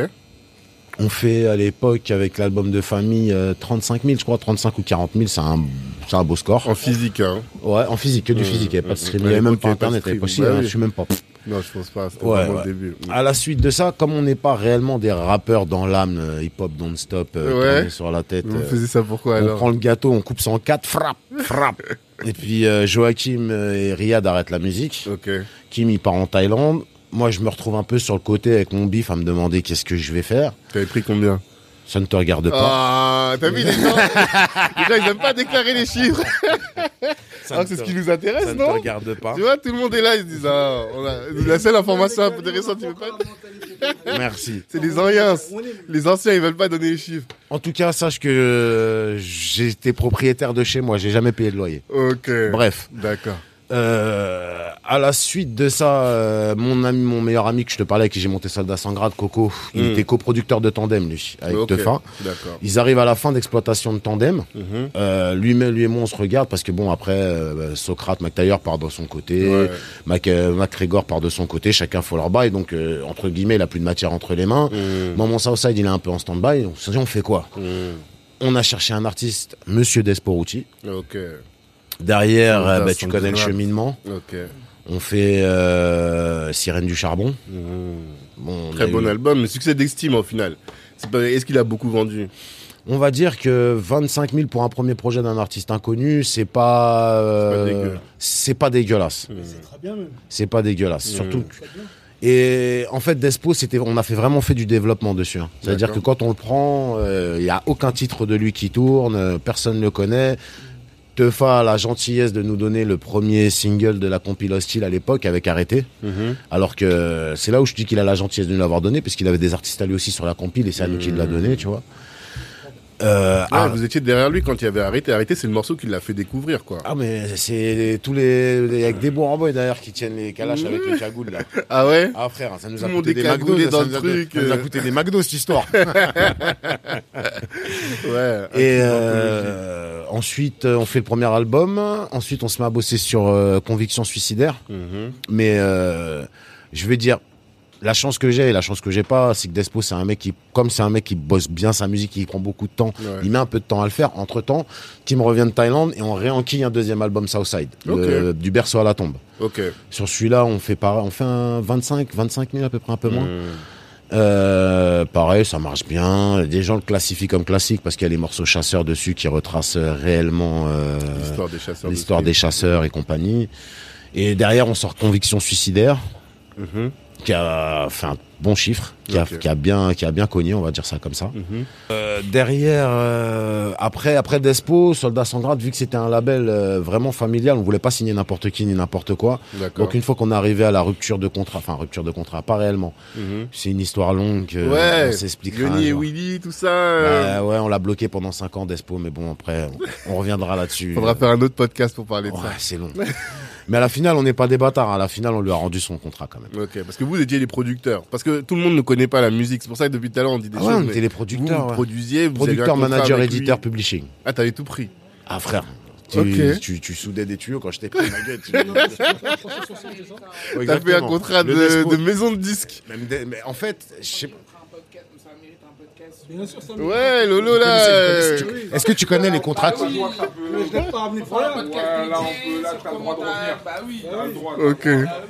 S3: On fait à l'époque avec l'album de famille euh, 35 000, je crois, 35 ou 40 000, c'est un, c'est un beau score.
S1: En physique, hein.
S3: Ouais, en physique, que du
S1: Mmh,
S3: physique, il n'y avait pas de
S1: mmh,
S3: stream,
S1: mmh.
S3: il n'y avait
S1: Ouais,
S3: même
S1: ok,
S3: pas
S1: pas de
S3: internet, il n'y
S1: stream,
S3: avait pas si,
S1: bah
S3: hein,
S1: oui.
S3: je suis même pas.
S1: Non, je pense pas. C'était
S3: Ouais,
S1: vraiment
S3: ouais. Ah,
S1: le début.
S3: À la suite de ça, comme on n'est pas réellement des rappeurs dans l'âme euh, hip-hop non-stop, euh,
S1: Ouais.
S3: tournés sur la tête,
S1: Vous
S3: euh,
S1: faisiez ça pourquoi
S3: on
S1: alors
S3: prend le gâteau, on coupe ça en quatre, frappe, frappe. Et puis euh, Joachim euh, et Riyad arrêtent la musique.
S1: Ok.
S3: Kim, il part en Thaïlande. Moi, je me retrouve un peu sur le côté avec mon bif à me demander qu'est-ce que je vais faire.
S1: T'avais pris combien
S3: Ça ne te regarde pas.
S1: Ah, t'as vu les gens Les gens, ils aiment pas déclarer les chiffres.
S3: Ça
S1: Alors
S3: ne
S1: que Ah, c'est ce
S3: te-
S1: qui nous intéresse,
S3: ça ne te
S1: non
S3: regarde pas.
S1: Tu vois, tout le monde est là, ils se disent ah, on a- la seule information intéressante, ils veulent pas-
S3: Merci.
S1: c'est les anciens. Les anciens, ils veulent pas donner les chiffres.
S3: En tout cas, sache que euh, j'étais propriétaire de chez moi. J'ai jamais payé de loyer.
S1: Ok.
S3: Bref.
S1: D'accord.
S3: Euh, à la suite de ça, euh, mon ami, mon meilleur ami que je te parlais, à qui j'ai monté Soldat sans grade, Coco, il
S1: Mm.
S3: était coproducteur de Tandem, lui, avec
S1: Ok.
S3: Tefa.
S1: D'accord.
S3: Ils arrivent à la fin d'exploitation de Tandem.
S1: Mhm.
S3: Euh, lui, lui et moi, on se regarde parce que bon, après, euh, Socrate, McTayer part de son côté,
S1: Ouais.
S3: Mac, euh, McGregor part de son côté, chacun faut leur bail, donc euh, entre guillemets, il a plus de matière entre les mains.
S1: Mmh.
S3: Moi, mon Southside, il est un peu en stand-by. On se dit, on fait quoi
S1: Mmh.
S3: On a cherché un artiste, Monsieur Desporucci.
S1: Ok.
S3: Derrière,
S1: Soldat
S3: euh, bah,
S1: sans
S3: tu connais le
S1: grade.
S3: cheminement.
S1: Ok.
S3: On fait euh, Sirène du Charbon.
S1: Mmh.
S3: Bon, on a
S1: Très bon
S3: eu-
S1: album, mais succès d'estime au final. C'est pas- Est-ce qu'il a beaucoup vendu
S3: On va dire que 25 000 pour un premier projet d'un artiste inconnu, c'est pas, euh,
S1: C'est pas dégueu.
S3: c'est pas dégueulasse.
S2: C'est très bien même.
S3: C'est pas dégueulasse. Surtout. que-
S2: Très bien.
S3: Et en fait, Despo, c'était, on a fait vraiment fait du développement dessus. hein. C'est-à-dire que
S1: D'accord.
S3: quand on le prend, il y a aucun titre de lui qui tourne, euh, personne le connaît. Tefa a la gentillesse de nous donner le premier single de la compil Hostile à l'époque avec Arrêté.
S1: Mhm.
S3: Alors que c'est là où je dis qu'il a la gentillesse de nous l'avoir donné, parce qu'il avait des artistes à lui aussi sur la compile, et c'est à nous qu'il l'a donné, tu vois. Euh,
S1: ah,
S3: ah,
S1: Vous étiez derrière lui quand il avait arrêté. Arrêté, c'est le morceau qui l'a fait découvrir, quoi.
S3: ah, mais c'est tous les. les- Avec des bois en bois d'ailleurs qui tiennent les
S1: Mhm.
S3: calaches avec les cagoules là.
S1: Ah ouais
S3: Ah frère, ça nous
S1: Tout
S3: a
S1: le monde
S3: coûté
S1: est
S3: des McDo,
S1: cagoulé
S3: ça
S1: dans
S3: nous
S1: le
S3: a-
S1: truc,
S3: ça nous a
S1: euh.
S3: coûté des McDo cette histoire. Ah
S1: Ouais.
S3: Et euh, ensuite, euh, on fait le premier album. Ensuite, on se met à bosser sur euh, Conviction suicidaire.
S1: Mhm.
S3: Mais euh, je vais dire, la chance que j'ai et la chance que j'ai pas, c'est que Despo, c'est un mec qui, comme c'est un mec qui bosse bien sa musique, qui prend beaucoup de temps,
S1: Ouais.
S3: il met un peu de temps à le faire. Entre temps, Kim revient de Thaïlande et on réenquille un deuxième album Southside, le- du berceau à la tombe.
S1: Ok.
S3: Sur celui-là, on fait, par, on fait un 25, 25 000 à peu près, un peu moins.
S1: Mmh.
S3: Euh, pareil, ça marche bien. Des gens le classifient comme classique parce qu'il y a les morceaux chasseurs dessus qui retracent réellement euh,
S1: L'histoire des chasseurs. de
S3: l'histoire des chasseurs et compagnie. Et derrière, on sort Conviction suicidaire,
S1: skate. Mhm,
S3: qui a fait un bon chiffre, qui, a,
S1: Ok.
S3: qui a bien, qui a bien cogné, on va dire ça comme ça.
S1: mhm.
S3: Euh, derrière, euh, après, après Despo, Soldat sans grade, vu que c'était un label euh, vraiment familial, on voulait pas signer n'importe qui ni n'importe quoi.
S1: D'accord.
S3: Donc une fois qu'on est arrivé à la rupture de contrat, enfin rupture de contrat, pas réellement.
S1: Mhm.
S3: C'est une histoire longue. euh,
S1: Ouais,
S3: on s'expliquera. un
S1: Yoni et
S3: jour. Bah
S1: Willy, tout ça. euh,
S3: Ouais, ouais, on l'a bloqué pendant 5 ans Despo, mais bon après, on, on reviendra là-dessus.
S1: Faudra faire un autre podcast pour parler de
S3: Ouais,
S1: ça.
S3: c'est long. mais à la finale, on n'est pas des bâtards. hein. À la finale, on lui a rendu son contrat quand même.
S1: Ok, parce que vous étiez les producteurs. Parce que tout le monde ne connaît pas la musique. C'est pour ça que depuis tout à l'heure on dit des
S3: Ah ouais,
S1: choses.
S3: on
S1: mais
S3: était les
S1: vous,
S3: producteurs.
S1: vous
S3: ouais.
S1: produisiez, vous avez un
S3: Producteur,
S1: contrat
S3: manager,
S1: avec lui.
S3: éditeur, publishing.
S1: Ah, t'avais tout pris.
S3: Ah frère, tu,
S1: Ok.
S3: tu, tu soudais des tuyaux quand j'étais pris ma gueule. tu- Ouais,
S1: T'as fait un
S3: exactement.
S1: contrat de,
S3: Le Despo.
S1: de maison de disques.
S3: Même des- mais en fait, je sais pas.
S2: Bien sûr, ça me-
S1: Ouais, Lolo
S3: Vous
S1: là.
S3: connaissez- vous connaissez- Est-ce que tu connais les
S1: Ah,
S3: contrats
S5: Bah oui,
S2: Moi, Mais je n'ai pas amené pour
S5: voilà,
S2: rien.
S5: là, on peut, là, t'as le droit de revenir. Bah oui. T'as le droit.
S1: Ok,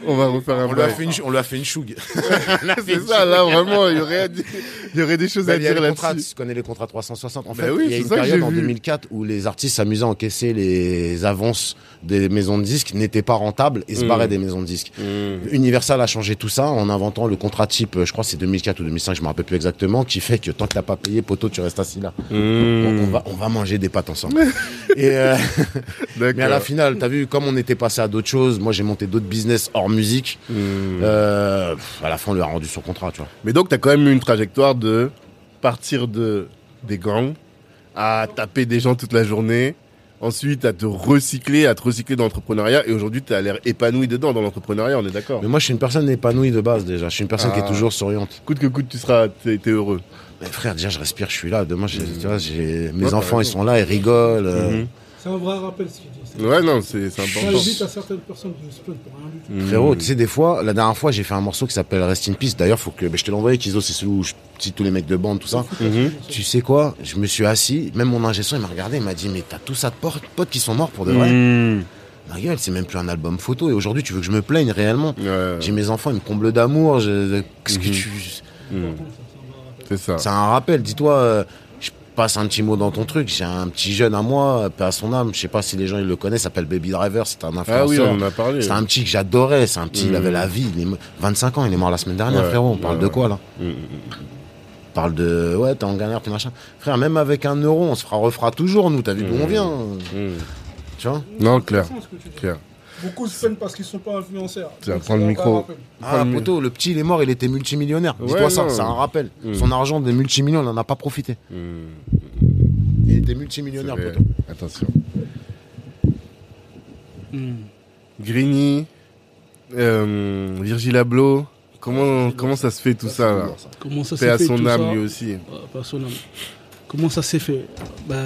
S1: on va refaire un
S3: On lui a
S1: bail.
S3: fait une, on lui a fait une chougue.
S1: C'est ça, là, vraiment, il y aurait, à dire- il y aurait des choses à
S3: Ben, il y a
S1: dire
S3: le contrat,
S1: là-dessus.
S3: tu connais les contrats 360. En
S1: Ben
S3: fait,
S1: oui,
S3: il y a
S1: c'est
S3: une
S1: ça que
S3: période
S1: j'ai
S3: en
S1: vu.
S3: 2004 où les artistes s'amusaient à encaisser les avances des maisons de disques, n'étaient pas rentables et se
S1: Mm.
S3: barraient des maisons de disques. Universal a changé tout ça en inventant le contrat type, euh, je crois que c'est 2004 ou 2005, je me rappelle plus exactement, qui fait que tant que t'as pas payé, poteau, tu restes assis là.
S1: Mmh.
S3: Donc, on, va, on va manger des pâtes ensemble. et euh, mais à la
S1: D'accord.
S3: finale, t'as vu, comme on était passé à d'autres choses, moi j'ai monté d'autres business hors musique.
S1: Mm.
S3: Euh, pff, à la fin, on lui a rendu son contrat, tu vois.
S1: Mais donc, t'as quand même eu une trajectoire de partir de, des gangs à taper des gens toute la journée. Ensuite, à te recycler, à te recycler dans l'entrepreneuriat. Et aujourd'hui, t'as l'air épanoui dedans, dans l'entrepreneuriat, on est d'accord.
S3: Mais moi, je suis une personne épanouie de base déjà. Je suis une personne qui
S1: Ah.
S3: est toujours souriante.
S1: Coûte que coûte, tu seras, t'es t'es heureux.
S3: Mais frère, déjà, je respire, je suis là. Demain, j'ai- tu vois, j'ai- mes
S1: Ouais, t'as
S3: enfants, ils
S1: raison.
S3: sont là, ils rigolent. euh.
S1: Mhm.
S2: C'est un vrai rappel ce qu'il dit. C'est-
S1: Ouais, non, c'est c'est
S2: Ça
S1: important.
S2: évite à certaines personnes de se plaindre pour rien du tout.
S1: Mm.
S3: Frérot, tu sais, des fois, la dernière fois, j'ai fait un morceau qui s'appelle Rest in Peace. D'ailleurs, faut que bah, je te l'envoie. Kizo, c'est celui où je cite tous les mecs de bande, tout ça.
S1: Mhm.
S3: Tu sais quoi Je me suis assis. Même mon ingé son, il m'a regardé. Il m'a dit Mais t'as tous ça de por- potes qui sont morts pour de vrai.
S1: Mm.
S3: Ma gueule, c'est même plus un album photo. Et aujourd'hui, tu veux que je me plaigne réellement
S1: Ouais,
S3: J'ai mes enfants, ils me comblent d'amour. Je... Qu'est-ce que
S1: Mhm.
S3: tu.
S1: mm. C'est ça.
S3: Ah. C'est un rappel. Dis-toi, euh, je passe un petit mot dans ton truc. J'ai un petit jeune à moi, paix à son âme. Je sais pas si les gens ils le connaissent. il S'appelle Baby Driver. C'est un
S1: Ah oui,
S3: influenceur.
S1: on en a parlé.
S3: c'est un petit que j'adorais. C'est un petit.
S1: Mhm.
S3: Il avait la vie. Il est mo- 25 ans. Il est mort la semaine dernière,
S1: Ouais,
S3: frérot. On parle
S1: ouais,
S3: de
S1: ouais.
S3: quoi là
S1: Mm, mm,
S3: On parle de ouais, t'es en galère, t'es machin. Frère, même avec un euro, on se fera refera toujours. Nous, t'as vu d'où on vient
S1: mm.
S3: Tu vois
S1: Non, clair.
S2: C'est ce que tu dis.
S1: Clair.
S2: Beaucoup se plaignent parce qu'ils sont pas influenceurs.
S1: Tu vas
S2: Donc,
S1: prendre
S2: c'est
S1: le
S2: un vrai
S1: micro.
S2: rappel.
S3: Ah, poteau, le petit, il est mort. Il était multimillionnaire. Dis-toi
S1: Ouais,
S3: ça.
S1: non.
S3: C'est un rappel.
S1: Mhm.
S3: Son argent des multimillions, il en a pas profité.
S1: Mm.
S3: Il était
S1: C'est
S3: multimillionnaire,
S1: vrai.
S3: poteau.
S1: Attention.
S2: Hmm.
S1: Grigny, euh, Virgil Abloh,
S2: Ah,
S1: comment, comment ça se fait tout ça là
S2: Comment ça
S1: Paix
S2: s'est
S1: à
S2: fait tout
S1: son
S2: ça
S1: âme lui aussi.
S2: Euh, pas son âme. Comment ça s'est fait Bah,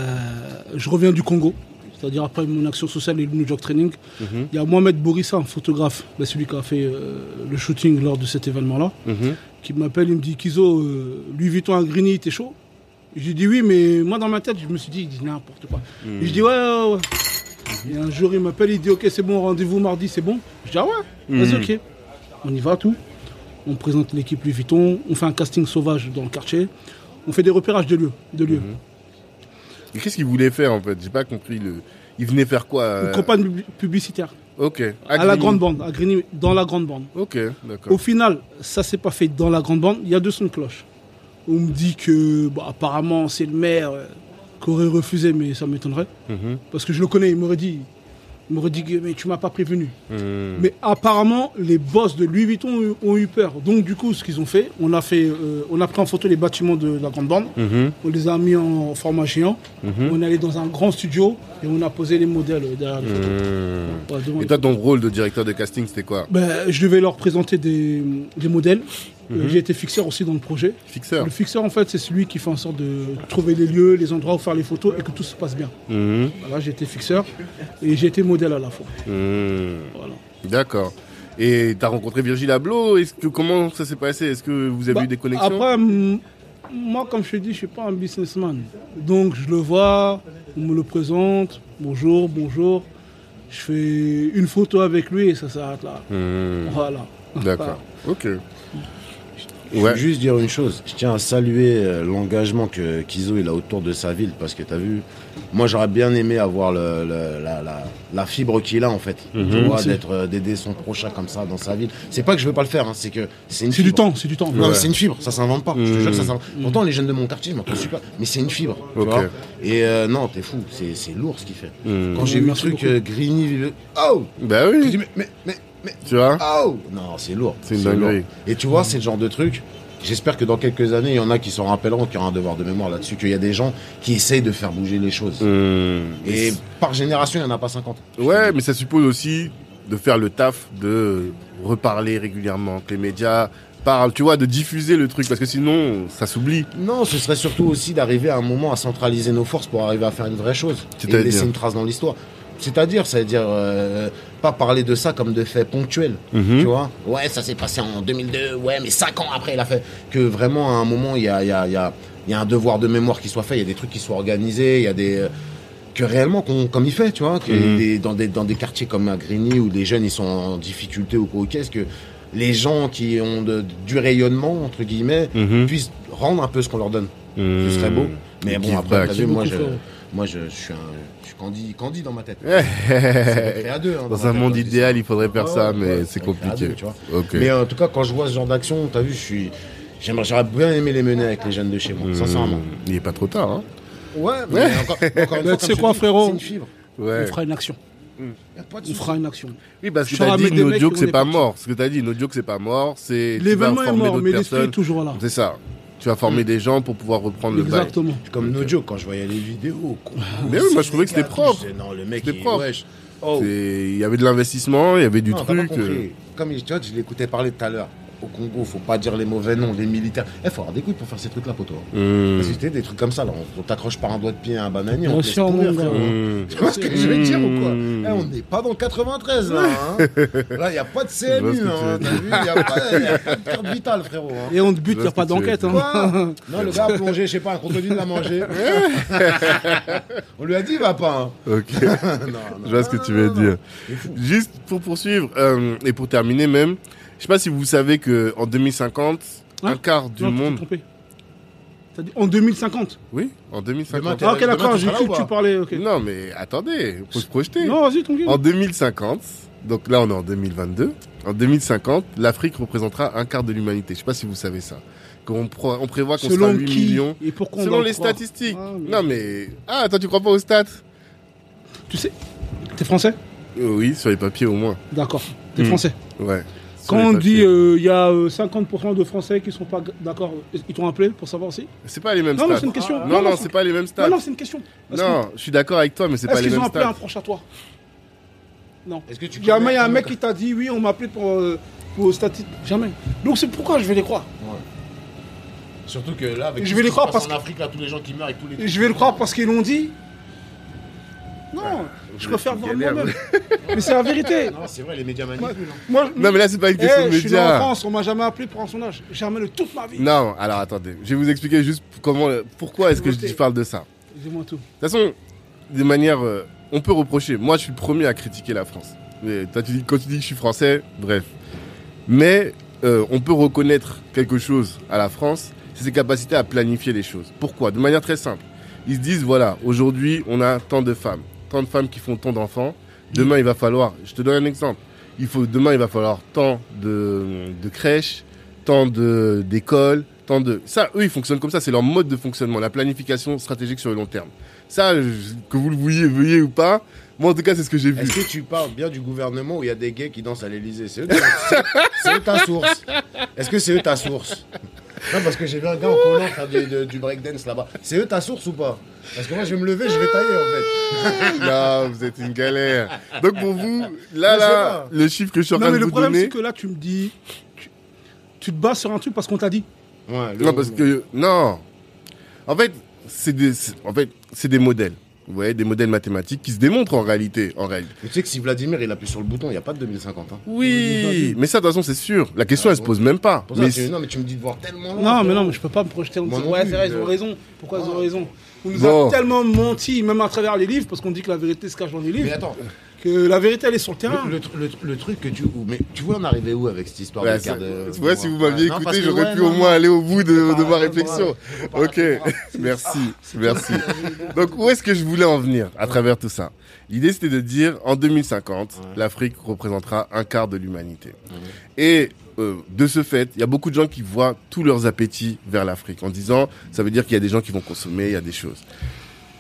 S2: Je reviens du Congo, c'est-à-dire après mon action sociale et le New York Training.
S1: Mhm.
S2: Il y a Mohamed Bourissa, un photographe, bah, celui qui a fait euh, le shooting lors de cet événement-là,
S1: Mhm.
S2: qui m'appelle, il me dit Kizo, euh, Louis Vuitton à Grigny, t'es chaud J'ai dit oui, mais moi dans ma tête, je me suis dit, il dit n'importe quoi.
S1: Hmm.
S2: Je dis ouais, ouais, ouais. Et un jour, il m'appelle, il dit ok, c'est bon, rendez-vous mardi, c'est bon. Je dis ah ouais, vas-y,
S1: Mhm.
S2: ok. On y va, tout. On présente l'équipe Louis Vuitton, on fait un casting sauvage dans le quartier, on fait des repérages de lieux. De lieux.
S1: Hmm. Et Qu'est-ce qu'il voulait faire en fait J'ai pas compris. Le... Il venait faire quoi
S2: Une
S1: euh,
S2: campagne pub- publicitaire
S1: Ok.
S2: à la
S1: Grigny.
S2: grande bande, à Grigny, dans la grande bande.
S1: Ok,
S2: Au
S1: d'accord.
S2: final, ça s'est pas fait dans la grande bande, il y a deux sons de cloche. On me dit que, bah, apparemment, c'est le maire euh, qui aurait refusé, mais ça m'étonnerait.
S1: Mhm.
S2: Parce que je le connais, il m'aurait dit, il m'aurait dit, que, mais tu m'as pas prévenu.
S1: Mm.
S2: Mais apparemment, les boss de Louis Vuitton ont eu- ont eu peur. Donc, du coup, ce qu'ils ont fait, on a, fait euh, on a pris en photo les bâtiments de la grande bande,
S1: Mhm.
S2: on les a mis en format géant,
S1: Mhm.
S2: on est allé dans un grand studio et on a posé les modèles euh, derrière les photos.
S1: Mm.
S2: Ouais, devant
S1: Et
S2: les-
S1: toi, ton rôle de directeur de casting, c'était quoi
S2: Ben, je devais leur présenter des, des modèles. Euh,
S1: Mhm.
S2: J'ai été fixeur aussi dans le projet.
S1: Fixeur.
S2: Le fixeur, en fait, c'est celui qui fait en sorte de trouver les lieux, les endroits où faire les photos et que tout se passe bien.
S1: Mhm.
S2: Voilà, j'ai été fixeur et j'ai été modèle à la fois.
S1: Mm.
S2: Voilà.
S1: D'accord. Et t'as rencontré Virgil Abloh. Est-ce que comment ça s'est passé Est-ce que vous avez
S2: Bah,
S1: eu des connexions
S2: Après, m- moi, comme je te dis, je suis pas un businessman. Donc, je le vois, on me le présente, bonjour, bonjour. Je fais une
S1: Mhm.
S2: photo avec lui et ça s'arrête là.
S1: Hmm,
S2: Voilà.
S1: D'accord. Ok.
S3: Je
S1: Ouais.
S3: veux juste dire une chose. Je tiens à saluer euh, l'engagement que Kizo il a autour de sa ville parce que t'as vu. Moi j'aurais bien aimé avoir le, le- la, la- la fibre qu'il a en fait. Tu vois, d'être euh, d'aider son prochain comme ça dans sa ville. C'est pas que je veux pas le faire. hein, c'est que c'est une
S2: C'est du
S3: fibre.
S2: temps, c'est du temps.
S3: Non, mais c'est une fibre, ça s'invente pas. Je te jure que ça
S1: Mhm.
S3: s'invente. Pourtant, les jeunes de mon quartier, je m'entends super. Mais c'est une fibre. tu
S1: Ok.
S3: vois. Et euh, non, t'es fou, c'est c'est lourd ce qu'il fait. Quand
S2: Ouais,
S3: j'ai vu le
S2: merci
S3: truc
S2: beaucoup.
S3: euh, Grigny, le- oh
S1: Bah
S3: J'ai
S1: oui,
S3: dit, mais, mais, mais, mais,
S1: tu vois.
S3: oh Non, c'est lourd.
S1: C'est une dinguerie.
S3: lourd. Et tu vois, c'est le genre de truc. J'espère que dans quelques années, il y en a qui s'en rappelleront, qui auront un devoir de mémoire là-dessus, qu'il y a des gens qui essayent de faire bouger les choses.
S1: Mmh.
S3: Et par génération, il n'y en a pas 50.
S1: Ouais, mais ça suppose aussi de faire le taf de reparler régulièrement, que les médias parlent, tu vois, de diffuser le truc, parce que sinon, ça s'oublie.
S3: Non, ce serait surtout aussi d'arriver à un moment à centraliser nos forces pour arriver à faire une vraie chose et
S1: C'est-à-dire
S3: laisser une trace dans l'histoire. C'est-à-dire, c'est-à-dire euh, pas parler de ça comme de faits ponctuels,
S1: Mhm.
S3: tu vois. Ouais, ça s'est passé en 2002. Ouais, mais cinq ans après, il a fait que vraiment à un moment, il y a, il y a- il y a- il y a un devoir de mémoire qui soit fait. Il y a des trucs qui soient organisés. Il y a des euh, que réellement qu'on- comme il fait, tu vois, que
S1: Mhm.
S3: des- dans des dans des quartiers comme à Grigny où les jeunes ils sont en difficulté ou quoi, qu'est-ce que les gens qui ont de- du rayonnement entre guillemets
S1: Mhm.
S3: puissent rendre un peu ce qu'on leur donne. Ce serait beau. Mais
S1: Le
S3: bon,
S1: Mhm. give
S3: après,
S1: back.
S3: t'as vu, moi, je,
S2: Beaucoup, frère.
S3: moi je, je suis, un, je suis candid, candid dans ma tête.
S1: dans
S3: Créé à deux, hein, ma
S1: un
S3: tête,
S1: monde
S3: hein, je dis
S1: idéal, il faudrait faire
S3: Ouais,
S1: ça,
S3: ouais,
S1: mais
S3: ouais,
S1: c'est
S3: faudrait faire à
S1: compliqué.
S3: deux, tu vois.
S1: Ok.
S3: Mais en tout cas, quand je vois ce genre d'action, t'as vu, je suis. J'aimerais, j'aurais bien aimé les mener avec les jeunes de chez moi, sincèrement.
S1: Mmh. Il est pas trop tard, hein.
S3: Ouais, mais encore, encore une
S2: Mais
S3: fois,
S2: tu
S3: comme
S2: sais
S3: je
S2: quoi,
S3: dis,
S2: frérot
S3: C'est une fibre.
S1: Ouais.
S2: On fera une action.
S3: Y a pas de
S2: On
S3: souci.
S2: fera une action.
S1: Oui, parce que
S2: Je te
S1: t'as dit
S2: ramène des
S1: no
S2: mecs
S1: joke,
S2: qui
S1: c'est
S2: vont
S1: pas
S2: les
S1: mort. Ce que t'as dit, no joke, c'est pas mort. C'est. tu vas
S2: L'événement est
S1: former
S2: mort,
S1: d'autres
S2: mais l'esprit est
S1: personnes.
S2: toujours là. Hum.
S1: C'est ça. Tu vas former des gens pour pouvoir reprendre le
S2: Exactement.
S3: Comme No Joke, quand je voyais les vidéos. quoi.
S1: Mais oui, moi, je trouvais que c'était propre.
S3: Je disais, Non, le mec,
S1: C'était
S3: il
S1: propre.
S3: wesh. Oh,
S1: bail. C'est- Il y avait de l'investissement, il y avait du
S3: Non, t'as
S1: truc.
S3: pas
S1: euh,
S3: compris. Comme tu vois, je l'écoutais parler tout à l'heure. Au Congo, faut pas dire les mauvais noms, les militaires. Eh, faut avoir des couilles pour faire ces trucs-là, pour toi.
S1: Mmh.
S3: Parce que c'était des trucs comme ça, là. On, on t'accroche par un doigt de pied à un bananier, on
S2: Bien
S3: te laisse
S2: sûr, mon
S3: pourrir,
S2: gars.
S3: frérot.
S1: Mmh.
S3: Tu vois ce que je veux dire ou quoi
S1: Mmh.
S3: Eh, On n'est pas dans le 93, là. hein. là, il n'y a pas de
S1: Je vois ce que
S3: CMU,
S1: tu
S3: hein.
S1: veux
S3: T'as vu, il n'y a, pas- y a pas de carte vitale, frérot. hein.
S2: Et on te bute,
S1: Je
S2: il
S1: vois
S2: a pas
S1: ce que tu veux
S2: d'enquête.
S1: dire.
S2: hein.
S3: Quoi non, le gars a plongé, je sais pas, un crocodile l'a mangé. on lui a dit, va pas.
S1: Ok.
S3: hein. Non, non.
S1: Je vois ce que tu
S3: Non,
S1: veux
S2: Ah.
S3: non, non, non.
S1: dire.
S3: C'est fou.
S1: Juste pour poursuivre euh, et pour terminer même, je sais pas si vous savez que en 2050,
S2: Hein
S1: un quart du
S2: Non, tu t'es
S1: monde.
S2: trompé. T'as dit en 2050.
S1: Oui, en 2050.
S3: Demain,
S2: Ah, ok,
S3: demain,
S2: d'accord,
S3: tu
S2: j'ai
S3: seras là
S2: cru
S3: ou
S2: que tu
S3: pas
S2: parlais. ok.
S1: Non, Oh, bah, mais attendez, faut se projeter.
S2: Non, vas-y, ton gars.
S1: En 2050, donc là on est en 2022, en 2050, l'Afrique représentera un quart de l'humanité. Je sais pas si vous savez ça. Qu'on pro- on prévoit qu'on sera
S2: Selon
S1: 8
S2: qui
S1: millions.
S2: et pourquoi on
S1: Selon
S2: doit
S1: les
S2: croire.
S1: statistiques.
S2: Ah, mais-
S1: Non mais ah toi tu crois pas aux stats
S2: Tu sais, t'es français
S1: Euh, Oui, sur les papiers au moins.
S2: D'accord, t'es
S1: Hmm.
S2: français.
S1: Ouais. Sur
S2: Quand
S1: les
S2: on
S1: papiers.
S2: dit euh, il y a euh, 50% de Français qui sont pas g- d'accord, ils t'ont appelé pour savoir si
S1: c'est pas les mêmes
S2: Non,
S1: stats.
S2: non,
S1: Ah,
S2: c'est une question.
S1: Non non, c'est
S2: c'est
S1: pas les mêmes
S2: Non,
S1: stats.
S2: non, c'est une question. Est-ce que-
S1: Non, je suis d'accord avec toi mais c'est pas
S2: Est-ce
S1: les
S2: qu'ils ont
S1: mêmes
S2: appelé
S1: stats.
S2: un proche à toi Non.
S3: Est-ce que tu
S2: Il y a un,
S3: connais-
S2: il y a un mec qui t'a dit oui, on m'a appelé pour, euh, pour statistique. Jamais. Donc c'est pourquoi je vais les croire.
S3: Surtout que là, avec
S2: Je
S3: tout
S2: vais les
S3: ce qui se
S2: croire
S3: passe
S2: parce
S3: en
S2: que-
S3: Afrique, là, tous les gens qui meurent et tous les.
S2: Et je vais le croire parce qu'ils l'ont dit. Non, je
S1: Ah, vous
S2: préfère
S1: êtes
S2: voir
S1: galère,
S2: moi-même. Mais c'est la vérité.
S3: Non, c'est vrai, les médias manipulent. hein.
S2: Moi,
S1: Non mais là c'est pas une
S2: Eh,
S1: question de
S2: je suis né en
S1: médias.
S2: France, on m'a jamais appelé pour un sondage. Jamais de toute ma vie.
S1: Non, alors attendez, je vais vous expliquer juste comment pourquoi est-ce que je, je parle de ça.
S2: Dis-moi tout.
S1: De toute façon, de manière. euh, on peut reprocher. Moi, je suis le premier à critiquer la France. Mais toi, tu dis, quand tu dis que je suis français, bref. Mais euh, on peut reconnaître quelque chose à la France, c'est ses capacités à planifier les choses. Pourquoi De manière très simple. Ils se disent voilà, aujourd'hui, on a tant de femmes, tant de femmes qui font tant d'enfants. Demain, il va falloir. Je te donne un exemple. Il faut, demain, il va falloir tant de, de crèches, tant de- d'écoles, tant de. Ça, eux, ils fonctionnent comme ça. C'est leur mode de fonctionnement, la planification stratégique sur le long terme. Ça, je- que vous le vouliez, veuillez ou pas, moi en tout cas, c'est ce que j'ai vu.
S3: Est-ce que tu parles bien du gouvernement où il y a des gays qui dansent à l'Elysée C'est eux, ta- c'est eux ta source. Est-ce que c'est eux ta sourse Non, parce que j'ai vu un gars en collant faire du, de- du breakdance là-bas. C'est eux ta source ou pas Parce que moi, je vais me lever, je vais tailler en fait.
S1: Non, vous êtes une galère. Donc pour vous, là,
S3: Mais
S1: là,
S3: c'est
S1: le chiffre que je suis en
S2: Non,
S1: train
S2: mais
S1: de
S2: le
S1: vous
S2: problème, c'est
S1: donner.
S2: que là, tu me dis. Tu, tu te bases sur un truc parce qu'on t'a dit.
S3: Ouais, le-
S1: Non, parce que. Non. En fait, c'est des, c'est- en fait, c'est des modèles. Vous voyez, des modèles mathématiques qui se démontrent en réalité. En réalité.
S3: Mais Tu sais que si Vladimir il appuie sur le bouton, il n'y a pas de 2050. Hein.
S1: Oui. Mais ça, de toute façon, c'est sûr. La question,
S3: Ah,
S1: elle se
S3: bon.
S1: pose même pas.
S3: Pour ça,
S1: Mais
S3: tu- non, mais tu me dis de voir tellement loin.
S2: Non, mais non,
S3: frérot.
S2: mais je peux pas me projeter en
S3: Moi
S2: disant,
S3: non
S2: Ouais,
S3: plus,
S2: c'est vrai, ils
S3: mais-
S2: ont raison. Pourquoi ils ont raison On nous
S1: Ah. Bon.
S2: a tellement menti, même à travers les livres, parce qu'on dit que la vérité se cache dans les
S3: Mais
S2: livres,
S3: attends,
S2: que que la vérité, elle est sur le terrain.
S3: Le, le tr- le- le truc que tu. ou- Mais tu voulais en arriver où avec cette histoire
S1: Ouais,
S3: de euh, quart de.
S1: c'est- tu vois, si vous m'aviez
S3: Ouais, non, parce
S1: écouté,
S3: que,
S1: j'aurais
S3: ouais,
S1: pu
S3: non,
S1: au
S3: non.
S1: moins aller au bout de, de ma
S3: pas-
S1: réflexion.
S3: pas-
S1: Ok, merci, merci. Donc, où est-ce que je voulais en venir à travers tout ça L'idée, c'était de dire, en 2050, l'Afrique représentera un quart de l'humanité. Et euh, de ce fait, il y a beaucoup de gens qui voient tous leurs appétits vers l'Afrique en disant, ça veut dire qu'il y a des gens qui vont consommer, il y a des choses.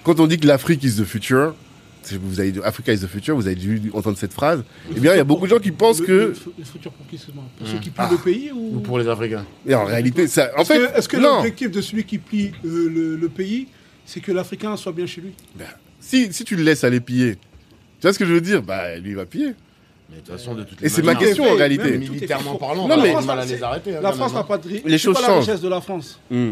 S1: Quand on dit que l'Afrique is the future, c'est- vous avez Africa is the future, vous avez dû entendre cette phrase. Eh bien, il y a beaucoup de gens qui pensent
S2: Le-
S1: que Hmm.
S2: le fu- Le futur pour qui, excuse-moi Pour ceux qui plient le pays
S3: Ou
S2: ou.
S3: pour les Africains.
S1: Et en réalité, ça, en
S2: Est-ce
S1: fait,
S2: que, est-ce que
S1: non.
S2: l'objectif de celui qui plie euh, le, le pays, c'est que l'Africain soit bien chez lui
S1: Si, si tu le laisses aller piller, tu vois ce que je veux dire Bah, lui il va piller.
S3: Mais de toute façon, de toutes
S1: Et
S3: les
S1: c'est ma
S3: manières,
S1: question en
S2: Même
S1: réalité.
S2: tout est
S3: Militairement
S2: faux.
S3: parlant,
S1: Non,
S3: on
S1: mais-
S3: a du mal à les
S2: c'est-
S3: arrêter. hein,
S2: La
S3: quand
S2: France
S3: même,
S2: n'a
S3: hein.
S2: pas de. ri-
S1: Les
S2: c'est
S1: choses
S2: pas la
S1: changent.
S2: richesse de la France.
S1: Hmm.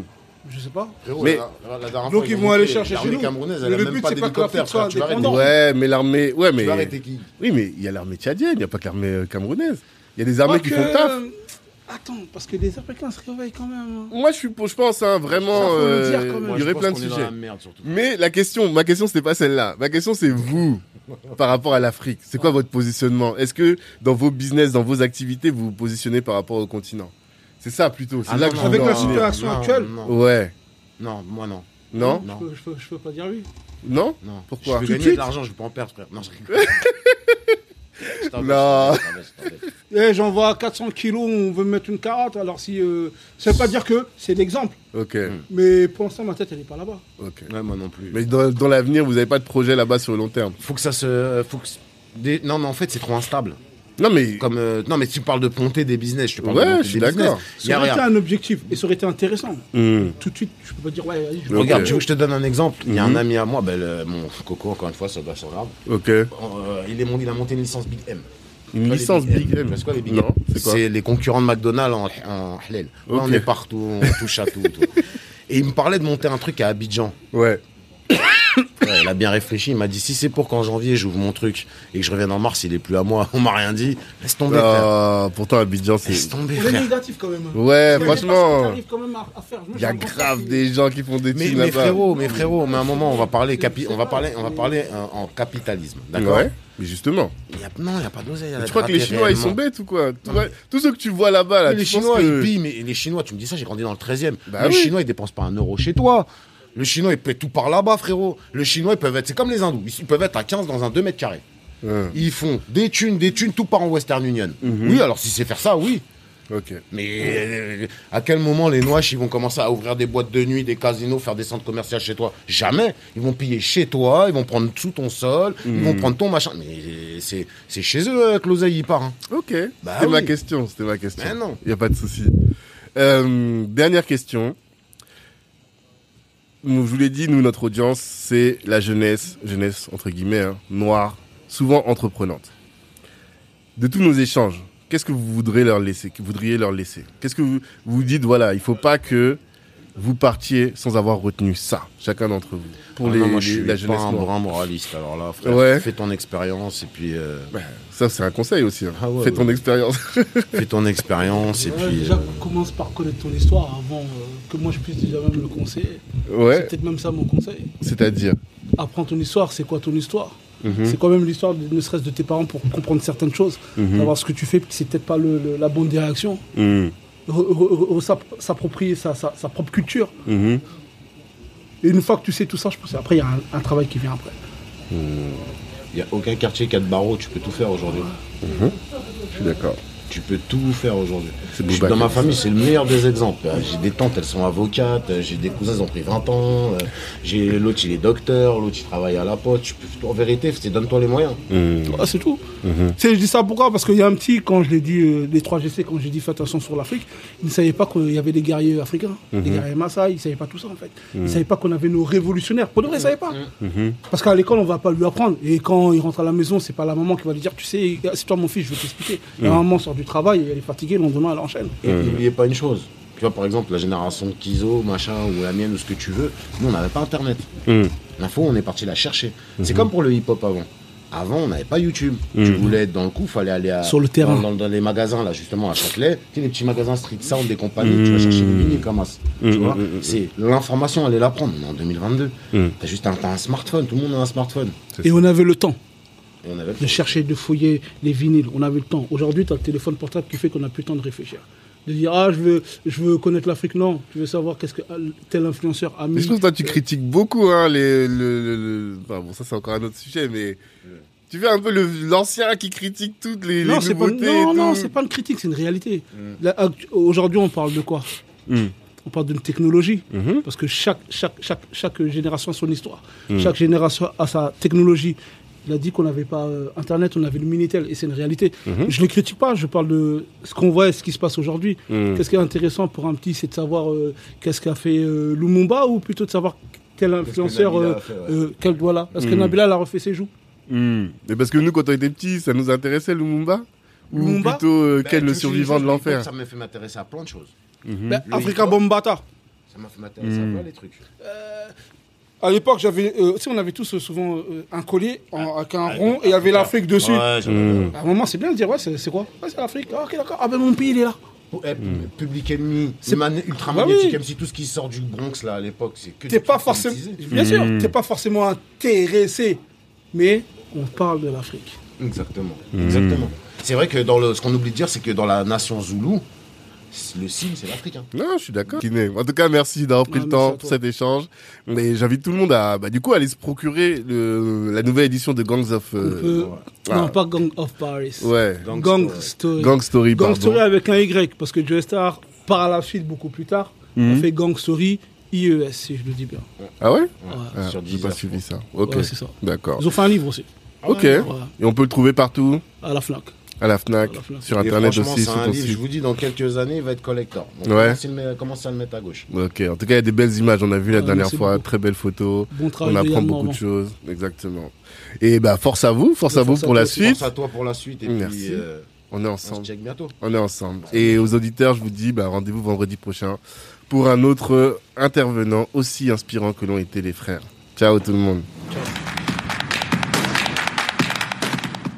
S2: Je sais pas.
S3: Frérot,
S1: Mais-
S3: la- la- la dernière
S2: Donc,
S3: fois,
S2: ils vont
S3: ont
S2: aller
S3: monté
S2: chercher chez
S3: l'armée
S2: nous.
S3: camerounaise,
S2: Le
S3: elle a
S2: but,
S3: même pas
S2: c'est pas que l'Afrique
S3: d'hélicoptère.
S2: soit
S3: frère, Tu vas arrêter-
S2: indépendante.
S1: Ouais, mais l'armée. Ouais, mais.
S3: tu vas arrêter qui
S1: Oui, mais il y a l'armée tchadienne, il n'y a pas que l'armée euh, camerounaise. Il y a des armées qui
S2: Quoique,
S1: font taf.
S2: euh, Attends, parce que les Africains se réveillent quand même. hein.
S1: Moi, je, suis, pour- je pense, hein, vraiment,
S2: Ça, faut le dire,
S1: euh,
S2: quand même.
S1: il
S2: Moi,
S1: y
S3: je
S1: aurait
S3: pense
S1: plein de
S3: qu'on est dans
S1: sujets.
S3: la merde, surtout.
S1: Mais la question, ma question, c'était pas celle-là. Ma question, c'est vous, par rapport à l'Afrique. C'est quoi votre positionnement Est-ce que dans vos business, dans vos activités, vous vous positionnez par rapport au continent C'est ça plutôt. C'est
S3: Ah
S1: là
S3: non,
S1: que je
S3: non,
S1: voulais
S2: Avec la
S1: en venir.
S2: situation
S3: non,
S2: actuelle.
S3: Non,
S1: Ouais.
S3: non, moi non.
S1: Non
S2: Je peux, je peux- je peux pas dire oui.
S1: Non
S3: Non.
S1: Pourquoi
S3: Je
S1: Tout de
S3: veux gagner de
S1: suite
S3: l'argent, je veux pas en perdre, frère. Non, je rigole. Je t'embête,
S1: Non.
S3: je t'embête, je t'embête.
S2: Eh, J'envoie 400 kilos, on veut me mettre une carotte. Alors si. euh, Ça veut pas dire que c'est l'exemple.
S1: Ok,
S2: Mais pour l'instant, ma tête, elle est pas là-bas.
S1: ok.
S3: Ouais, moi non plus.
S1: Mais dans, dans l'avenir, vous n'avez pas de projet là-bas sur le long terme.
S3: Faut que ça se. Faut que... des- Non, mais en fait, c'est trop instable.
S1: Non, mais.
S3: Comme, euh, Non, mais tu parles de ponter des business. Je te parle
S1: Ouais,
S3: de ponter
S1: je suis
S3: des business.
S1: d'accord.
S3: Il y
S2: Ça
S3: a
S2: aurait été
S3: rien.
S2: un objectif et ça aurait été intéressant.
S1: Hmm.
S2: Tout de suite, je peux pas dire ouais, vas-y, je
S1: Ok.
S3: Regarde, tu veux que je te donne un exemple Il y a un ami à moi, ben, le- mon coco, encore une fois, ça doit s'en grave.
S1: Ok.
S3: Euh, il, est mon- il a monté une licence Big M.
S1: Une
S3: Les
S1: licence Big M.
S3: C'est quoi les Big
S1: Non,
S3: M hein
S1: c'est quoi
S3: C'est les concurrents de McDonald's en, en halal. Là,
S1: Ok.
S3: On est partout, on touche à tout. tout. Et il me parlait de monter un truc à Abidjan.
S1: Ouais.
S3: Ouais, il a bien réfléchi. Il m'a dit si c'est pour qu'en janvier j'ouvre mon truc et que je revienne en mars, il est plus à moi. On m'a rien dit. Laisse tomber, frère.
S1: Ah, pourtant, Abidjan,
S3: Laisse
S1: c'est.
S3: tomber,
S2: On est
S3: frère.
S2: négatif quand même. hein.
S1: Ouais,
S2: Il y a des passes qui
S1: franchement.
S2: arrivent quand même à- à faire. Je me
S1: Il y a
S2: suis rendu compte
S1: grave
S2: que-
S1: des gens qui font des
S3: Mais,
S1: teams
S3: mais
S1: là-bas.
S3: frérot, mais frérot, mais à un moment on va parler capi-
S2: C'est
S3: on va
S2: pas-
S3: parler, on va parler euh, en capitalisme, d'accord
S1: Ouais. Mais justement.
S3: Il y a- Non, il n'y a pas d'oseille. à la
S1: Tu crois que les
S3: gratter
S1: Chinois, ils
S3: réellement.
S1: sont bêtes ou quoi Tu vois, Tout ce que tu vois là-bas, là,
S3: Mais les
S1: Ah, tu penses
S3: Chinois,
S1: que-
S3: ils pillent, mais les Chinois, tu me dis ça, j'ai grandi dans le 13 e
S1: Bah
S3: Les
S1: oui.
S3: Chinois, ils dépensent pas un euro chez toi. Le Chinois, ils paient tout par là-bas, frérot. Le Chinois, ils peuvent être, c'est comme les Hindous, ils peuvent être à 15 dans un 2 mètres carrés.
S1: Hein,
S3: Ils font des thunes, des thunes, tout part en Western Union.
S1: Mhm.
S3: Oui, alors si c'est faire ça, oui.
S1: Ok.
S3: Mais euh, à quel moment les Noirs ils vont commencer à ouvrir des boîtes de nuit, des casinos, faire des centres commerciaux chez toi Jamais. Ils vont piller chez toi, ils vont prendre sous ton sol, ils
S1: Mhm.
S3: vont prendre ton machin. Mais euh, c'est c'est chez eux euh, que l'oseille y part. hein.
S1: Ok.
S3: Bah
S1: c'était ma
S3: oui.
S1: question. C'était ma question.
S3: Mais non.
S1: Il n'y a pas de souci. Euh, dernière question. Nous, Je vous l'ai dit, nous, notre audience, c'est la jeunesse, jeunesse entre guillemets, hein, noire, souvent entreprenante. De tous nos échanges, qu'est-ce que vous voudrez leur laisser que voudriez leur laisser Qu'est-ce que vous vous dites Voilà, il ne faut pas que vous partiez sans avoir retenu ça, chacun d'entre vous, pour
S3: Ah
S1: les,
S3: non, moi,
S1: les-
S3: je suis
S1: la jeunesse
S3: pas un
S1: noire.
S3: brin moraliste. Alors là, frère,
S1: Ouais. Bah.
S3: fais ton expérience et puis euh,
S1: Ça, c'est un conseil aussi. hein.
S3: Ah ouais,
S1: Fais
S3: ouais.
S1: ton expérience.
S3: fais ton expérience et
S2: Ouais,
S3: puis.
S2: déjà,
S3: euh,
S2: commence par connaître ton histoire avant euh, que moi je puisse déjà même le conseiller. C'est
S1: ouais,
S2: peut-être même ça mon conseil.
S1: c'est-à-dire.
S2: Apprends ton histoire, c'est quoi ton histoire
S1: Mhm.
S2: C'est quoi même l'histoire, de- ne serait-ce de tes parents, pour comprendre certaines choses, savoir ce que tu fais, puis que c'est peut-être pas le- le- la bonne direction.
S1: Mhm.
S2: Re- re- re- s'app- S'approprier sa, sa- sa propre culture.
S1: Mhm.
S2: Et une fois que tu sais tout ça, je pense après, il y a un, un travail qui vient après.
S3: Il n'y a aucun quartier qui a de barreaux, tu peux tout faire aujourd'hui.
S1: Je suis d'accord.
S3: Tu peux tout faire aujourd'hui.
S1: C'est
S3: Je suis-
S1: Boubacar.
S3: Dans ma famille, c'est le meilleur des exemples. Euh, J'ai des tantes, elles sont avocates, euh, j'ai des cousins, ils ont pris 20 ans, euh, j'ai l'autre, il est docteur, l'autre, il travaille à la poste. Tu peux- En vérité, c'est donne-toi les moyens.
S2: Voilà, c'est tout. C'est- Je dis ça pourquoi Parce qu'il y a un petit, quand je l'ai dit, euh, les 3 GC, quand j'ai dit fais attention sur l'Afrique, ils ne savaient pas qu'il y avait des guerriers africains, des guerriers Maasai, ils ne savaient pas tout ça en fait. Ils ne savaient pas qu'on avait nos révolutionnaires. Pour de vrai, ils ne savaient pas. Parce qu'à l'école, on ne va pas lui apprendre. Et quand il rentre à la maison, c'est pas la maman qui va lui dire, tu sais, c'est toi mon fils, je vais t'expliquer. La maman sort du travail, elle est fatiguée, le lendemain, elle enchaîne.
S3: Et n'oubliez pas une chose. Tu vois, par exemple, la génération Kizo, machin, ou la mienne, ou ce que tu veux, nous, on n'avait pas Internet. L'info, on est parti la chercher. C'est comme pour le hip-hop avant. Avant, on n'avait pas YouTube. Tu voulais être dans le coup, fallait aller à,
S2: Sur le terrain.
S3: Dans, dans- dans les magasins, là, justement, à Châtelet. Tu sais, les petits magasins Street Sound des compagnies, tu vas chercher une mini comme as. Tu vois, c'est l'information, allait la prendre. On est en 2022. T'as juste un, t'as un smartphone, tout le monde a un smartphone.
S2: Et on avait le temps.
S3: Et on avait le
S2: de
S3: temps.
S2: chercher, de fouiller les vinyles. On avait le temps. Aujourd'hui, tu as le téléphone portable qui fait qu'on n'a plus le temps de réfléchir. De dire, ah, je veux, je veux connaître l'Afrique. Non, tu veux savoir qu'est-ce que ah, tel influenceur a
S6: Mais
S2: mis.
S6: je trouve que toi, tu critiques beaucoup, hein, les, le, le- le- enfin, bon, ça, c'est encore un autre sujet, mais tu fais un peu le- l'ancien qui critique toutes les,
S2: Non,
S6: les
S2: c'est pas,
S6: nouveautés.
S2: non,
S6: et
S2: non,
S6: tout. Mm.
S2: c'est pas une critique, c'est une réalité. Là, actu- Aujourd'hui, on parle de quoi
S1: Mm.
S2: On parle d'une technologie.
S6: Mm-hmm.
S1: Mhm.
S2: Parce que chaque, chaque, chaque, chaque génération a son histoire.
S6: Mm.
S2: Chaque génération a sa technologie. Il a dit qu'on n'avait pas euh, Internet, on avait le Minitel, et c'est une réalité.
S6: Mm-hmm.
S2: Je ne le critique pas, je parle de ce qu'on voit et ce qui se passe aujourd'hui.
S6: Mm.
S1: Mhm.
S2: Qu'est-ce qui est intéressant pour un petit, c'est de savoir euh, qu'est-ce qu'a fait euh, Lumumba, ou plutôt de savoir quel influenceur,
S3: Nabila
S2: euh,
S3: a fait, ouais.
S2: euh, quel voilà. Est-ce
S6: Mm.
S2: que
S1: Mhm.
S2: Nabila elle a refait ses joues
S1: Hmm.
S6: Mais parce que nous, quand on était petits, ça nous intéressait, Lumumba Ou
S2: Lumumba
S6: plutôt, euh,
S3: Ben,
S6: Ken,
S3: je
S6: le
S3: me suis dit,
S6: survivant
S3: ça,
S6: de l'enfer
S3: Ça m'a fait m'intéresser à plein de choses.
S6: Mm-hmm.
S2: Ben, Africa Bombata.
S3: Ça m'a fait m'intéresser à plein des trucs.
S2: À l'époque, j'avais, euh, tu sais, on avait tous euh, souvent euh, un collier
S6: Ah,
S2: en- avec un rond et il y avait l'Afrique dessus.
S3: Ouais, j'avais-
S2: À un moment, c'est bien de dire, ouais, c'est c'est quoi Ouais, c'est l'Afrique. Ah, ok, d'accord. Ah, ben mon pays, il est là.
S3: Eh,
S6: Hmm.
S3: Public Enemy,
S2: C'est-
S3: c'est ultra
S2: Bah
S6: Ah
S3: magnétique,
S2: oui.
S3: MC, tout ce qui sort du Bronx là à l'époque, c'est que.
S2: T'es
S3: des
S2: pas
S3: trucs
S2: forcément,
S3: politisés.
S2: bien sûr,
S6: Hmm.
S2: t'es pas forcément intéressé, mais on parle de l'Afrique.
S3: Exactement.
S6: Hmm.
S3: Exactement. C'est vrai que dans le, ce qu'on oublie de dire, c'est que dans la nation zoulou, c'est- le signe c'est l'Afrique. hein.
S6: Non, je suis d'accord. Kiné. En tout cas, merci d'avoir
S2: Ouais,
S6: pris le
S2: merci
S6: temps
S2: à
S6: pour
S2: toi.
S6: cet échange. Mais j'invite tout le monde à, bah, du coup, aller se procurer le- la nouvelle édition de Gangs of. euh,
S2: Euh, Non,
S6: ah.
S2: pas Gang of Paris.
S6: ouais.
S3: Gang
S2: Gang
S3: Story.
S2: Story.
S6: Gang Story,
S2: Gang
S6: pardon.
S2: Story avec un Y, parce que Joe Star, par la suite, beaucoup plus tard,
S6: Hmm.
S2: a fait Gang Story IES, si je le dis bien.
S6: Ah ouais?
S2: Ouais.
S6: Ah,
S3: Sur
S6: j'ai
S3: 10
S6: pas
S3: heures.
S6: suivi ça. Ok.
S2: Ouais, c'est ça.
S6: D'accord.
S2: Ils ont fait un livre aussi,
S6: Ok.
S2: voilà,
S6: Et on peut le trouver partout,
S2: à la FNAC.
S6: à la Fnac,
S2: À la Fnac.
S6: sur
S3: Et
S6: internet
S3: franchement,
S6: aussi,
S3: c'est
S6: sur
S3: un
S6: ton
S3: livre, je
S6: site.
S3: vous dis, dans quelques années, il va être collector. Donc,
S6: Ouais.
S3: commencez, à le mettre- commencez à le mettre à gauche.
S6: Ok, en tout cas, il y a des belles images. On a vu la
S2: Ouais,
S6: dernière
S2: merci
S6: fois,
S2: beaucoup.
S6: très belles photos.
S2: Bon travail
S6: On
S2: de
S6: apprend
S2: Yann
S6: beaucoup
S2: Morvan.
S6: de choses, exactement. Et bah, force à vous, force
S2: Ouais,
S6: à vous
S2: force à
S6: pour
S2: toi
S6: la
S2: aussi,
S6: suite.
S3: Pense à toi pour la suite et
S6: Merci.
S3: puis euh,
S6: On est
S3: on se
S6: ensemble.
S3: check bientôt.
S6: On est ensemble. Et aux auditeurs, je vous dis, bah, rendez-vous vendredi prochain pour un autre euh, intervenant aussi inspirant que l'ont été les frères. Ciao tout le monde.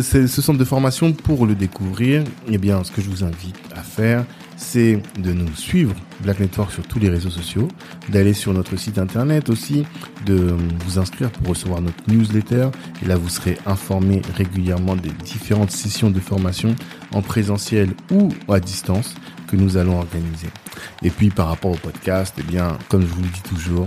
S6: C'est ce centre de formation pour le découvrir. Eh bien, ce que je vous invite à faire, c'est de nous suivre Black Network sur tous les réseaux sociaux, d'aller sur notre site internet aussi, de euh, vous inscrire pour recevoir notre newsletter. Et là, vous serez informé régulièrement des différentes sessions de formation en présentiel ou à distance que nous allons organiser. Et puis, par rapport au podcast, eh bien, comme je vous le dis toujours,